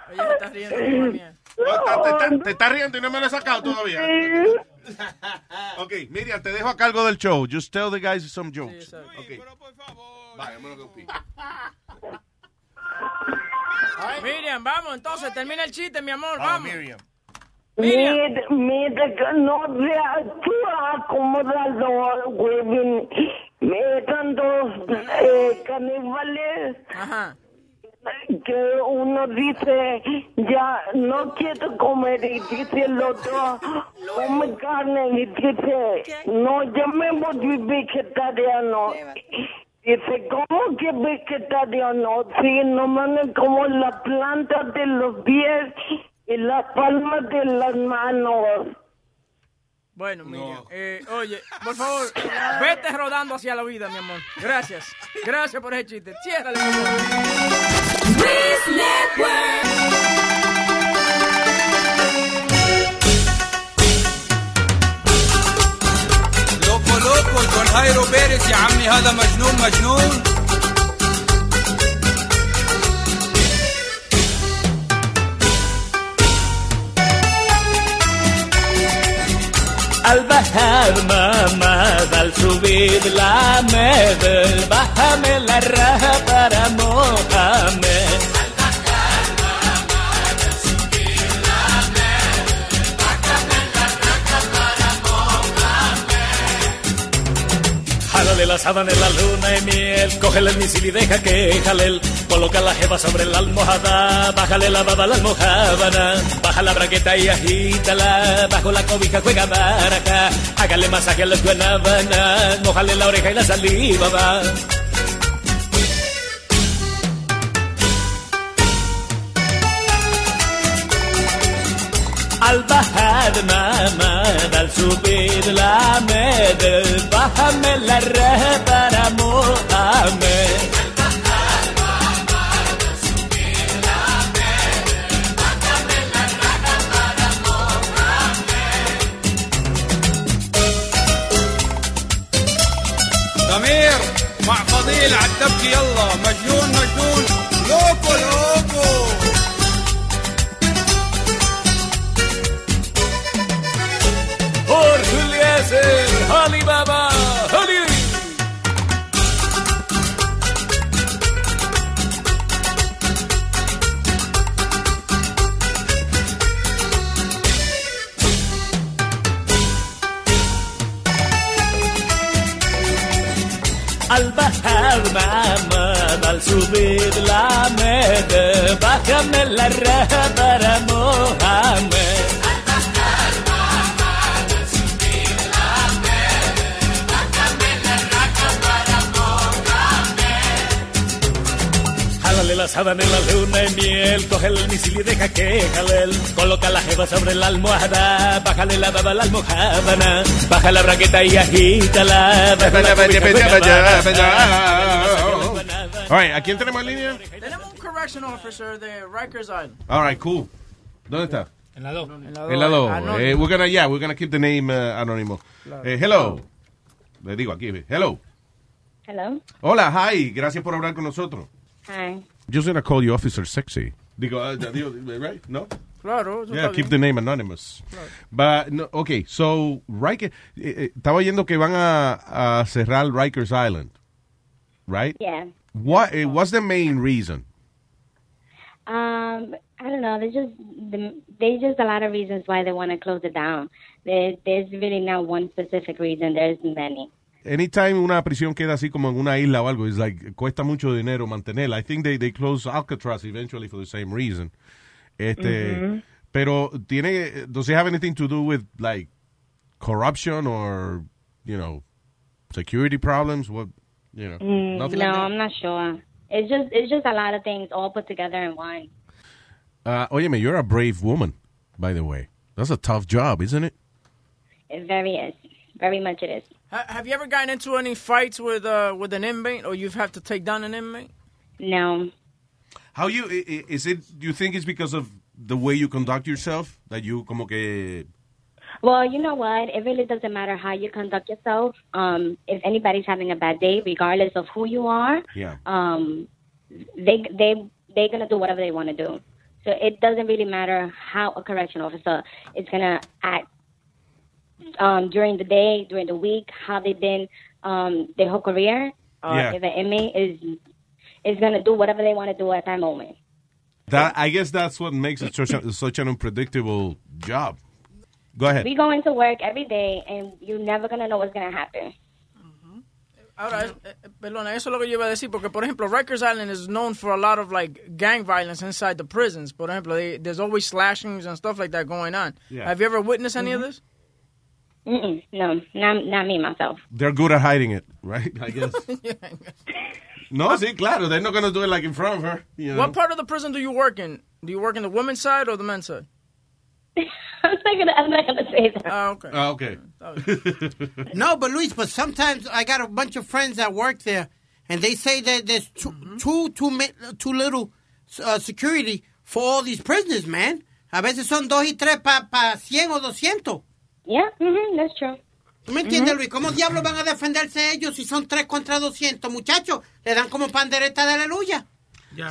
fue? Ella se está riendo. mamá mía. No, te, te- te- te estás riendo y no me lo he sacado todavía. Ok, Miriam, te dejo a cargo del show. Just tell the guys some jokes. Ok. Vaya, vámonos con Pi. Miriam, vamos, entonces, termina el chiste, mi amor, Vamos, vamos. Miriam. Mira, mira que no sea tú acomodador, güey. Me eran dos eh, caníbales que uno dice, ya no quiero comer y dice el otro, come carne y dice, no, ya me volví vegetariano. Dice, ¿cómo que vegetariano? Sí, nomás me como la planta de los pies y las palmas de las manos. Bueno, Miriam, eh, oye, por favor, vete rodando hacia la vida, mi amor. Gracias. Gracias por ese chiste. Ciérrale, mi لوكو لوكو جون هايرو بيرس يا عمي هذا مجنون مجنون Al bajar mamá, al subir la medel, bájame la raja para mojarme. Jálale la sábana en la luna de miel, cógele el misil y deja que jale él. Coloca la jeva sobre la almohada, bájale la baba a la almohábana. Baja la bragueta y agítala, bajo la cobija juega baraja. Hágale masaje a la guanábana, mojale la oreja y la saliva va. Al bajar mamá, al subir la med, bájame la reja para mojarme. ضمير مع فضيل عالدبكي يلا مجنون مجنون لوكو لوكو Orhul Yasser, Ali Baba, Ali. alma al subir la meta. Bájame la raja para mojarme. Jálale la sábana en la luna de miel, cógele el misil y deja que jale él. Coloca la jeva sobre la almohada, bájale la baba a la almohadana, baja la braqueta y agítala. baja la cobija, huevada. All right, ¿a quién tenemos en línea? Tenemos un correction officer de Rikers Island. All right, cool. ¿Dónde está? En la 2. El lado. Eh, we're gonna, yeah, we're gonna keep the name uh, anónimo. Eh, hello. Le digo aquí, eh, hello. Hello. Hola, hi. Gracias por hablar con nosotros. Hi. Yo soy call you officer sexy. Digo, uh, digo, right? No? Claro. eso Yeah, está keep bien. the name anonymous. But, no, ok, so, Riker, eh, eh, estaba oyendo que van a, a cerrar Rikers Island, right? Yeah. What, eh, what's the main reason? Um, I don't know. There's just the, there's just a lot of reasons why they want to close it down. There, there's really not one specific reason. There's many. Anytime una prisión queda así como en una isla o algo, it's like, cuesta mucho dinero mantenerla. I think they, they close Alcatraz eventually for the same reason. Este, Ujú. Pero tiene, does it have anything to do with like corruption or, you know, security problems? What, you know, Mm, nothing no, like that? I'm not sure. It's just it's just a lot of things all put together in one. Uh, óyeme, you're a brave woman, by the way. That's a tough job, isn't it? It very is. Very much it is. Ha- Have you ever gotten into any fights with uh, with an inmate, or you've had to take down an inmate? No. How you i- i- is it? Do you think it's because of the way you conduct yourself that you como que Well, you know what? It really doesn't matter how you conduct yourself. Um, if anybody's having a bad day, regardless of who you are, yeah um, they they they're gonna do whatever they want to do. So it doesn't really matter how a correction officer is gonna act um, during the day, during the week, how they've been um, their whole career. Or Yeah. If an inmate is is gonna do whatever they want to do at that moment. that? I guess that's what makes it such, a, such an unpredictable job. Go ahead. We go into work every day, and you're never gonna know what's gonna happen. Ahora, eh, eh, perdona, eso es lo que yo iba a decir, porque por ejemplo, Rikers Island is known for a lot of like gang violence inside the prisons. Por ejemplo, they, there's always slashings and stuff like that going on. Yeah. Have you ever witnessed any of this? Mm-hmm. Mm-mm, no, not not me myself. They're good at hiding it, right? I guess. no, sí, claro. They're not gonna do it like in front of her. You know? What part of the prison do you work in? Do you work in the women's side or the men's side? I'm not gonna. I'm not gonna say that. Oh, okay. Ah, okay. No, but Luis, but sometimes I got a bunch of friends that work there, and they say that there's too too too, mi- too little uh, security for all these prisoners, man. A veces son dos y tres para pa 100 o 200. Yeah, mm-hmm, that's true. Mm-hmm. ¿Tú me entiendes, Luis? ¿Cómo diablos van a defenderse ellos si son tres contra 200, muchachos? Le dan como pandereta de aleluya.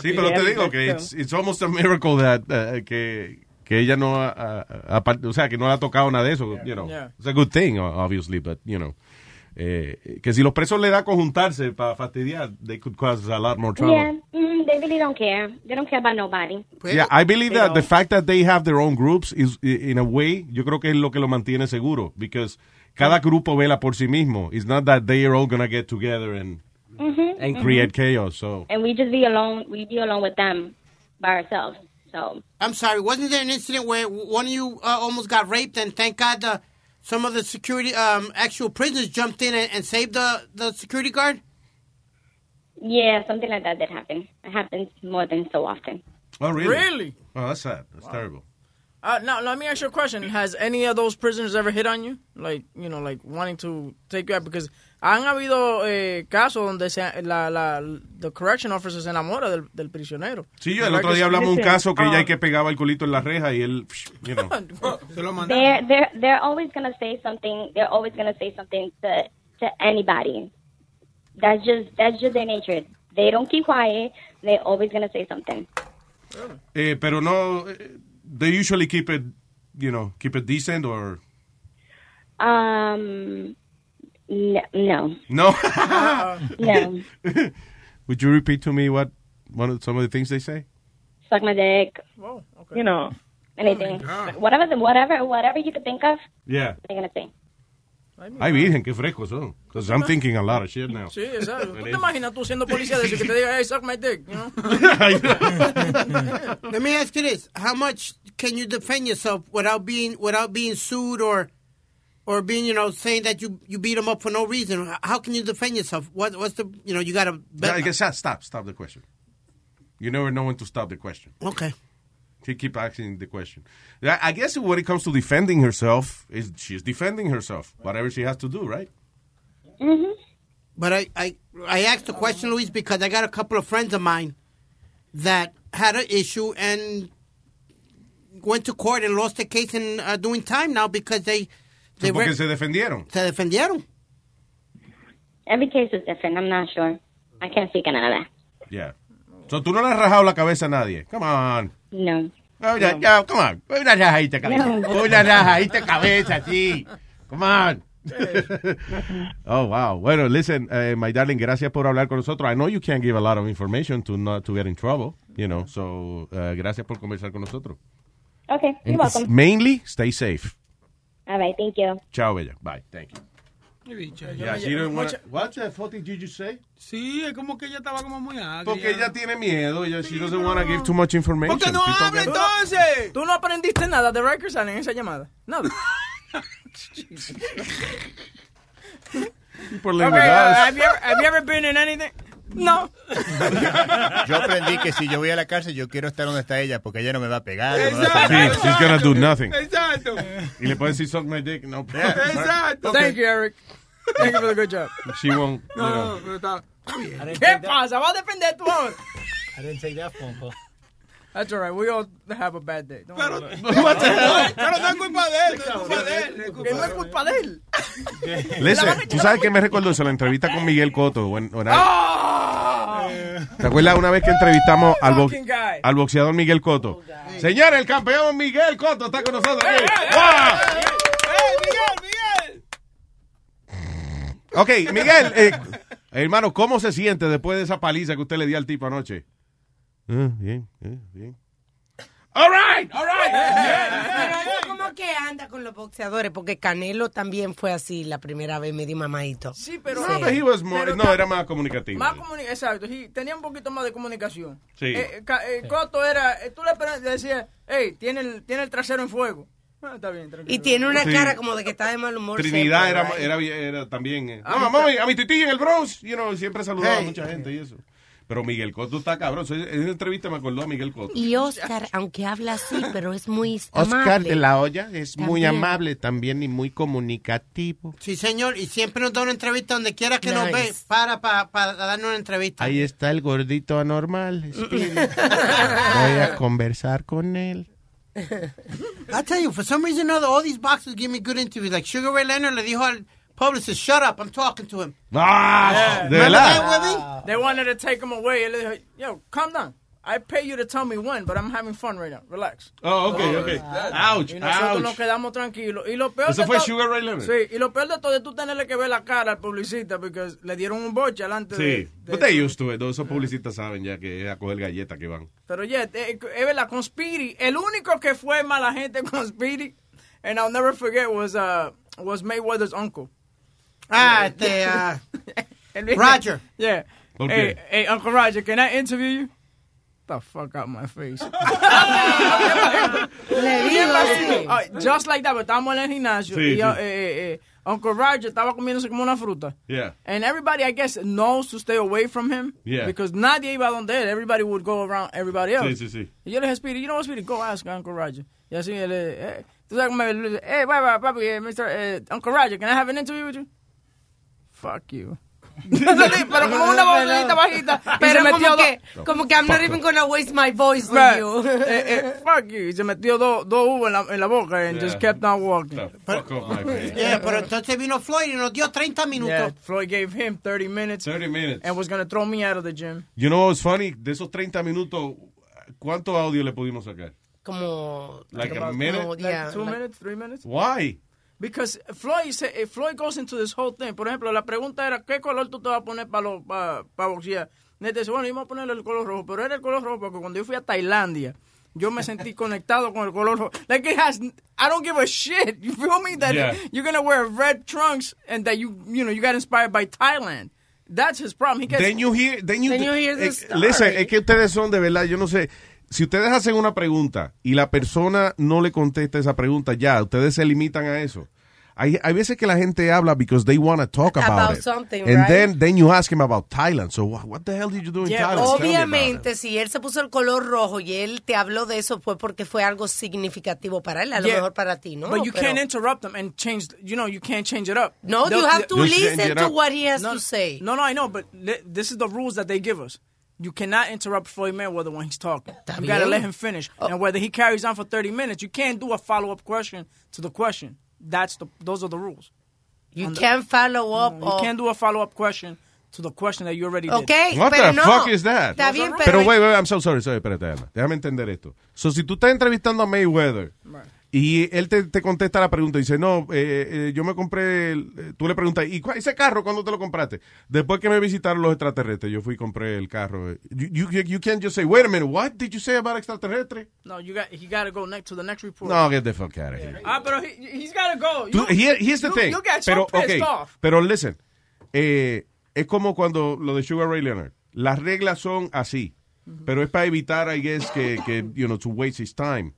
Sí, pero te digo que it's, it's almost a miracle that uh, que que ella no ha- ha- ha- apart- o sea, que no le ha tocado nada de eso, you know. Yeah. It's a good thing o- obviously, but you know. eh, que si los presos le da conjuntarse para fastidiar, they could cause a lot more trouble. Yeah, mm, they really don't care. They don't care about nobody. Yeah, I believe that the fact that they have their own groups is in a way, yo creo que es lo que lo mantiene seguro because cada grupo vela por sí mismo. It's not that they are all gonna get together and hmm and create chaos. So And we just be alone. We be alone with them by ourselves. So I'm sorry, wasn't there an incident where one of you uh, almost got raped, and thank God the, some of the security, um, actual prisoners jumped in and, and saved the, the security guard? yeah, something like that did happen. It happens more than so often. Oh, really? Really? Oh, that's sad. That's terrible. Uh, now, let me ask you a question. Has any of those prisoners ever hit on you? Like, you know, like wanting to take you out? Because han habido eh, casos donde se, la, la, the correction officer se enamora del, del prisionero. Sí, Ah. yo, el otro día hablamos un Listen, caso que ella um, hay que pegaba el culito en la reja y él, psh, you know. They're they're they're always gonna say something. They're always gonna say something to to anybody. That's just that's just their nature. They don't keep quiet. They're always gonna say something. Eh, pero no, eh, they usually keep it, you know, keep it decent or Um, no, no. no. no. Would you repeat to me what one of some of the things they say? Suck my dick. You know, anything, whatever, the, whatever, whatever you could think of, Yeah. they're gonna say. Ay, virgen, qué frescos son. Because I'm thinking a lot of shit now. Sí, exacto. ¿Tú te imaginas tú siendo policía de eso que te diga, hey, suck my dick? You know? Let me ask you this: How much can you defend yourself without being without being sued or or being you know saying that you you beat him up for no reason? How can you defend yourself? What what's the you know you got to Yeah, I guess that- stop, stop the question. You never know when to stop the question. Okay. She keep asking the question. I I guess when it comes to defending herself, is she's defending herself, whatever she has to do, right? But I, I, I asked the question, Luis, because I got a couple of friends of mine that had an issue and went to court and lost the case and are doing time now because they they were Porque se defendieron. se defendieron. Every case is different. I'm not sure. I can't speak on none of that. Yeah. So tú no le has rajado la cabeza a nadie. Come on. No. Oh, yeah, yeah, come on. Pon Una rajadita cabeza. No. Pon Una rajadita cabeza, sí. Come on. oh, wow. Bueno, listen, eh, my darling, gracias por hablar con nosotros. I know you can't give a lot of information to not to get in trouble, you know, so eh, gracias por conversar con nosotros. Okay, you're welcome. Mainly, stay safe. All right, thank you. Chao, bella. Bye. Thank you. Yeah, she didn't wanna- What the fuck did you say? Sí, es como que ella estaba como muy agria. Porque ella tiene miedo. Ella, she doesn't want to give too much information. Porque no People habla get- entonces. Tú no aprendiste nada de Record Sale en esa llamada. Nada. Por Okay, la uh, edad. have, you ever, have you ever been in anything? No. Yo aprendí que si yo voy a la cárcel, yo quiero estar donde está ella, porque ella no me va a pegar. no me va a hacer nada. Sí, she's gonna do nothing. Exacto. Y le puede decir, suck my dick. No problem. Exacto. Thank you, Eric. Thank you for the good job. She won't, you No, know. no, pero está. ¿Qué pasa? Va a defender tu hombre. I didn't take that phone call. That's all right. We all have a bad day. Don't Pero, What the hell? Pero no es culpa de él, no es culpa de él. Que no es culpa de él. Listen, tú sabes que me recuerdo eso, la entrevista con Miguel Cotto. when- when I- ¡Ah! ¿Te acuerdas una vez que entrevistamos al, bo- Fucking guy. al boxeador Miguel Oh, Cotto? Señores, el campeón Miguel Cotto está con nosotros. Eh, aquí. ¡Wow! Ok, Miguel, eh, hermano, ¿cómo se siente después de esa paliza que usted le dio al tipo anoche? Ah, bien, eh, bien. All right, all ¿Cómo que anda con los boxeadores? Porque Canelo también fue así la primera vez, medio mamadito. Sí, pero- No, but he was more- Pero no, era más comunicativo. Más comuni- Exacto. sí, tenía un poquito más de comunicación. Sí. Eh, eh, ca- eh, Coto era... eh, tú le pre- le decías, hey, tiene el, tiene el trasero en fuego. Ah, está bien, tranquilo. Y tiene una Sí. cara como de que está de mal humor. Trinidad siempre, era, right? era, era también. eh, no, mamá, a mi titilla en el Bronx, you know, siempre saludaba a mucha gente y eso. Pero Miguel Cotto está cabrón. Soy- En esa entrevista me acordó a Miguel Cotto. Y Oscar, aunque habla así, pero es muy Oscar amable. de la Hoya es muy También. amable también y muy comunicativo. Sí, señor, y siempre nos da una entrevista donde quiera que nos Nice. ve, para, para, para darnos una entrevista. Ahí está el gordito anormal. Mm. Speedy. Voy a conversar con él. I tell you, for some reason or other, all these boxers give me good interviews. Like Sugar Ray Leonard le dijo al publicist, shut up, I'm talking to him. Eh, ¡Ah! ¿De Remember verdad? that, Webby? They wanted to take him away. And they like, Yo, calm down. I pay you to tell me when, but I'm having fun right now. Relax. Oh, ok, ok. Ouch, Y nosotros nos ouch. quedamos tranquilos. Y lo peor ¿Eso de fue todo- Sugar Ray Leonard? Sí, y lo peor de todo es tú tenerle que ver la cara al publicista porque le dieron un boche delante Sí. de... But they used to it, though. Esos publicistas saben ya que es a coger galletas que van. Pero ya, es verdad, con Speedy, el único que fue mala gente con Speedy, and I'll never forget, was, uh, was Mayweather's uncle. Ah, este, ah, El viejo- Roger. Yeah. ¿Por Hey, qué? hey, Uncle Roger, can I interview you? The fuck out my face. Le digo así. Ah, Just like that, pero estábamos en el gimnasio Sí, y yo, sí. eh, eh, eh, Uncle Roger estaba comiéndose como una fruta. Yeah. And everybody, I guess, knows to stay away from him. Yeah. Because nadie iba donde él. Everybody would go around everybody else. Sí, sí, sí. Y yo le dije, Speedy, you know what, Speedy, go ask Uncle Roger. Y así él, eh, eh, tú sabes cómo él le dice, eh, bye, bye, papi, eh, Mr., eh, Uncle Roger, can I have an interview with you? Fuck you. pero como una vocecita bajita. y Pero se metió como dos- que, como que I'm not even gonna waste my voice with Right. you. Eh, eh, fuck you. Y se metió dos dos uvas en la, en la boca and just kept on walking. Fuck off my face. Yeah, pero entonces vino Floyd y nos dio 30 Yeah, minutos. Floyd gave him 30 minutes 30 minutes. and was going to throw me out of the gym. You know, it's funny, de esos 30 minutos, ¿cuánto audio le pudimos sacar? Como, Like a minute? Like two minutes, three minutes. Why? Because Floyd, se, eh, Floyd goes into this whole thing. Por ejemplo, la pregunta era, ¿qué color tú te vas a poner para pa, pa boxear? Nete dice, bueno, íbamos a ponerle el color rojo, pero era el color rojo porque cuando yo fui a Tailandia, yo me sentí conectado con el color. ro- Like it has, I don't give a shit. You feel me? That Yeah. you're gonna wear red trunks and that you, you know, you got inspired by Thailand. That's his problem. He gets, Then you hear, then you, hear eh, this story. listen, es que ustedes son de verdad, yo no sé. Si ustedes hacen una pregunta y la persona no le contesta esa pregunta, ya, ustedes se limitan a eso. Hay, hay veces que la gente habla because they want to talk about, About it. something, And right? then, then you ask him about Thailand. So, what, what the hell did you do in Yeah, Thailand? Tell me about it. obviamente, si él se puso el color rojo y él te habló de eso, fue porque fue algo significativo para él, a lo Yeah. mejor para ti, ¿no? But you Pero- can't interrupt them and change. You know, you can't change it up. No, you have to Let's change listen it to up. what he has No, to say. No, no, I know, but li- this is the rules that they give us. You cannot interrupt Floyd Mayweather when he's talking. You gotta bien. Oh. let him finish. And whether he carries on for thirty minutes, you can't do a follow up question to the question. That's the those are the rules. You On the- can't follow up. No, you or- can't do a follow up question to the question that you already did. Okay, What the fuck is that? Está bien, pero pero- wait, wait, I'm so sorry, sorry, espérate, Ana. Déjame entender esto. So, si tú estás entrevistando a Mayweather y él te, te contesta la pregunta y dice, no, eh, eh, yo me compré, el- eh, tú le preguntas, ¿y cuál- ese carro cuándo te lo compraste? Después que me visitaron los extraterrestres, yo fui y compré el carro. eh. You, you, you can't just say, wait a minute, what did you say about extraterrestre? No, you got he gotta go next to the next report. No, get the fuck out of here. Ah, pero he, he's gotta go. Tú- You- here- here's the you- thing. You got pero, so pissed okay, off. pero listen, eh, es como cuando lo de Sugar Ray Leonard. Las reglas son así, pero es para evitar, I guess, que, que, you know, to waste his time.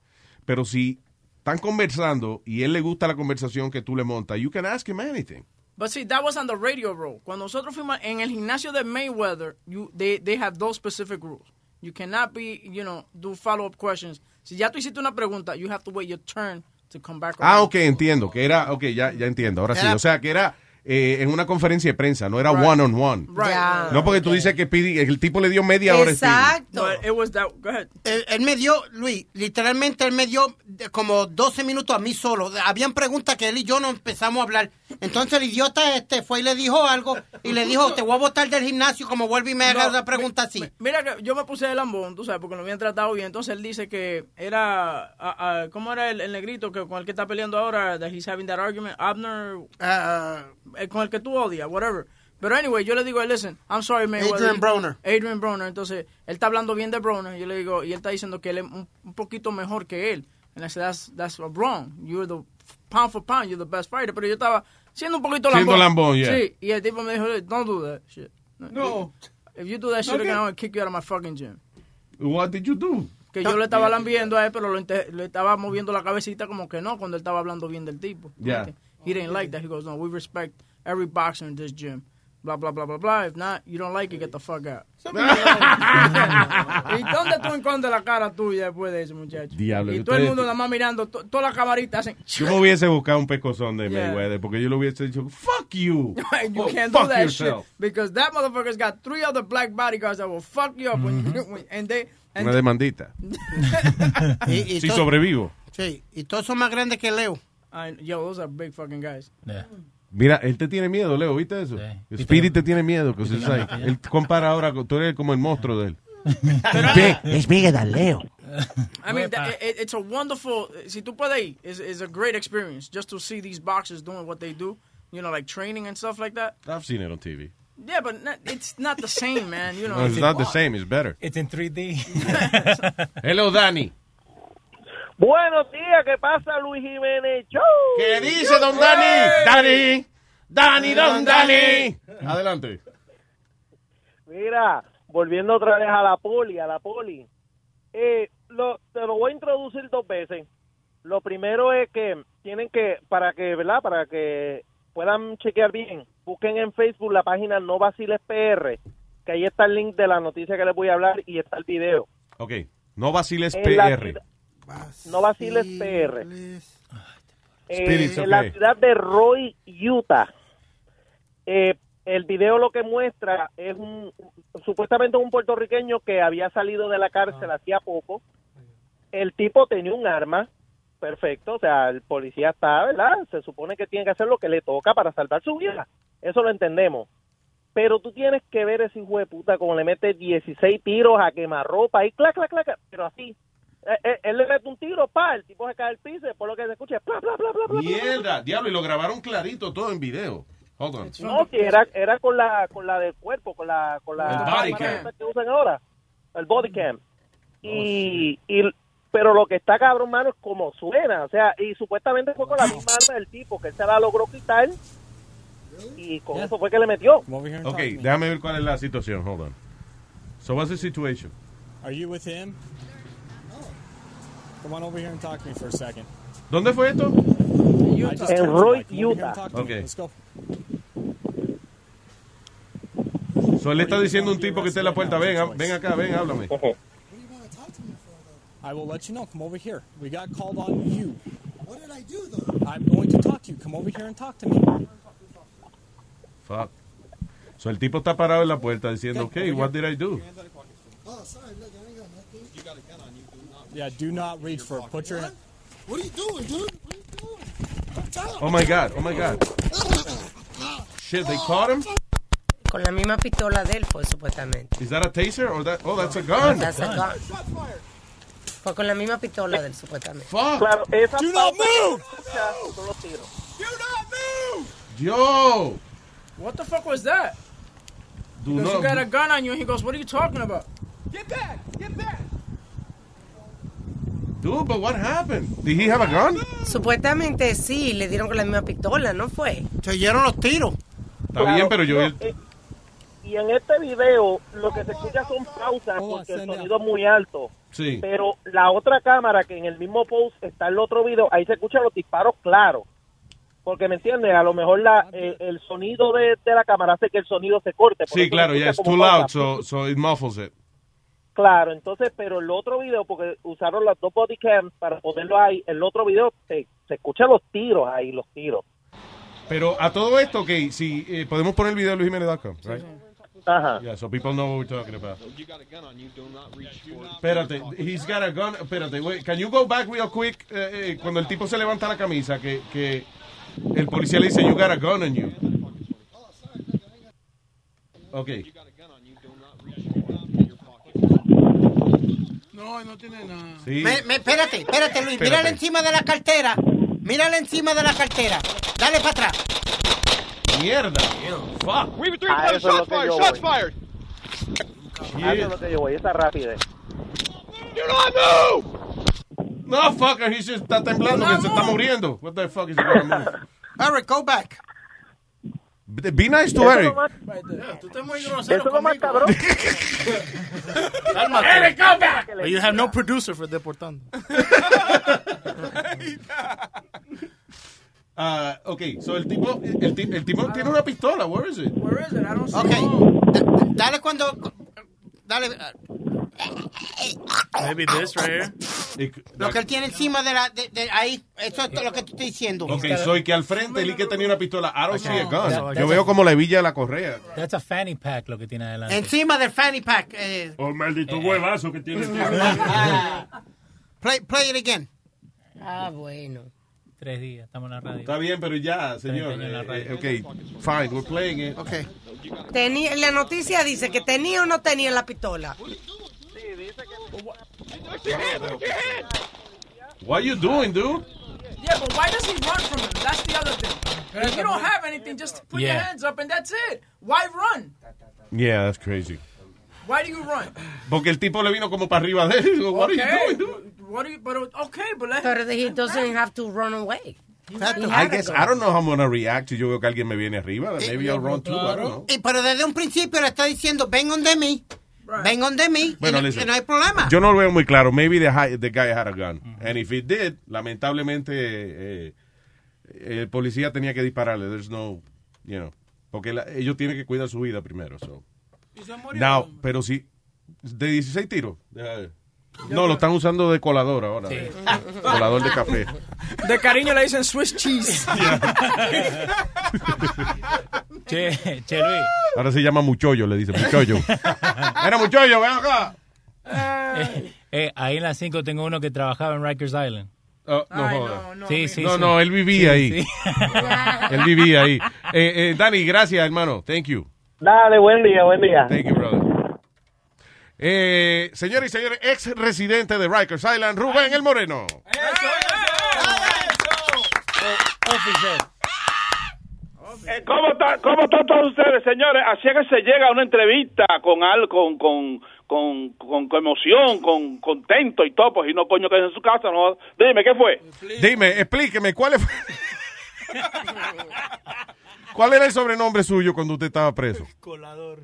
Pero si están conversando y él le gusta la conversación que tú le montas, you can ask him anything. But see, that was on the radio rule. Cuando nosotros fuimos en el gimnasio de Mayweather, you, they, they have those specific rules. You cannot be, you know, do follow-up questions. Si ya tú hiciste una pregunta, you have to wait your turn to come back. Ah, ok, entiendo, que era, ok, ya, ya entiendo, ahora sí. O sea, que era eh, en una conferencia de prensa, no era Right. one on one. Right. Yeah. No porque tú dices que pidi- el tipo le dio media hora. a Speedy. But it was that. Go ahead. Él, él me dio, Luis, literalmente él me dio de- como 12 minutos a mí solo. De- Habían preguntas que él y yo no empezamos a hablar. Entonces el idiota este fue y le dijo algo y le dijo, te voy a botar del gimnasio como vuelve y me haga No, otra pregunta así. Mira, que yo me puse el lambón, tú sabes, porque lo habían tratado bien. Entonces él dice que era, ah, ah, ¿cómo era el, el negrito que con el que está peleando ahora? That he's having that argument, Abner, Ah, eh, con el que tú odias, whatever. Pero anyway, yo le digo, listen, I'm sorry, man. Adrian Broner. Adrian Broner. Entonces él está hablando bien de Broner. Yo le digo, y él está diciendo que él es un, un poquito mejor que él. And I said, that's, that's wrong. You're the pound for pound, you're the best fighter. Pero yo estaba siendo un poquito lambón. Siendo lambón, yeah. Sí, y el tipo me dijo, don't do that shit. No. If you do that shit Okay. again, I'm gonna kick you out of my fucking gym. What did you do? Que yo le estaba lambiendo a él, pero lo inte- le estaba moviendo la cabecita como que no, cuando él estaba hablando bien del tipo. Yeah. He didn't like that. He goes, no, we respect every boxer in this gym. Blah, blah, blah, blah, blah. If not, you don't like it, get the fuck out. ¿Y dónde tú encuentras la cara tuya después de eso, muchacho? Diablo, Y que todo el ustedes- mundo nada más mirando, to- todas las camaritas hacen... Yo me hubiese buscado un pecozón de Yeah. Mayweather porque yo le hubiese dicho, fuck you. you Oh, can't fuck do that yourself. shit because that motherfucker's got three other black bodyguards that will fuck you up when Mm-hmm. you when, and they and Una demandita. Y- y si todo- sobrevivo. Sí, y todos son más grandes que Leo. I- yo, those are big fucking guys. Mira, él te tiene miedo, Leo, ¿viste eso? Spirit te tiene miedo. because it's like- él compara ahora, con- tú eres como el monstruo de él. Ve, es bigger than Leo. I mean, that, it, it's a wonderful. Si tú puedes ir, is is a great experience just to see these boxers doing what they do. You know, like training and stuff like that. I've seen it on TV. Yeah, but not, it's not the same, man. You know, No, it's not the same, it's better. It's in 3D. Hello, Danny. Buenos días, ¿qué pasa, Luis Jiménez? Show. ¿Qué dice, don Danny? Danny. Danny, don Danny. Adelante. Mira, volviendo otra vez a la poli, a la poli. Eh, lo, te lo voy a introducir dos veces. Lo primero es que tienen que, para que, ¿verdad? Para que puedan chequear bien, busquen en Facebook la página No Vaciles PR, que ahí está el link de la noticia que les voy a hablar y está el video. Ok, no vaciles En la PR. No Vaciles PR. Eh, Spirits, En la ok. ciudad de Roy, Utah. Eh, el video lo que muestra es un, supuestamente un puertorriqueño que había salido de la cárcel hacía poco. El tipo tenía un arma, perfecto, o sea, el policía está, ¿verdad? Se supone que tiene que hacer lo que le toca para salvar su vida. Eso lo entendemos. Pero tú tienes que ver ese hijo de puta como le mete 16 tiros a quemarropa y clac, clac, clac, pero así. Eh, eh, él le mete un tiro, pa, el tipo se cae al piso y después lo que se escucha es bla, bla, bla, bla, bla, bla. Mierda, diablo, y lo grabaron clarito todo en video. Hold on. No, si era, era con la con la del cuerpo, con la con la El body cam. Mm. Oh, cámara esa que usan ahora, el body cam. Y, y- Pero lo que está cabrón, mano, es como suena. O sea, y supuestamente fue con la misma arma del tipo, que él se la logró quitar. Y con eso fue que le metió. Ok, déjame ver cuál es la situación. Hold on. So what's the situation? Are you with him? Come on over here and talk to me for a second. ¿Dónde fue esto? I just En told you Roy, that. Come over here Utah. and talk to me. Okay. Let's go. So él le está diciendo a un tipo que está en la puerta, ven, pues. ha- ven acá, ven, háblame. I will let you know. Come over here. We got called on you. What did I do though? I'm going to talk to you. Come over here and talk to me. Fuck. So el tipo está parado en la puerta diciendo, okay, what did I do? Oh, sorry. Look, I ain't got nothing. You got a gun on you, dude. Yeah, do not reach for it. Put your hand. What are you doing, dude? What are you doing? Stop. Oh my God, oh my God. Shit, they caught him? Con la misma pistola de él fue supuestamente. Is that a taser or that? Oh, that's a gun. That's a gun. Fue con la misma pistola del supuestamente. Claro, esa Do not pausa que move! se escucha son los tiros. Yo, What the fuck was that? do Because you not. got a gun on you, and he goes, "What are you talking about?" Get back! Get back! Dude, but what happened? Did he have a gun? Supuestamente sí, le dieron con la misma pistola, ¿no fue? Se oyeron los tiros. Está bien, pero yo... Y en este video lo que se escucha son pausas porque el sonido es muy alto. Sí. Pero la otra cámara que en el mismo post está el otro video, ahí se escuchan los disparos claros. Porque, ¿me entiendes? A lo mejor la, eh, el sonido de, de la cámara hace que el sonido se corte. por Sí, eso claro, se yeah, it's escucha too eh, como pausa. loud, so, so it muffles it. Claro, entonces, pero el otro video, porque usaron las dos body cams para ponerlo ahí, el otro video se, se escuchan los tiros ahí, los tiros. Pero a todo esto, ok, si eh, podemos poner el video de Luis Jiménez.com, right? Ajá. Yeah, so people know what we're talking about. You got a gun on you. Do not reach for it. Espérate, he's got a gun. Espérate, wait, can you go back real quick? Eh, eh, cuando el tipo se levanta la camisa, que, que el policía le dice, you got a gun on you. Ok. No, no tiene nada. Sí. Me, me- espérate, espérate, Luis. Espérate. Mírala encima de la cartera. Mírala encima de la cartera. Dale para atrás. Mierda. Fuck. Weaver Ah, 3, eso es lo shots que fired, yo shots voy. fired. Ah, eso es lo que yo voy, esa rápida. Do not move! No, fucker, he's just está temblando, que se está muriendo. What the fuck is going on? Eric, go back. Be nice to Eso Eric. nomás- Tú estás muy grosero. Eso es lo más cabrón. Cálmate. Eric, come back. But you have no producer for deportando. Ah, ok, so el tipo, el, ti- el tipo tiene una pistola. Where is it? Where is it? I don't see Okay. D- dale cuando. Dale. Maybe this right here. Lo que él tiene encima de la. de- de ahí. Eso es lo que te estoy diciendo. Ok, soy que al frente el que tenía una pistola. I don't see a That- gun. Yo that's veo a- como la hebilla de la correa. That's a fanny pack lo que tiene adelante. Encima del fanny pack. eh. Oh, maldito huevazo que tiene. play, play it again. Ah, bueno. Tres días, estamos en la radio. Está bien, pero ya, señor. eh, eh, ok, fine, we're playing it. Ok. Tenía, la noticia dice que tenía o no tenía la pistola. What you doing, dude? Yeah, but why does he run from him? That's the other thing. If you don't have anything, just put your Yeah. hands up and that's it. Why run? Yeah, that's crazy. Why do you run? Porque el tipo le vino como para arriba de él. Digo, What are you doing, dude? What do you? But oh, okay, but let Pero he doesn't have to run away. I guess I don't know how I'm gonna react si yo veo que alguien me viene arriba. Maybe I'll run too. I don't know. Eh, Y pero desde un principio le está diciendo, vengan de mí. Vengan de mí. Bueno, y no, listen. y no hay problema. Yo no lo veo muy claro. Maybe the, hi- the guy had a gun. And if he did, lamentablemente eh, eh, el policía tenía que dispararle. There's no, you know, porque la- ellos tienen que cuidar su vida primero. So. Now, pero si de 16 tiros. deja ver. No, lo están usando de colador ahora. de- Colador de café. De cariño le dicen Swiss cheese. Che, che Luis. Ahora se llama muchollo, le dice muchollo. Era muchollo, ven acá. Eh, eh, ahí en las 5 tengo uno que trabajaba en Rikers Island. Oh, no, joda. sí, sí, no, sí. no, él vivía Sí, ahí. sí. él vivía ahí. Eh, eh, Dani, gracias, hermano. Thank you. Dale, buen día, buen día. Thank you, brother. Eh, señores y señores, ex residente de Rikers Island, Rubén el Moreno. Eh, ¿Cómo están cómo están todos ustedes, señores? Así es que se llega a una entrevista con al, con, con, con, con, con emoción, con contento y todo, pues y no coño que es en su casa, no. Dime, ¿qué fue? Dime, explíqueme, ¿cuál, fue- ¿cuál era el sobrenombre suyo cuando usted estaba preso?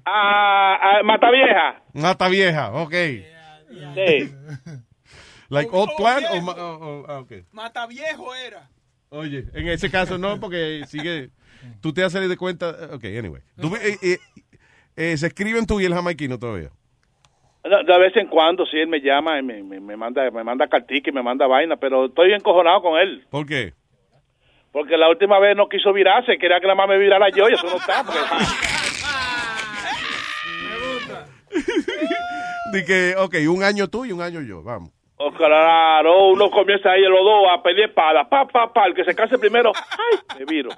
A, a Mata Vieja. Nata vieja, ok. Sí. Like old plant o... ma- o- o- ah, ok. Mata viejo era. Oye, en ese caso no, porque sigue... Tú te haces de cuenta... Ok, anyway. Tú- eh, eh, eh, ¿Se escriben tú y el jamaiquino todavía? De de vez en cuando, sí, él me llama y me, me, me manda me manda cartica y me manda vaina, pero estoy encojonado con él. ¿Por qué? Porque la última vez no quiso virarse, quería que la más me virara yo y eso no está. porque- De que, ok, un año tú y un año yo, vamos. Oh, claro, uno comienza ahí los dos a pelear espada, pa, pa, pa, el que se case primero, ay, me viro.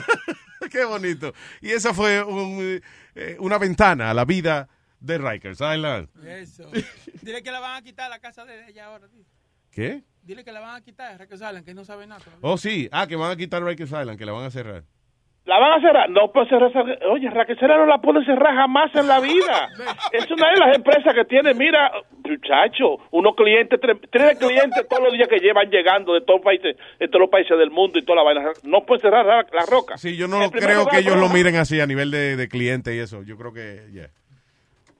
Qué bonito. Y esa fue un, eh, una ventana a la vida de Rikers Island. Eso. Dile que la van a quitar la casa de ella ahora. tío. ¿Qué? Dile que la van a quitar, es que salen, que no sabe nada. todavía. Oh, sí. Ah, que van a quitar Rikers Island, que la van a cerrar. ¿La van a cerrar? No puede cerrar esa... Oye, Raquel Serra no la puede cerrar jamás en la vida. Es una de las empresas que tiene, mira, muchacho, unos clientes, tres, tres clientes todos los días que llevan llegando de todos los países, de todos los países del mundo y toda la vaina. No puede cerrar la, la roca. Sí, yo no creo que ellos lo miren así a nivel de, de cliente y eso. Yo creo que, yeah.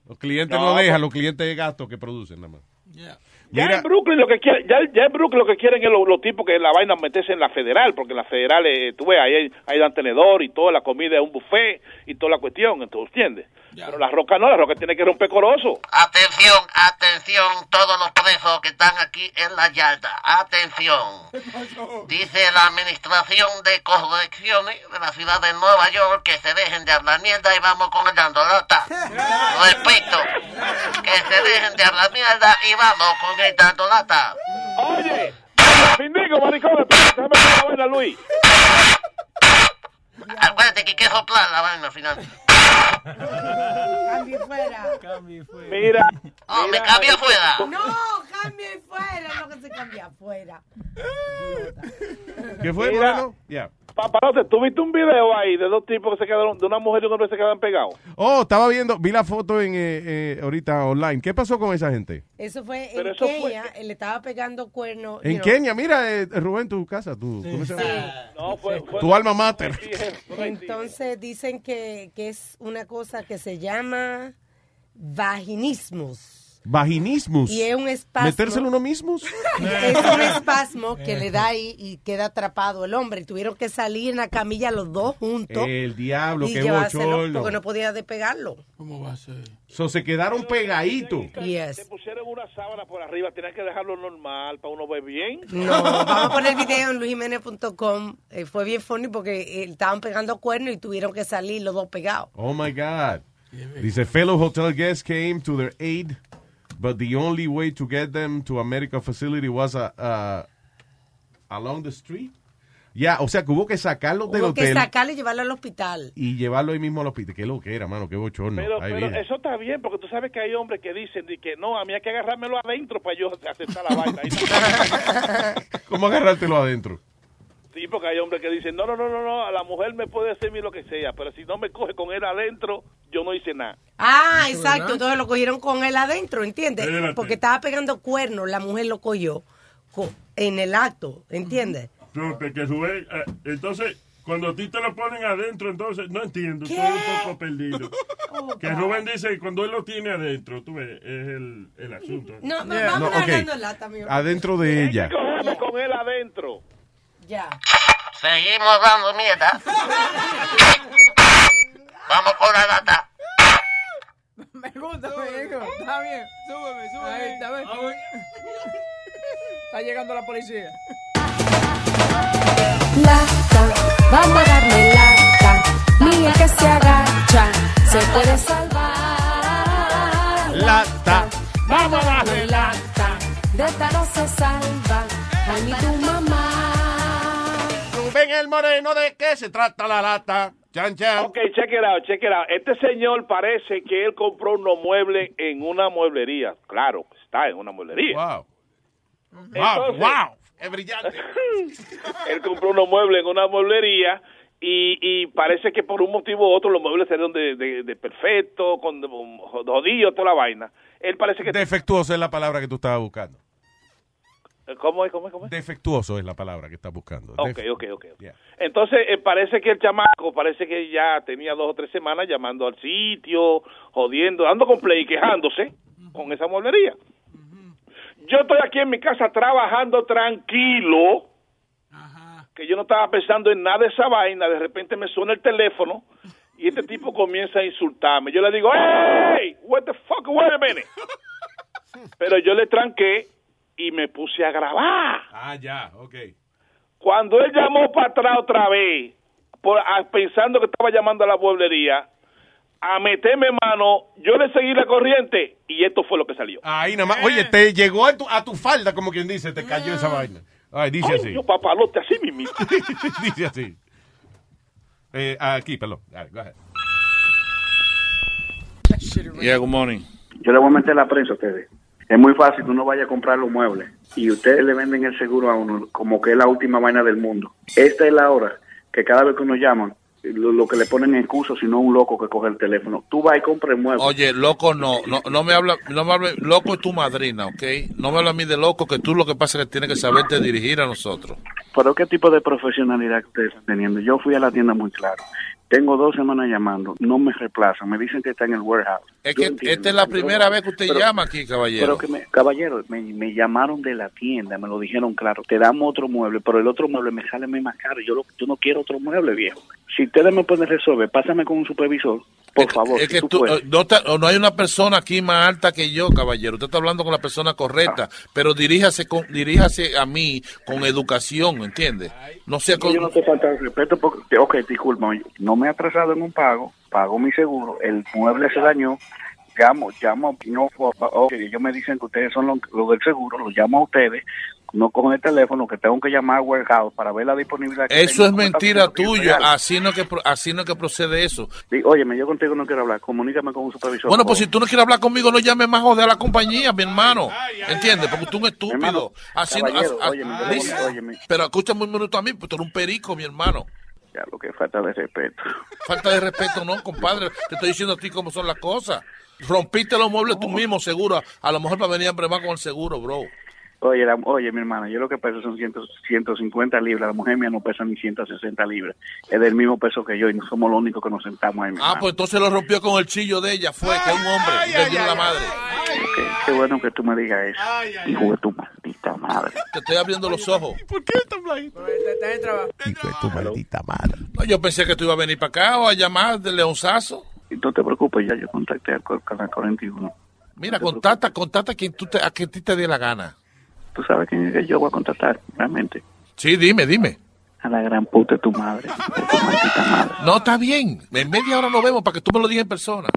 Los clientes no, No, dejan, pues- los clientes de gasto que producen nada más. Ya Mira- en Brooklyn lo que quieren, ya, ya en Brooklyn lo que quieren es lo- los tipos que la vaina meterse en la federal, porque en la federal, eh, tú ves, ahí, hay- ahí dan tenedor y toda la comida es un buffet y toda la cuestión, entonces, ¿entiendes? Pero la roca no, la roca tiene que romper corozo. Ah. Atención, atención, todos los presos que están aquí en la yarda. Atención. Dice la Administración de Correcciones de la ciudad de Nueva York que se dejen de hablar mierda y vamos con el dandolota. Repito, que se dejen de hablar mierda y vamos con el dandolota. Oye, bendigo, maricón, déjame la vaina, Luis. Acuérdate que hay que soplar la vaina al final. Cambie fuera. Mira. Oh, me cambio afuera. No, cambie fuera. No que se cambia afuera. ¿Qué fue, Mira. Moreno? Ya. Paparote, ¿tú viste un video ahí de dos tipos que se quedaron, de una mujer y un hombre que se quedaron pegados? Oh, estaba viendo, vi la foto en eh, eh, ahorita online. ¿Qué pasó con esa gente? Eso fue Pero en eso fue- Kenia. él Le estaba pegando cuerno. En you know. Kenia, mira, eh, Rubén, tu casa, tu, ¿cómo se llama? No, fue, fue- tu alma mater. Entonces dicen que, que es una cosa que se llama vaginismus. Vaginismus. Y es un espasmo. ¿Metérselo uno mismo? Es un espasmo que le da ahí y queda atrapado el hombre. Y Tuvieron que salir en la camilla los dos juntos. El diablo, y qué llevárselo Eh, bochorno. porque no podía despegarlo. ¿Cómo va a ser? So, se quedaron pegaditos. Yes. pusieron una sábana por arriba, tenías que dejarlo normal para uno ver bien. No, vamos a poner video en luisjiménez.com. Eh, fue bien funny porque eh, estaban pegando cuernos y tuvieron que salir los dos pegados. Oh my God. Dice, fellow hotel guests came to their aid, but the only way to get them to a medical facility was a, a- along the street. Ya, o sea, que hubo que sacarlos del Hubo que hotel sacarlo y llevarlo al hospital. y llevarlo ahí mismo al hospital. Qué lo que era, mano, qué bochorno. Pero, Ay, pero bien. eso está bien, porque tú sabes que hay hombres que dicen de que no, a mí hay que agarrármelo adentro para yo aceptar la vaina. ¿Cómo agarrártelo adentro? Sí, porque hay hombres que dicen, no, no, no, no, no, a la mujer me puede hacer mí lo que sea, pero si no me coge con él adentro, yo no hice nada. Ah, Eso, exacto. ¿verdad? Entonces lo cogieron con él adentro, ¿entiendes? Espérate. Porque estaba pegando cuernos, la mujer lo cogió co- en el acto, ¿entiendes? Suerte que Rubén, eh, entonces, cuando a ti te lo ponen adentro, entonces, no entiendo, estoy un poco perdido. Oh, que Rubén dice que cuando él lo tiene adentro, tú ves, es el, el asunto. No, no, Yeah. vamos No, ok. hablando lata, mi amor. Adentro de ella. con él adentro. Ya. Seguimos dando mierda. Vamos con la lata. Me gusta, me gusta. Está bien. Súbeme, súbeme. Ahí está, ven. Está llegando la policía. Lata, vamos a darle lata. Ni el que se agacha se puede salvar. Lata, vamos a darle lata. De esta no se salva, a ni tu mamá. Rubén el Moreno, ¿de qué se trata la lata? Chan, chan. Ok, check it out, check it out. Este señor parece que él compró unos muebles en una mueblería. Claro, está en una mueblería. Wow. Entonces, wow, wow. Es brillante. él compró unos muebles en una mueblería y, y parece que por un motivo u otro los muebles salieron de, de, de perfecto, con con jodido, toda la vaina. Él parece que... Defectuoso es la palabra que tú estabas buscando. ¿Cómo es? ¿Cómo es? ¿Cómo es? Defectuoso es la palabra que estás buscando. Pues. Ok, Def- ok, ok. ok. Entonces eh, parece que el chamaco, parece que ya tenía dos o tres semanas llamando al sitio, jodiendo, dando con play y quejándose con esa mueblería. Yo estoy aquí en mi casa trabajando tranquilo, que yo no estaba pensando en nada de esa vaina, de repente me suena el teléfono y este tipo comienza a insultarme. Yo le digo, ¡Hey! What the fuck, wait a minute. Pero yo le tranqué y me puse a grabar. Ah, ya, ok. Cuando él llamó para atrás otra vez, por, a- pensando que estaba llamando a la pueblería, a meterme mano, yo le seguí la corriente y esto fue lo que salió. Ahí nada más. Oye, te llegó a tu, a tu falda, como quien dice, te cayó esa vaina. Ay, dice Ah. Ay, así. yo papalote, así mismo. dice así. Eh, aquí, perdón. Dale, go ahead. Yeah, good morning. Yo le voy a meter la prensa a ustedes. Es muy fácil, uno vaya a comprar los muebles y ustedes le venden el seguro a uno como que es la última vaina del mundo. Esta es la hora que cada vez que uno llama, lo, lo que le ponen en excusa, sino un loco que coge el teléfono. Tú vas y compras el mueble. Oye, loco, no, no, no me habla, no me hable- loco es tu madrina, ¿ok? No me habla a mí de loco, que tú lo que pasa es que tienes que saberte dirigir a nosotros. Pero ¿qué tipo de profesionalidad que ustedes están teniendo? Yo fui a la tienda muy claro. Tengo dos semanas llamando, no me reemplazan, me dicen que está en el warehouse. Es Yo que entiendo. esta es la primera vez que usted Pero- llama aquí, caballero. Pero que me, caballero, me, me llamaron de la tienda, me lo dijeron claro, te damos otro mueble, pero el otro mueble me sale muy más caro. Yo, lo, yo no quiero otro mueble, viejo. Si ustedes me pueden resolver, pásame con un supervisor, por favor. es si que tú tú, puedes. eh, no, está- o no hay una persona aquí más alta que yo, caballero. Usted está hablando con la persona correcta, pero diríjase, con, diríjase a mí con educación, ¿entiende? No sea con... Yo no te falta el respeto porque, ok, disculpa, no me he atrasado en un pago, pago mi seguro, el mueble se dañó, llamo, llamo, no, ok, ellos me dicen que ustedes son los, los del seguro, los llamo a ustedes, no cogen el teléfono, que tengo que llamar a Warehouse para ver la disponibilidad. que Eso es tengo. mentira Porque es tuya, real. así no, que, pro- así no que procede eso. Di- Óyeme, yo contigo no quiero hablar, comunícame con un supervisor. Bueno, por pues si tú no quieres hablar conmigo, no llames más joder a la compañía, mi hermano. ¿Entiendes? Porque tú un estúpido. Así no- caballero, as- as- óyeme, as- yo- dice- óyeme. Pero escúchame un minuto a mí, pues tú eres un perico, mi hermano. favor. Ya, lo que falta de respeto. Falta de respeto, no, compadre. Te estoy diciendo a ti cómo son las cosas. Rompiste los muebles tú mismo, seguro. A lo mejor para venir a bremar con el seguro, bro. Oye, la- oye, mi hermano, yo lo que peso son 100 150 libras. La mujer mía no pesa ni 160 libras. Es del mismo peso que yo y no somos los únicos que nos sentamos ahí. mi Ah, hermano. pues entonces lo rompió con el chillo de ella. Fue que es un hombre. le dio la madre. Qué, qué bueno que tú me digas eso. Hijo de tu maldita madre. Te estoy abriendo los ojos. ¿Por qué está blanquito? Está en trabajo. Hijo de tu maldita madre. No, yo pensé que tú ibas a venir para acá o a llamar de leonzazo. No te preocupes, ya yo contacté al cor- canal 41. Mira, contacta, contacta a quien, tú te, a quien a ti te dé la gana. Tú sabes quién es que eh, yo voy a contactar, realmente. Sí, dime, dime. A la gran puta de tu madre. No, está bien. En media hora nos vemos para que tú me lo digas en persona.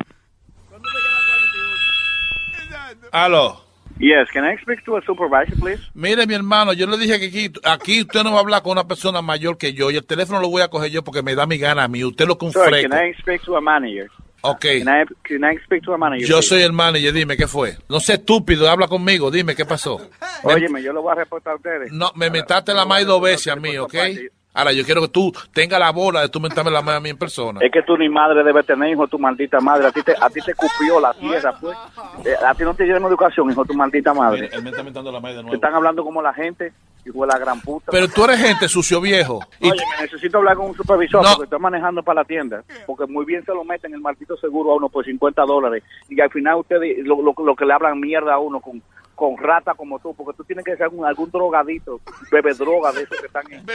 Aló. Yes, can I speak to a supervisor, please? Mire, mi hermano, yo le dije que aquí, aquí usted no va a hablar con una persona mayor que yo y el teléfono lo voy a coger yo porque me da mi gana a mí. Usted lo que un Sorry, can freco. I speak to a manager? Ok. Can I, can I speak to a manager? Yo please? soy el manager, dime qué fue. No sé estúpido, habla conmigo, dime qué pasó. Óyeme, yo lo voy a reportar a ustedes. No, me mentaste la mano dos veces a mí, ¿ok? Ahora yo quiero que tú tengas la bola de tú mentarme la mano a mí en persona. Es que tú ni madre debes tener, hijo, de tu maldita madre. A ti te, a ti te cupió la tierra, pues. Eh, a ti no te dieron educación, hijo, de tu maldita madre. Él me está mentando la madre de Te están hablando como la gente, hijo de la gran puta. Pero tú eres gente sucio viejo. Y Oye, me necesito hablar con un supervisor No. porque estoy manejando para la tienda. Porque muy bien se lo meten el maldito seguro a uno por 50 dólares. Y al final ustedes lo, lo- lo que le hablan mierda a uno con, con rata como tú. Porque tú tienes que ser algún, algún drogadito, bebe droga de esos que están en.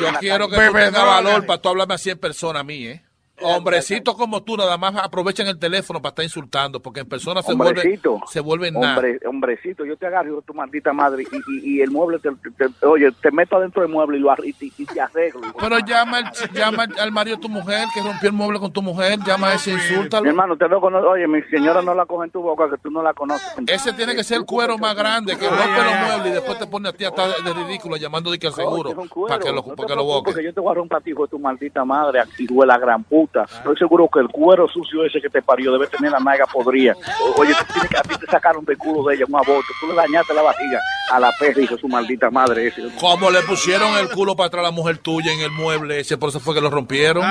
yo quiero que tú Bebe tengas droga. valor para tú hablarme así en persona a mí, ¿eh? Hombrecitos como tú nada más aprovechan el teléfono para estar insultando porque en persona se vuelve Hombrecito. se vuelven nada. Hombre, hombrecito, yo te agarro hijo de tu maldita madre y, y- y el mueble, te, te- te- oye, te meto adentro del mueble y, lo, ar- y, te- y te arreglo. hijo de Pero llama, al- llama al marido de tu mujer que rompió el mueble con tu mujer, llama a ese, Mi insúltalo. hermano, te lo conoce. Oye, mi señora no la coge en tu boca, que tú no la conoces. Ese tiene que ser el cuero más grande que rompe los muebles y después te pone a ti hasta de ridículo llamando de que al seguro para que lo, No te para que lo preocupes, boquen. que yo te voy a romper a ti, hijo de tu maldita madre, aquí, hijo de la gran puta. puta. Ah. Estoy seguro que el cuero sucio ese que te parió debe tener la naga podrida. O- Oye, tú tienes que, a ti te sacaron del culo de ella un aborto. Tú le dañaste la barriga a la perra y a su maldita madre. ese. Como le pusieron el culo para atrás a la mujer tuya en el mueble ese, por eso fue que lo rompieron.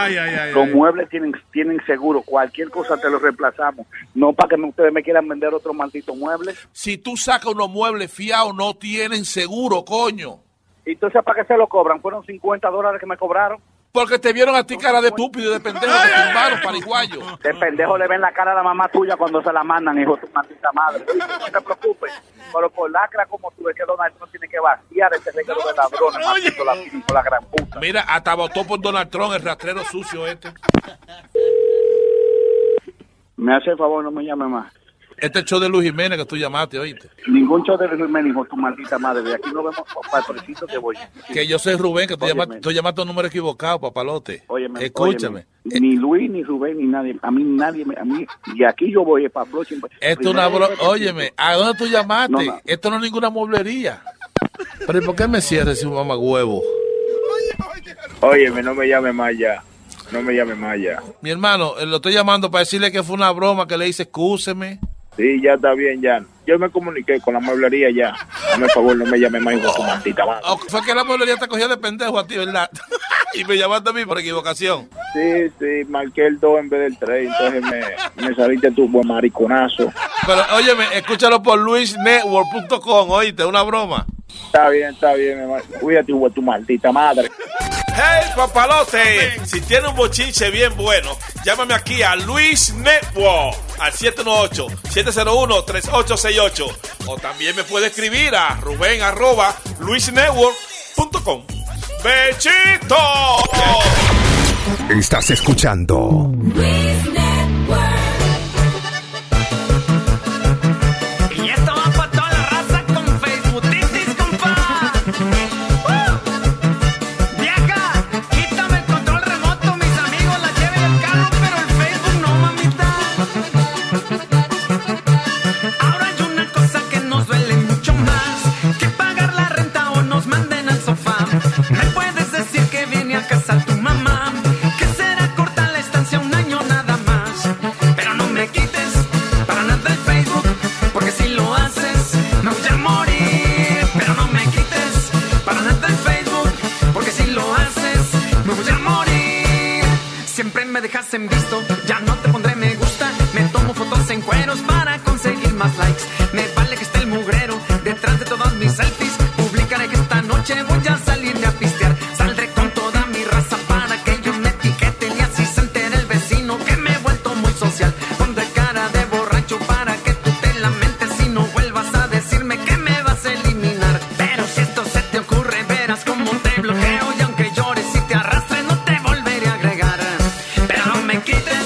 Los muebles tienen, tienen seguro. Cualquier cosa te lo reemplazamos. No para que me- ustedes me quieran vender otro maldito mueble. Si tú sacas unos muebles fiados, no tienen seguro, coño. ¿Y tú sabes para qué se lo cobran? Fueron 50 dólares que me cobraron. Porque te vieron a ti cara de estúpido y de pendejo, te tumbaron, paraguayo. De pendejo le ven la cara a la mamá tuya cuando se la mandan, hijo de tu maldita madre. No te preocupes, pero por lacra como tú es que Donald Trump tiene que vaciar ese regalo de ladrones, maldito la, maldito la gran puta. Mira, hasta votó por Donald Trump, el rastrero sucio este. Me hace el favor, no me llame más. Este show de Luis Jiménez que tú llamaste, oíste. Ningún show de Luis Jiménez, hijo de tu maldita madre. De aquí no vemos para el precinto que voy. Que yo soy Rubén, que tú Oye, llamaste, men. tú llamaste a un número equivocado, papalote. Óyeme, Escúchame. óyeme. Ni Luis, ni Rubén, ni nadie. A mí nadie, me- a mí. Y aquí yo voy para Floching. Esto es una bro... Óyeme, ¿a dónde tú llamaste? No, no. Esto no es ninguna mueblería. Pero ¿y por qué me cierras si un mamá huevo? Óyeme, no me llame más ya. No me llame más ya. Mi hermano, eh, lo estoy llamando para decirle que fue una broma, que le hice excúseme. Sí, ya está bien, ya. Yo me comuniqué con la mueblería ya. Dame el favor, no me llame más, hijo de tu maldita madre. O Oh, fue que la mueblería te cogió de pendejo a ti, ¿verdad? y me llamaste a mí por equivocación. Sí, sí, marqué el 2 en vez del 3, entonces me, me saliste tu buen mariconazo. Pero óyeme, escúchalo por luisnetwork.com, oíste, una broma. Está bien, está bien, mi hermano. Cuídate, hijo de tu maldita madre. ¡Hey, papalote! Si tiene un bochinche bien bueno, llámame aquí a Luis Network al 718-701-3868. O también me puede escribir a ruben arroba luisnetwork.com. ¡Bechito! Estás escuchando Y esto va para toda la raza con Facebookitis, compa. ¡Uh! Viaja, quítame el control remoto, mis amigos la lleven el carro, pero el Facebook no, mamita. Ahora hay una cosa que nos duele mucho más que pagar la renta o nos manden al sofá. Me puedes decir que viene a casa tu mamá, que será corta la estancia un año nada más, pero no me quites para nada el Facebook. Porque si lo haces, me voy a morir. Pero no me quites para nada el Facebook. Porque si lo haces, me voy a morir. Siempre me dejas en visto, ya no te pondré me gusta. Me tomo fotos en cueros para conseguir más likes. Me vale que esté el mugrero detrás de todas mis selfies. Publicaré que esta noche voy a salir a pistear. Saldré con toda mi raza para que ellos me etiqueten. Y así se entere el vecino que me he vuelto muy social. Pondré cara de borracho para que tú te lamentes si no vuelvas a decirme que me vas a eliminar. Pero si esto se te ocurre, verás cómo te bloqueo y aunque llores y te arrastres no te volveré a agregar. Pero no me quites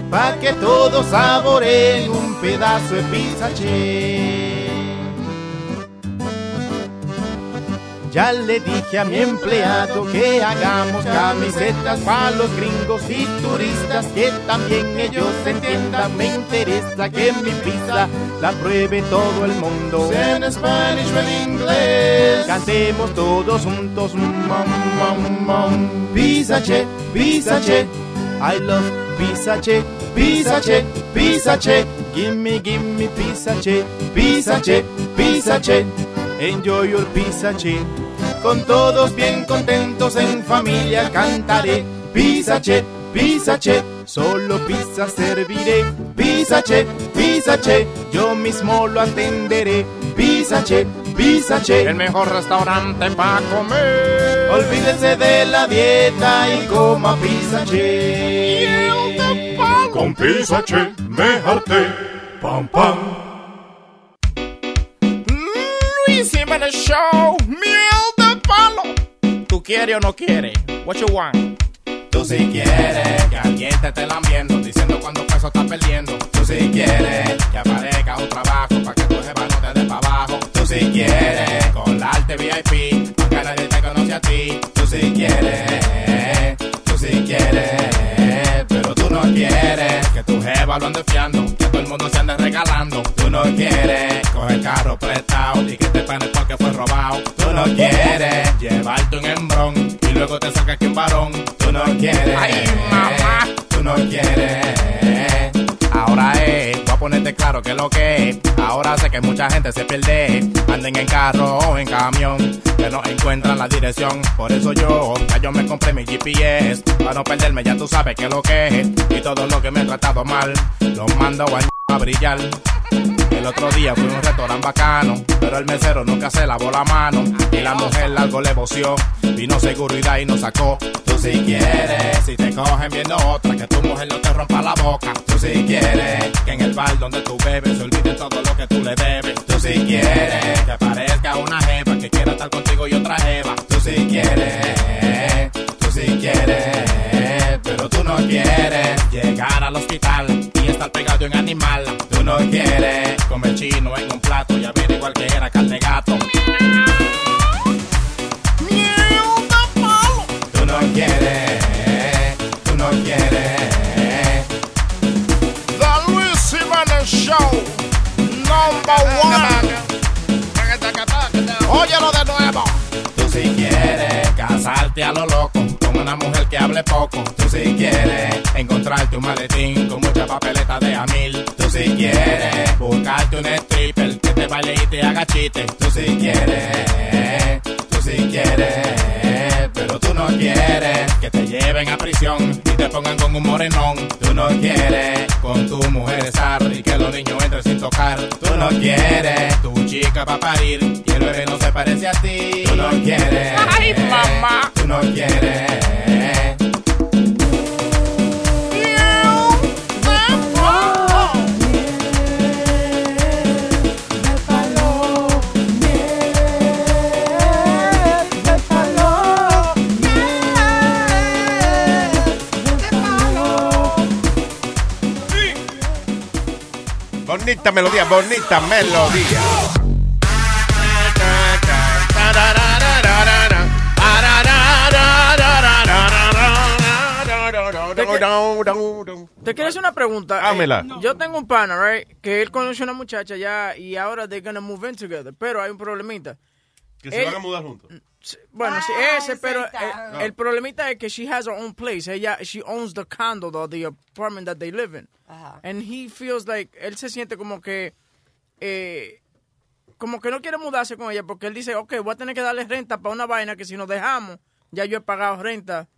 para que todos saboreen un pedazo de Pizza Che. Ya le dije a mi empleado que hagamos camisetas para los gringos y turistas que también ellos entiendan. Me interesa que mi pizza la pruebe todo el mundo. En español o en inglés. Cantemos todos juntos. mm, Mom, mom, mom. mm. Pizza che, pizza che. I love pizza che, pizza che, pizza che. Gimme, gimme pizza che, pizza che, pizza che. Enjoy your pizza che. Con todos bien contentos en familia cantaré. Pizza che, pizza che. Solo pizza serviré. Pizza che, pizza che. Yo mismo lo atenderé. Pizza che, pizza che. El mejor restaurante para comer. Olvídese de la dieta y coma pizza che. Con pizza che me harté. Pam, pam. Luis Jiménez Show, miel de palo. ¿Tú quieres o no quieres? What you want? Tú si quieres que alguien te esté lambiendo, diciendo cuántos pesos estás perdiendo. Tú si quieres que aparezca un trabajo para que tu jeva no te dé para abajo. Tú si quieres colarte VIP para que nadie te conoce a ti. Tú si quieres, tú si quieres, pero tú no quieres que tu jeva lo ande fiando, que todo el mundo se ande regalando. Tú no quieres coger carro prestado y que te panes porque fue robado. Tú no quieres llevarte un hembrón y luego te sacas que un varón. Tú no quieres. Ay, mamá. Tú no quieres. Eh, Ahora es, voy a ponerte claro que lo que es. Ahora sé que mucha gente se pierde. Anden en carro o en camión, que no encuentran la dirección. Por eso yo, ya yo me compré mi GPS. Para no perderme, ya tú sabes que lo que es. Y todo lo que me he tratado mal, lo mando a, a brillar. El otro día fui a un restaurante bacano, pero el mesero nunca se lavó la mano. Y la mujer algo le voció, vino seguridad y nos sacó. Tú si quieres, si te cogen viendo otra, que tu mujer no te rompa la boca. Tú si quieres, que en el bar donde tú bebes se olvide todo lo que tú le debes. Tú si quieres, que parezca una jeva que quiera estar contigo y otra jeva. Tú si quieres, tú si quieres, pero tú no quieres llegar al hospital y estar pegado en animal. Tú no quieres comer chino en un plato y abrir igual que era carne de gato. Tú no quieres, tú no quieres. The Luis Jiménez Show. Number one. Óyelo de nuevo. Tú si quieres casarte a lo loco con una mujer que hable poco. Tú si quieres encontrarte un maletín con mucha papeleta de a mil. Tú si quieres buscarte un stripper que te baile y te haga chiste. Tú si quieres, tú si quieres, pero tú no quieres que te lleven a prisión y te pongan con un morenón. Tú no quieres con tu mujer estar y que los niños entren sin tocar. Tú no quieres tu chica va a parir y el bebé no se parece a ti. Tú no quieres. Ay, mamá. Tú no quieres. Bonita melodía, bonita melodía. Te, que- te quiero hacer una pregunta. Hámela. Eh, yo tengo un pana, right, que él conoció una muchacha ya y ahora they're gonna move in together, pero hay un problemita. Que se Él- Mm, van a mudar juntos. Bueno, sí, ese, pero eh, el, problemita es que she has her own place. Ella, she owns the condo or the apartment that they live in. And he feels like, él se siente como que, eh, como que no quiere mudarse con ella porque él dice, ok, voy a tener que darle renta para una vaina que si nos dejamos, ya yo he pagado renta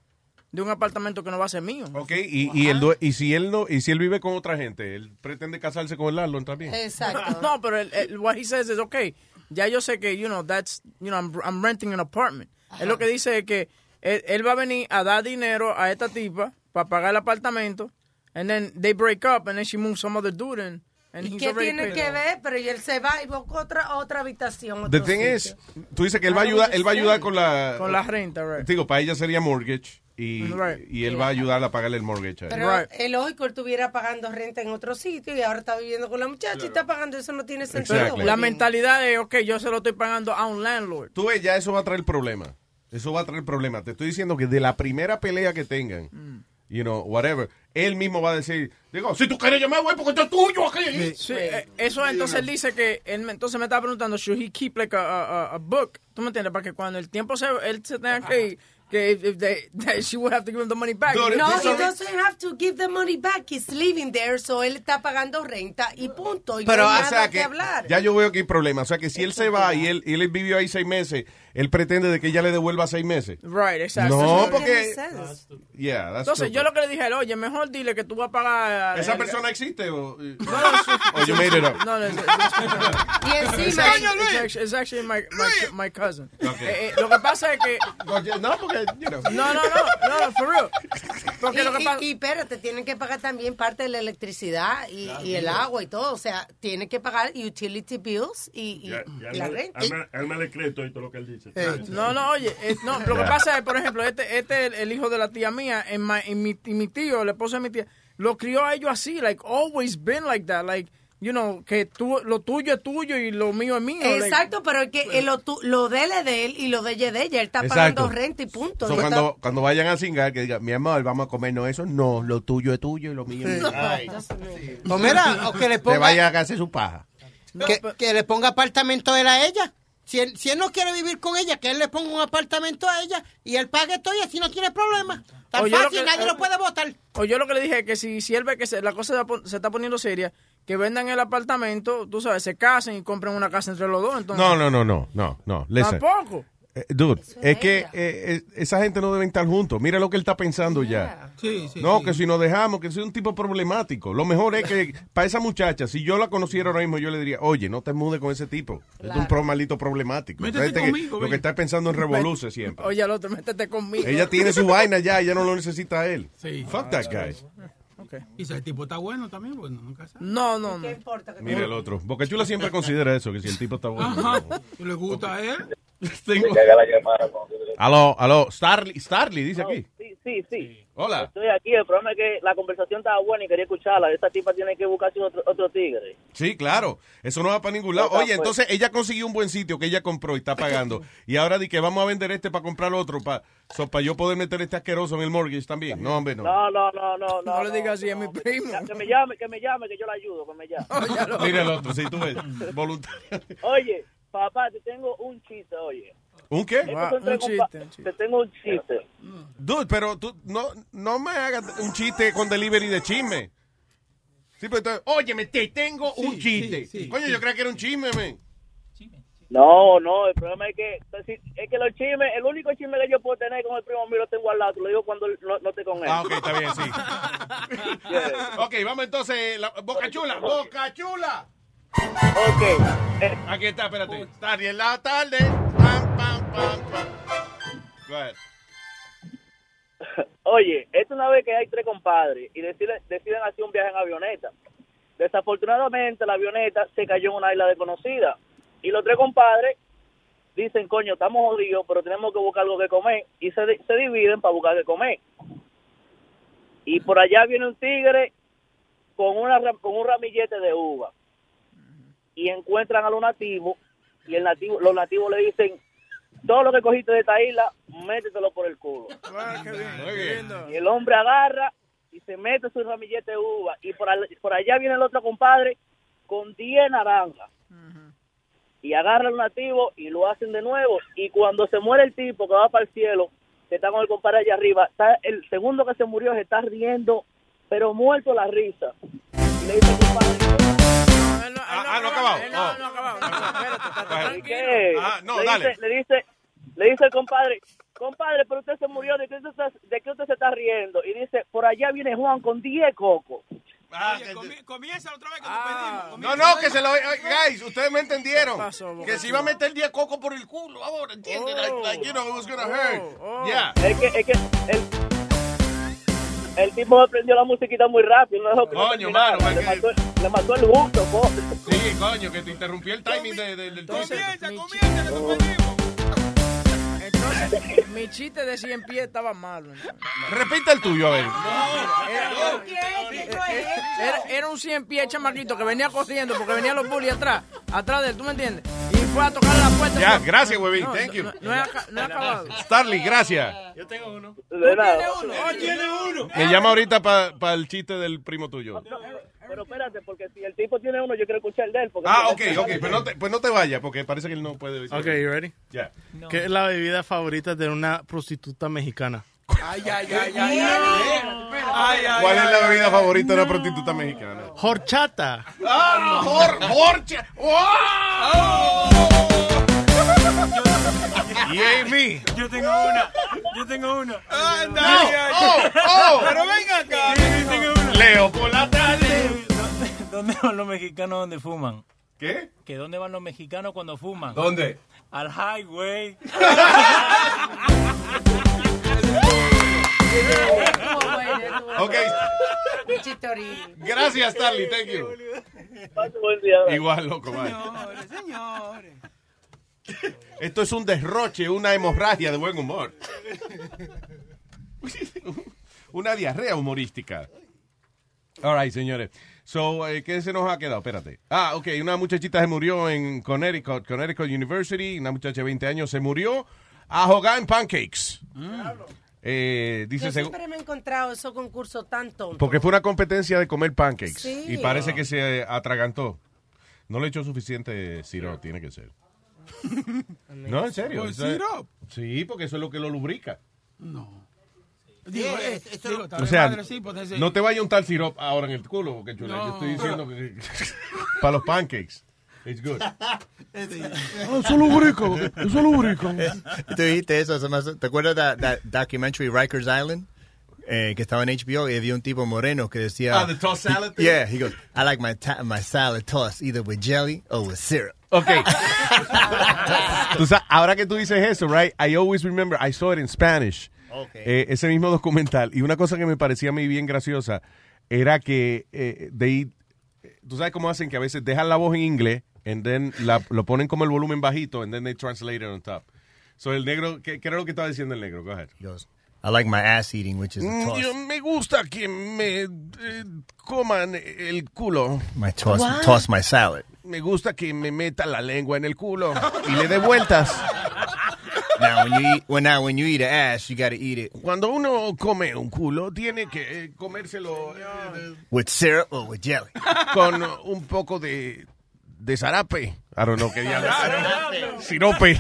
de un apartamento que no va a ser mío. Ok, y, y, el due- y si él no, y si él vive con otra gente, él pretende casarse con el Marlon también. Exacto. no, pero el, el- what he says is okay. Ya yo sé que you know that's you know I'm, I'm renting an apartment. Es lo que dice es que él, él va a venir a dar dinero a esta tipa para pagar el apartamento and then they break up and then she moves some other dude in and he's ¿Qué already tiene paid que off. ver? Pero y él se va y busca otra, otra habitación. The otro thing sitio. is, tú dices que él va a ayudar, él va a ayudar con la Con la renta, right. Digo, para ella sería mortgage y, Right. y él va a ayudarla a pagarle el mortgage. a ella. Pero es lógico, él estuviera pagando renta en otro sitio y ahora está viviendo con la muchacha y está pagando. Eso no tiene sentido. Exactly. La mentalidad es ok, yo se lo estoy pagando a un landlord. Tú ves, ya eso va a traer problema. Eso va a traer problema. Te estoy diciendo que de la primera pelea que tengan, you know, whatever, él mismo va a decir, digo, si tú quieres yo me voy porque esto es tuyo aquí. Sí, eh, eso entonces él dice que él me- entonces me estaba preguntando should he keep like a, a- a- a book tú me entiendes para que cuando el tiempo se él se tenga que ir, que if- if they- that she would have to give him the money back No, You know? he doesn't have to give the money back. He's living there, so él está pagando renta y punto. Y Pero, no hay o nada sea, que, que hablar. ya yo veo que hay problema. O sea, que si él se va y él, y él vivió ahí seis meses, él pretende de que ella le devuelva seis meses. right exacto No, Eso porque... tiene sense. Yeah, that's entonces stupid. yo lo que le dije a él oye mejor dile que tú vas a pagar ¿Esa el- persona existe o...? eh? no, Or you made it up. no, no, it's- it's- Y encima- it's actually- it's actually- it's actually my, my, my cousin Okay. Eh, eh, lo que pasa es que no porque you know. no no no no for real Y, porque lo que y- pasa y espérate, tienen que pagar también parte de la electricidad y, Claro. y el agua y todo. O sea, tienen que pagar utility bills y, y Ya, ya la me- renta. alma- Álmale crédito y todo lo que él dice. No, no, oye, eh, no, lo que Ya. pasa es, por ejemplo, este, este el, el hijo de la tía mía, en my- en mi, y mi tío, el esposo de mi tía, lo crió a ellos así, like, always been like that, like, you know, que tú, lo tuyo es tuyo y lo mío es mío. like- Exacto, pero es que lo, tu- lo de él es de él y lo de ella es de ella. Él está Exacto. pagando renta y punto. So, No está- cuando, cuando vayan a cingar, que digan, mi amor, vamos a comernos eso. No, lo tuyo es tuyo y lo mío es mío. Ay. Sí. O mira, o que le Te ponga, vaya a hacer su paja. que, que le ponga apartamento él a ella. Si él, si él no quiere vivir con ella, que él le ponga un apartamento a ella y él pague todo y así no tiene problema. Tan O yo lo fácil, que- nadie o- lo puede votar. O yo lo que le dije es que si, si él ve que se- la cosa se, va pon- se está poniendo seria, que vendan el apartamento, tú sabes, se casen y compren una casa entre los dos, entonces. No, no, no, no, no, no. Listen. Tampoco. Eh, Dude, es que eh, eh, esa gente no deben estar juntos. Mira lo que él está pensando ya. Sí, sí. No, que si nos dejamos, que soy un tipo problemático. Lo mejor es que para esa muchacha, si yo la conociera ahora mismo, yo le diría, oye, no te mudes con ese tipo. Es un pro malito problemático. Métete Fíjate que conmigo, lo ven. que está pensando en revoluce siempre. Oye, al otro, métete conmigo. Ella tiene su vaina ya, ella no lo necesita a él. Sí. Ah. Fuck that guy. Y si el tipo está bueno también, pues, bueno, nunca sabe. No, no, no. Mira el otro. Bocachula siempre considera eso, que si el tipo está bueno. Ajá. ¿Y le gusta a él? Tengo- Aló, aló, Starly, Starly dice aquí. Sí, sí, sí. Hola. Estoy aquí. El problema es que la conversación estaba buena y quería escucharla. Esta tipa tiene que buscarse otro, otro tigre. Sí, claro. Eso no va para ningún lado. Otra, Oye, pues. entonces ella consiguió un buen sitio que ella compró y está pagando. Y ahora di que vamos a vender este para comprar otro, para yo poder meter este asqueroso en el mortgage también. No, hombre, no. No, no, no, no. No, le digas así a mi primo. Que me llame, que me llame, que yo la ayudo, que me llame. Mira el otro, si tú ves. Voluntario. Oye, papá, te tengo un chiste, oye. ¿Un qué? Estos son tres compa- Te tengo un chiste. Dude, pero tú no, no me hagas un chiste con delivery de chisme. Sí, pero entonces, oye, me te tengo un chiste. Coño, yo creía que era un chisme, men. No, no, el problema es que es decir, es que los chismes, el único chisme que yo puedo tener con el primo mío lo tengo al lado, te lo digo cuando no, no esté con él. Ah, ok, está bien, sí. ok, vamos entonces. La, boca chula, boca chula. Ok. Aquí está, espérate. Tarde en la tarde. Pam, pam, pam, pam. Go ahead. Oye, es una vez que hay tres compadres y deciden, deciden hacer un viaje en avioneta. Desafortunadamente la avioneta se cayó en una isla desconocida y los tres compadres dicen, coño, estamos jodidos, pero tenemos que buscar algo que comer y se, di- se dividen para buscar que comer. Y por allá viene un tigre con, una, ra- con un ramillete de uva y encuentran a los nativos y el nativo, los nativos le dicen, todo lo que cogiste de esta isla, métetelo por el culo. Y el hombre agarra y se mete su ramillete de uva. Y por, al- por allá viene el otro compadre con 10 naranjas. Y agarra al nativo y lo hacen de nuevo. Y cuando se muere el tipo que va para el cielo, que está con el compadre allá arriba, está- el segundo que se murió se está riendo, pero muerto la risa. Y le dice al compadre, Ah, no ha acabado. Oh. Ah, ¿qué? le dice, le dice, le dice el compadre, Compadre, pero usted se murió, ¿de qué, usted, está- de qué usted se está riendo? Y dice, por allá viene Juan con 10 cocos. Ah, comienza otra vez que nos No, pedimos. no, que se lo... eh, Guys, ustedes me entendieron. boca? que se iba a meter 10 coco por el culo ahora, ¿entiendes? Like, like, you know, it was gonna hurt. Yeah. Es que, es que el, el tipo me prendió la musiquita muy rápido. No dejó que Coño, terminara. mano, le, mató, le mató el gusto, po. Sí, coño, que te interrumpí el timing de- de- del Comienza, comienza, Entonces, mi chiste de 100 pies estaba malo. ¿no? Repita el tuyo, a ver. Era, era- era un 100 pies chamaquito que venía corriendo porque venían los bullies atrás, atrás de él, ¿tú me entiendes? Y fue a tocar la puerta. Ya, gracias, huevín. No, Thank no- you. No, no he aca- no he acabado. Starly, gracias. Yo tengo uno. Oh, nada. tiene uno. Me llama ahorita para el chiste del primo tuyo. Pero espérate, porque si el tipo tiene uno, yo quiero escuchar el de él. porque- Ah, ok, ok. Pues no te, pues no te vayas, porque parece que él no puede decir. Ok, you ready? Ya. ¿Qué es la bebida favorita de una prostituta mexicana? Ay, ay, ay, ay, ay. ¿Cuál es la bebida favorita de la prostituta mexicana? Horchata. ¡Ah, jor, jorcha! ¡Oh! ¡Wow! Y Amy. Yo tengo una. Yo tengo una. no. Oh, oh. Pero ven acá. Leo, por la tarde. ¿Dónde van los mexicanos donde fuman? ¿Qué? ¿Que dónde van los mexicanos cuando fuman? ¿Dónde? Al highway. Ok. Gracias, Starly. Thank you. Igual, loco, bye. Señores, señores. Esto es un derroche, una hemorragia de buen humor. Una diarrea humorística. All right, señores. So, eh, ¿qué se nos ha quedado? Espérate. Ah, ok. Una muchachita se murió en Connecticut, Connecticut University. Una muchacha de 20 años se murió a jugar en pancakes. Eh, Mm. dice, Yo segu- siempre me he encontrado esos concursos tan tontos. porque fue una competencia de comer pancakes. Sí. Y parece que se atragantó. No le echó suficiente sirop, tiene que ser. No, en serio. ¿Con eso es- syrup? Sí, porque eso es lo que lo lubrica. No. Digo, eh, digo, tal O vez sea, madre sí, pues, ese- no te vaya a untar sirop ahora en el culo, porque chula, No. yo estoy diciendo que para los pancakes. It's good. Eso lubrica, eso lubrica. Eh, Tú dijiste eso, eso me hace- ¿te acuerdas de that documentary Rikers Island? Eh, que estaba en HBO y había un tipo moreno que decía... Ah, the tossed salad thing? yeah, he goes, I like my, ta- my salad tossed either with jelly or with syrup. Okay. Tú sabes, ahora que tú dices eso, right? I always remember, I saw it in Spanish. Okay. Eh, ese mismo documental. Y una cosa que me parecía a mí bien graciosa era que eh, they- tú sabes cómo hacen que a veces dejan la voz en inglés and then la- lo ponen como el volumen bajito and then they translate it on top. So el negro, ¿qué, qué era lo que estaba diciendo el negro? Go ahead. I like my ass eating, which is a Mm, toss. yo- me gusta que me eh, coman el culo. My toss, Wow. toss my salad. Me gusta que me meta la lengua en el culo y le dé vueltas. Now when you eat, well, now when you eat an ass, you got to eat it Cuando uno come un culo, tiene que eh, comérselo eh, with syrup or with jelly. con un poco de, de zarape. I don't know qué diablos. Sirope.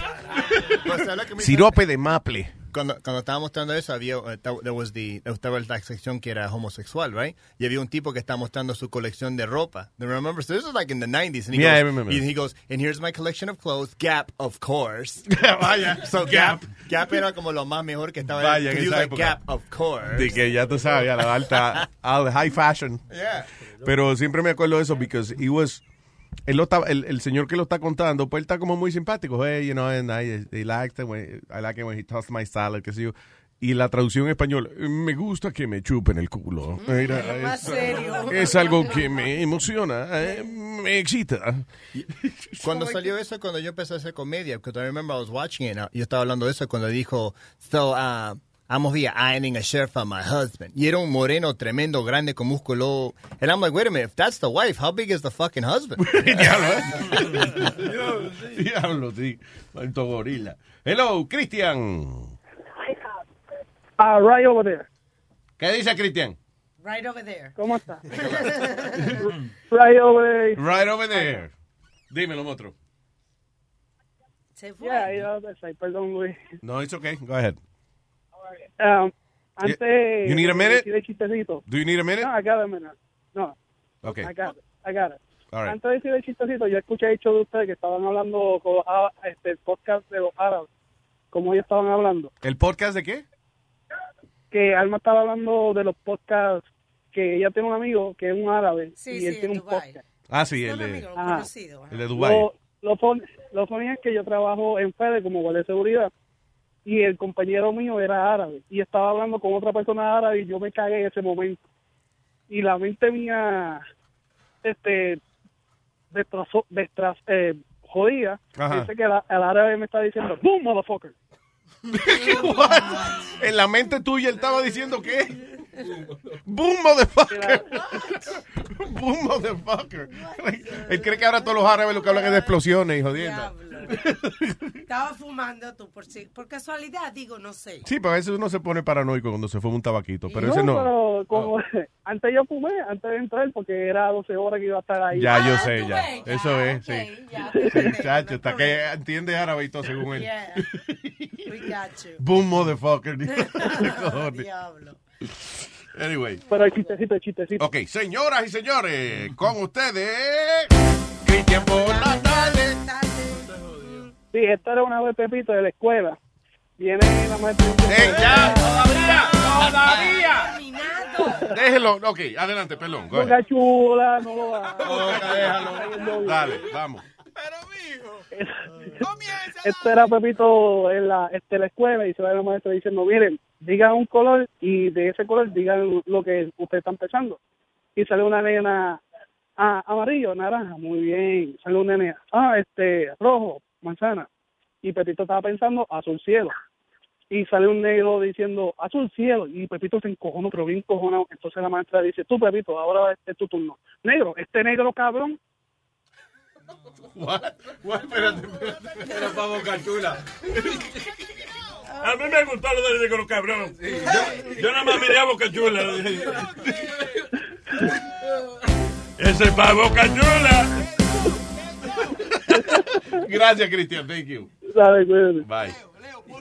Pues, Sirope de maple. Cuando, cuando estaba mostrando eso, había, eh, ta- there was the- estaba la sección que era homosexual, right? Y había un tipo que estaba mostrando su colección de ropa. Do you remember? So this was like in the 90s. And he Yeah, goes, I remember. And he goes, and here's my collection of clothes. Gap, of course. Vaya, So Gap. Gap. Gap era como lo más mejor que estaba. Vaya, en Because he was esa like, época. Gap, of course. De que ya tú sabes, a la alta, al high fashion. Yeah. Pero siempre me acuerdo de eso because it was él lo estaba- el, el señor que lo está contando, pues él está como muy simpático. Hey, you know, and I, I like the way- I like it when he tossed my salad, qué sé yo. Y la traducción en español, me gusta que me chupen el culo. Era- más es, serio. es algo que me emociona, eh, me excita. Cuando salió eso, cuando yo empecé a hacer comedia, because I remember I was watching it, yo estaba hablando de eso cuando dijo, so, uh, I'm over here ironing a shirt for my husband. Y era un moreno tremendo, grande, con músculo. And I'm like, wait a minute, if that's the wife, how big is the fucking husband? Diablo, sí. Tanto gorila. Hello, Cristian. Ah, right over there. ¿Qué dice Cristian? Right over there. ¿Cómo está? right over there. Right over there. Dímelo, otro. Se fue. Yeah, yeah, that's right. Perdón, Luis. No, it's okay. Go ahead. Um, antes... Eh, you need a minute? de chistecito. Do you need a minute? No, I got a minute. No, Okay. I got it. I got it. All right. Antes de decir el chistecito, yo escuché dicho de ustedes que estaban hablando con los árabes, este, el podcast de los árabes. como ellos estaban hablando. ¿El podcast de qué? Que Alma estaba hablando de los podcasts que ella tiene un amigo que es un árabe Sí, y sí, él en tiene un Dubái. podcast. Ah, sí, el de, Ajá. el de Dubai. Lo, lo, pon- lo ponía que yo trabajo en FEDE como guardia de seguridad y el compañero mío era árabe y estaba hablando con otra persona árabe y yo me cagué en ese momento. Y la mente mía, este, destrozó, destraz, eh, jodida, Ajá. dice que la- el árabe me está diciendo, boom, motherfucker. What? En la mente tuya él estaba diciendo que boom motherfucker. boom motherfucker. Él cree que ahora todos los árabes lo que hablan es de explosiones y jodienda. Estaba fumando tú por, si- por casualidad, digo, no sé. Sí, pero a veces uno se pone paranoico cuando se fuma un tabaquito, pero ese no. pero Oh. como, antes yo fumé, antes de entrar, porque era 12 horas que iba a estar ahí. Ya, yo sé, Ah, ya. Eso es, sí. Sí, chacho, hasta que entiende árabe y todo según él. Yeah. We got you. Boom motherfucker. Cojones. Diablo. Anyway. Pero el chistecito, el chistecito. Ok, señoras y señores, con ustedes, Cristian Bonatale. Sí, esta era una vez Pepito de la escuela. Viene la maestra. ya! ¡Todavía! ¡Todavía! Déjelo, ok, adelante, perdón. go ahead. Boca chula, no lo hagas. déjalo. Dale, vamos. Esto era Pepito en la, este, la escuela y se va la maestra diciendo, miren, digan un color y de ese color digan lo que ustedes están pensando. Y sale una nena, ah, amarillo, naranja, muy bien. Sale una nena, ah, este, rojo, manzana. Y Pepito estaba pensando, azul cielo. Y sale un negro diciendo, azul cielo. Y Pepito se encojonó, pero bien encojonado. Entonces la maestra dice, tú, Pepito, ahora este es tu turno. Negro, este negro cabrón What? What? Espérate, espérate. Era para Boca Chula. A mí me gustó lo de los cabrón. Yo, yo nada más miré a Boca Chula. Ese es para Boca Chula. Gracias, Cristian, thank you. Dale, cuídate. Bye.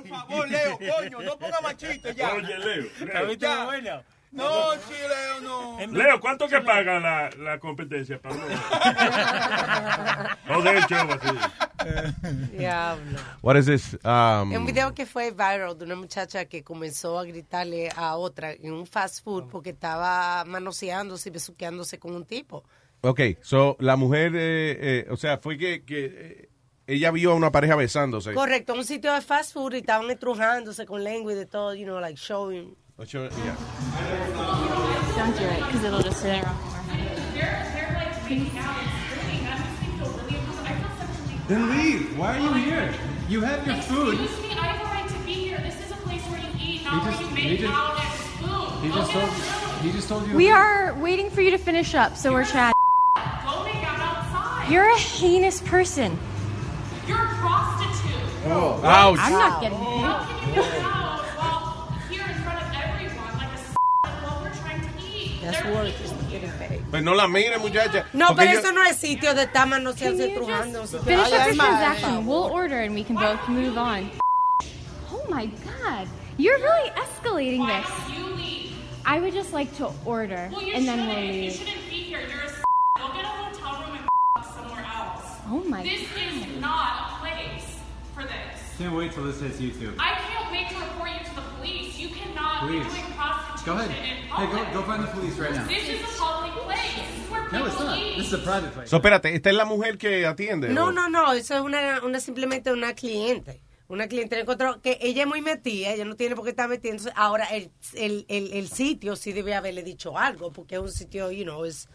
favor, Leo, coño, no ponga machito ya. Oye, Leo, Leo. Ya. No, sí, Leo, no. Leo, ¿cuánto que paga la, la competencia para Joder, chavo, Eh. sí. Diablo. What is this? Um, Es un video que fue viral de una muchacha que comenzó a gritarle a otra en un fast food porque estaba manoseándose y besuqueándose con un tipo. ok, so la mujer, eh, eh, o sea, fue que, que, eh, ella vio a una pareja besándose. Correcto, un sitio de fast food y estaban estrujándose con lengua y de todo, you know, like showing. Ocho- ya. Don't do it, because it'll just sit around. Then leave. Why are you here? You have your food. Excuse me, I have a right to be here. This is a place where you eat, He not where just- you he make just- out and food. He just told he just told you. We are waiting for you to finish up, so we're chatting. Go make out outside. You're a heinous person. You're a prostitute. Oh. Ouch. I'm not getting How can you make out while here in front of everyone like a s- while we're trying to eat? That's There are work, people it's getting paid. Pues no la mire, muchacha. No, Porque pero ella- eso no es sitio de estar manoseándose y estrujándose. Finish Ay, up your Alma, transaction. We'll order and we can both move on. Oh my god. You're really escalating this. I would just like to order Well, you and then shouldn't. we'll you leave. shouldn't be here. You're a s- Go get a hotel room and somewhere else. Oh my This is not a place for this. Can't wait till this hits YouTube. I can't wait to report you to the police. You cannot be Please. doing prostitution Go ahead. in Hey, public. go, go find the police right now. This is a public place. This is where people No, it's not. eat. This is a private place. So, espérate, esta es la mujer que atiende. No, este, ¿o? no, no, eso es una, una simplemente una cliente. Una cliente le encontró que ella es muy metida, ella no tiene por qué estar metiéndose. Ahora, el, el, el, el sitio sí debe haberle dicho algo, porque es un sitio, you know, es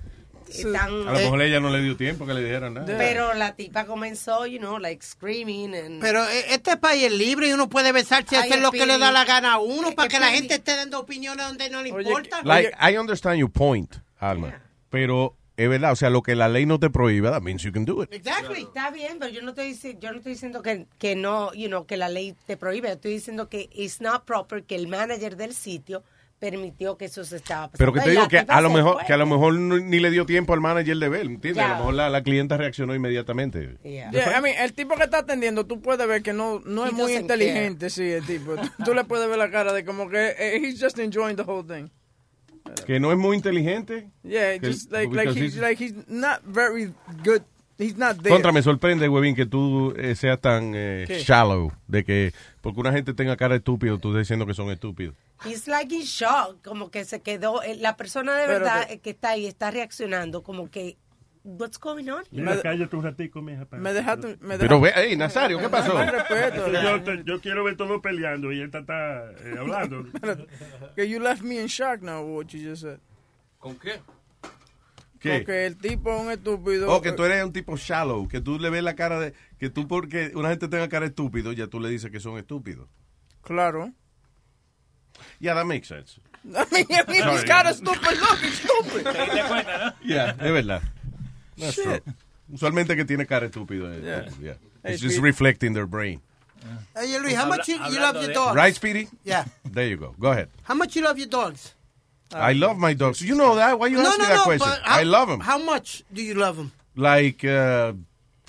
es tan... A lo mejor ella no le "Ah". dio tiempo que le dijeran nada. Eh, Pero la tipa comenzó, you know, like screaming and... Pero eh, este país es libre y uno puede besarse y Ay, hacer lo que le da la Speedy. gana a uno para que la Speedy. gente esté dando opiniones donde no le importa. Like, I understand your point, Alma. Pero es verdad, o sea, lo que la ley no te prohíbe, that means you can do it. Exactly. Está bien, pero yo no estoy, dici- yo no estoy diciendo que, que no, you know, que la ley te prohíbe. Yo estoy diciendo que it's not proper que el manager del sitio permitió que eso se estaba pasando. Pero que te Y la digo que tipa a lo se mejor fue. que a lo mejor no- ni le dio tiempo al manager de ver, ¿entiendes? A Ya. lo mejor la, la clienta reaccionó inmediatamente. Yeah, I mean, el tipo que está atendiendo, tú puedes ver que no, no es He muy doesn't inteligente, sí, el tipo. Tú, tú le puedes ver la cara de como que eh, he's just enjoying the whole thing. Que no es muy inteligente. Yeah, Que- just like because like he's he's- like he's not very good He's not there. Contra, me sorprende, huevín, que tú eh, seas tan eh, ¿Qué? shallow. De que, porque una gente tenga cara de estúpido, tú estás diciendo que son estúpidos. He's like in shock, como que se quedó. eh, La persona de Pero verdad que- eh, que está ahí está reaccionando, como que, what's going on? Mira, cállate un ratico, mija. pa- Me dejaste. Me Pero ve, dejaste- hey, Nazario, ¿qué pasó? Con respeto. Yo, te- yo quiero ver todo peleando y esta está eh, hablando. Que you left me in shock now, what you just said. ¿Con qué? ¿Qué? Porque el tipo es un estúpido. eh, O Oh, que tú eres un tipo shallow, que tú le ves la cara de... Que tú porque una gente tenga cara de estúpido, ya tú le dices que son estúpidos. Claro. Yeah, that makes sense. I mean, he's Sorry. kind pues, of stupid. Look, he's stupid. Yeah, es verdad. That's Shit. true. Usualmente que tiene cara de estúpido. eh, Yeah. yeah. Hey, It's just Speedy. reflecting their brain. Hey, Luis, how much you, you love your dogs? Right, Speedy? Oh. Yeah. There you go. Go ahead. How much you love your dogs? I love my dogs. You know that? Why you no, ask no, me that no, question? but how, I love 'em. them. How much do you love them? Like uh,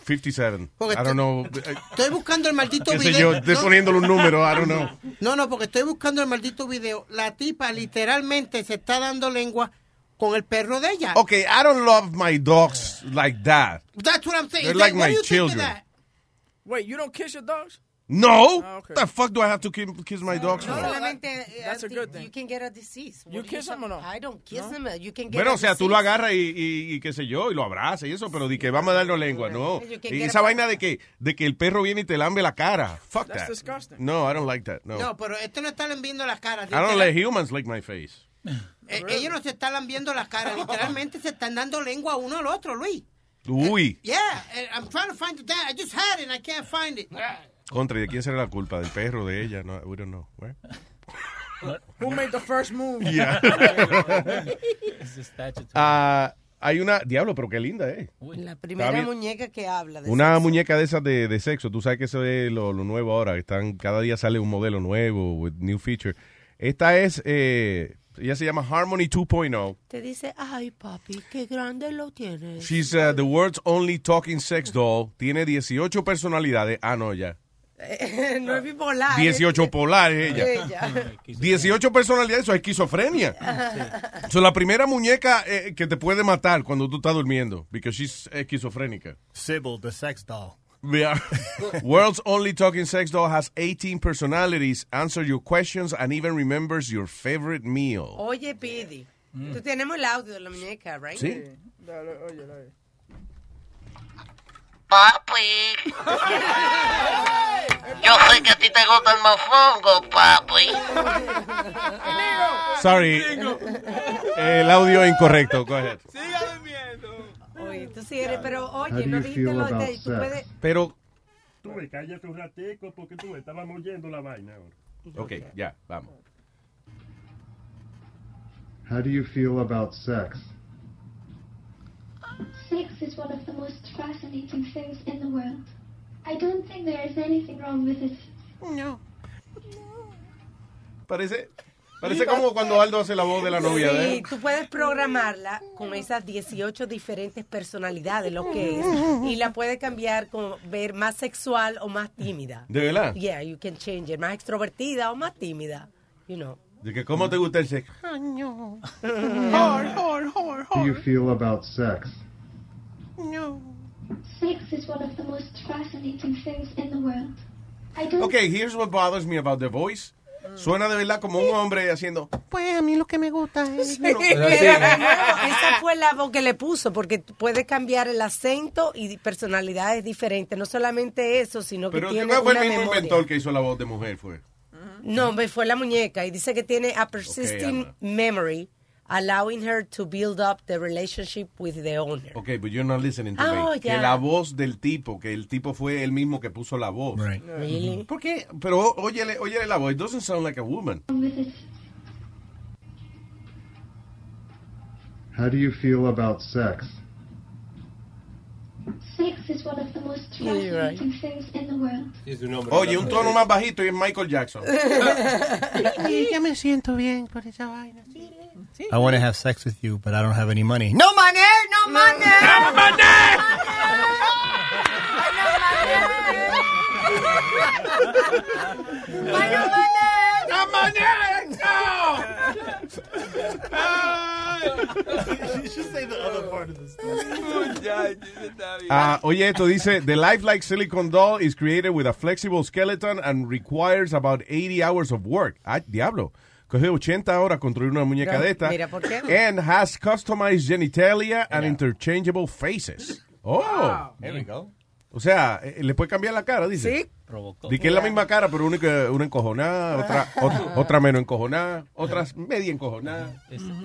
57. Porque I don't know. Estoy buscando el maldito Qué sé video. Eh, yo, estoy No, poniéndole un número, I don't know. No, no, porque estoy buscando el maldito video. La tipa literalmente se está dando lengua con el perro de ella. Okay, I don't love my dogs like that. That's what I'm saying. They're It's like what my do you think of children. that? Wait, you don't kiss your dogs? No. Ah, okay. The fuck do I have to ki- kiss my dogs for? Solamente, eh, that's a ti- good thing. You can get a disease. You kiss them or no? I don't kiss them. uh, You can get Bueno, a o sea, tú disease. lo agarras y, y- y qué sé yo, y lo abrazas y eso, pero di que vamos a darle lengua, no. You can Y get esa a- vaina de que, de que el perro viene y te lambe la cara. Fuck That's that. disgusting. No, I don't like that. No. No, pero este no está viendo las caras. I don't literal- let humans lick my face. Eh, ellos no se están viendo las caras. Literalmente se están dando lengua uno al otro, Luis. Uy, Yeah, eh, I'm trying to find it. I just had it and I can't find it. contra, ¿y de quién será la culpa? ¿Del perro, de ella? No, we don't know. Where? Who made the first move? Yeah. Ah, hay una, diablo, pero qué linda, eh. La Está primera bien. muñeca que habla. de Una sexo. muñeca de esas de, de sexo, tú sabes que eso es lo, lo nuevo ahora, que están, cada día sale un modelo nuevo, with new feature. Esta es, eh, ella se llama Harmony oh. 2.0. Te dice, ay, papi, qué grande lo tienes. She's uh, the world's only talking sex doll. Tiene 18 personalidades. Ah, no, ya. Eh, no es bipolar. 18 polares ella. Ella. 18 personalidades, eso es esquizofrenia. So, la primera muñeca eh, que te puede matar cuando tú estás durmiendo, because she's esquizofrénica. Sybil, the sex doll. Yeah. World's only talking sex doll has 18 personalities, answer your questions, and even remembers your favorite meal. Oye, Pidi, tú tenemos el audio de la muñeca, right? Sí. Dale, oye, dale. Papi. Yo sé que a ti te gusta el mofongo, papi. Sorry, el audio incorrecto. Go ahead. Oye, tú sí eres, pero How oye, do no you dijiste feel lo about de... Tú sex? puedes... Pero, Tú ves, cállate un ratico porque tú ves, estábamos oyendo la vaina ahora. ok, ya, vamos. How do you feel about sex? Sex is one of the most fascinating things in the world. I don't think there is anything wrong with it. No. Parece, parece como cuando Aldo hace la voz de la novia ¿eh? de Sí, él. tú puedes programarla con esas 18 diferentes personalidades, lo que es, y la puedes cambiar con ver más sexual o más tímida. ¿De verdad? Yeah, you can change it, más extrovertida o más tímida, you know. De que cómo te gusta el sexo. no. Mm. How do you feel about sex? No. Sex is one of the most fascinating things in the world. I don't Ok, here's what bothers me about the voice. Suena de verdad como un hombre haciendo... Pues a mí lo que me gusta es... esa fue la voz que le puso, porque puede cambiar el acento y personalidades diferentes. No solamente eso, sino que Pero tiene creo que fue una el mismo memoria. inventor que hizo la voz de mujer, fue. No, me fue la muñeca y dice que tiene a persisting Ana. memory, allowing her to build up the relationship with the owner. Ok, but you're not listening to Oh, me. ya. Que la voz del tipo, que el tipo fue el mismo que puso la voz. Really? ¿Por qué? Pero ó- óyele, óyele la voz. It doesn't sound like a woman. with it. How do you feel about sex? Sex is one of the most Yeah, fascinating you're right. things in the world. Oye, un tono más bajito y es Michael Jackson. ya me siento bien por esa vaina. I want to have sex with you, but I don't have any money. No maner, no maner. No maner. ¡No, mané! ¡No! You should say the other part of the Ah, oye, esto dice, the lifelike silicone doll is created with a flexible skeleton and requires about 80 hours of work. Ah, diablo. Coge 80 horas construir una muñeca de esta. Mira, ¿por qué? And has customized genitalia and interchangeable faces. Oh. There we go. O sea, eh, le puede cambiar la cara, dice. Sí. Provocó. Di que es la misma cara, pero una, que- una encojonada, otra, ot- otra menos encojonada, otras media encojonada.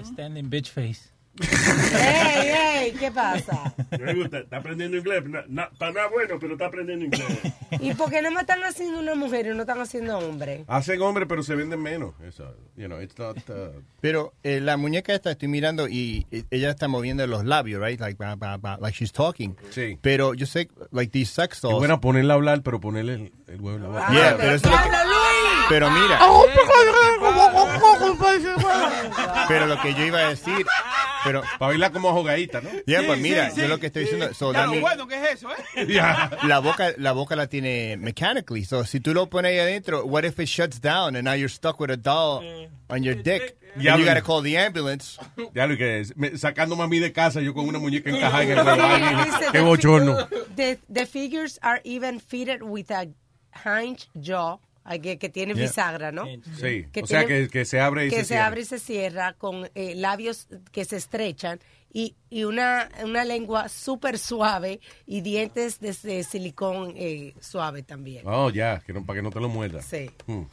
Standing bitch face. ¡Ey, ey! ¿Qué pasa? Me gusta, está aprendiendo inglés. Na- na- para nada bueno, pero está aprendiendo inglés. ¿Y por qué no me están haciendo una mujer y no están haciendo hombre? Hacen hombre, pero se venden menos. Eso, you know, it's not, uh, Pero eh, la muñeca esta estoy mirando y eh, ella está moviendo los labios, right? Like, ba, ba, ba, like she's talking. Sí. Pero yo sé, like these sex Es dolls. bueno ponerle a hablar, pero ponerle el, el huevo en la boca. Yeah, pero eso es lo que- Pero mira, Ah, oh, pero lo que yo iba a decir, pero para bailar como ahogadita, ¿no? Ya, pues Sí, mira, sí, sí. yo lo que estoy diciendo, so Ya, that lo means- bueno que es eso, ¿eh? la boca, la boca la tiene mechanically. So si tú lo pones ahí adentro, what if it shuts down and now you're stuck with a doll on your dick? And Ya you lo- gotta call the ambulance. Ya lo que es, me- sacándome a mí de casa, yo con una muñeca encajada en el Dice, huevo. Qué the bochorno. fi- The, the figures are even fitted with a hinge jaw, ay, que, que tiene Yeah. bisagra, ¿no? Sí, o sea, tiene- que- que se abre y que se cierra. abre y se cierra con eh, labios que se estrechan y, y una, una lengua súper suave y dientes de, de silicón eh, suave también. Oh, ya, que no, para que no te lo muerda. Sí. Hmm.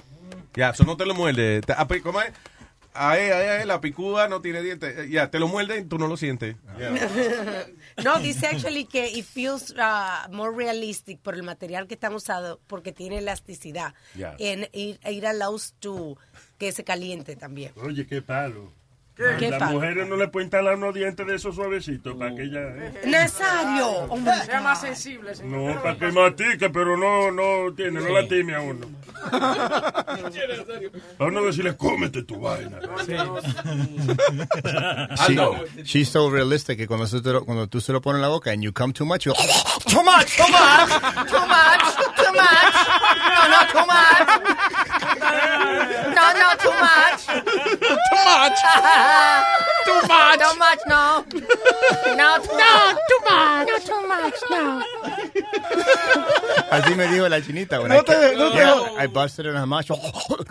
Ya, eso no te lo muerde. Te- ah, pe- ¿Cómo es? Ahí, ahí, ahí, la picuda no tiene dientes. Eh, Ya, te lo muerde y tú no lo sientes. Ya. No, dice actually que it feels uh, more realistic por el material que están usando porque tiene elasticidad. Yeah. En ir, ir allows to que se caliente también. Oye, qué palo. ¿Qué? ¿Qué Las palo? mujeres no le pueden instalar unos dientes de esos suavecitos para que ella... eh. Nazario, oh my sea más sensible, señor. No, para que matique, pero no, no tiene, no la time a uno. A uno decirle, cómete tu vaina. She- Aldo. she's so realistic que cuando, se te lo- cuando tú se lo pones en la boca and you come too much, you Too much, too much, too much, too much. No, no, too much. No, no, too much. Too much. too much. Too much, no. No, too no, too much. No, too much, no. así me dijo la chinita. when No I te- came- no te- Yeah, I busted in her mouth. she-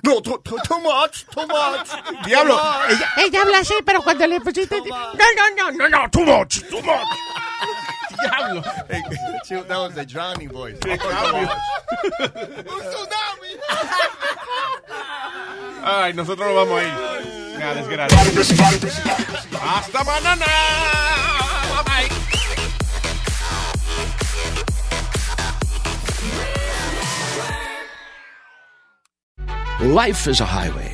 No, too, too- too much, too much. Diablo, ella- ella habla así, pero cuando le pusiste... No, no, no, no, no, too much, too much. Diablo. She- that was the drowning voice. Ay, nosotros nos vamos ahí. Ya, desgracias. Hasta mañana. Bye bye. Life is a highway,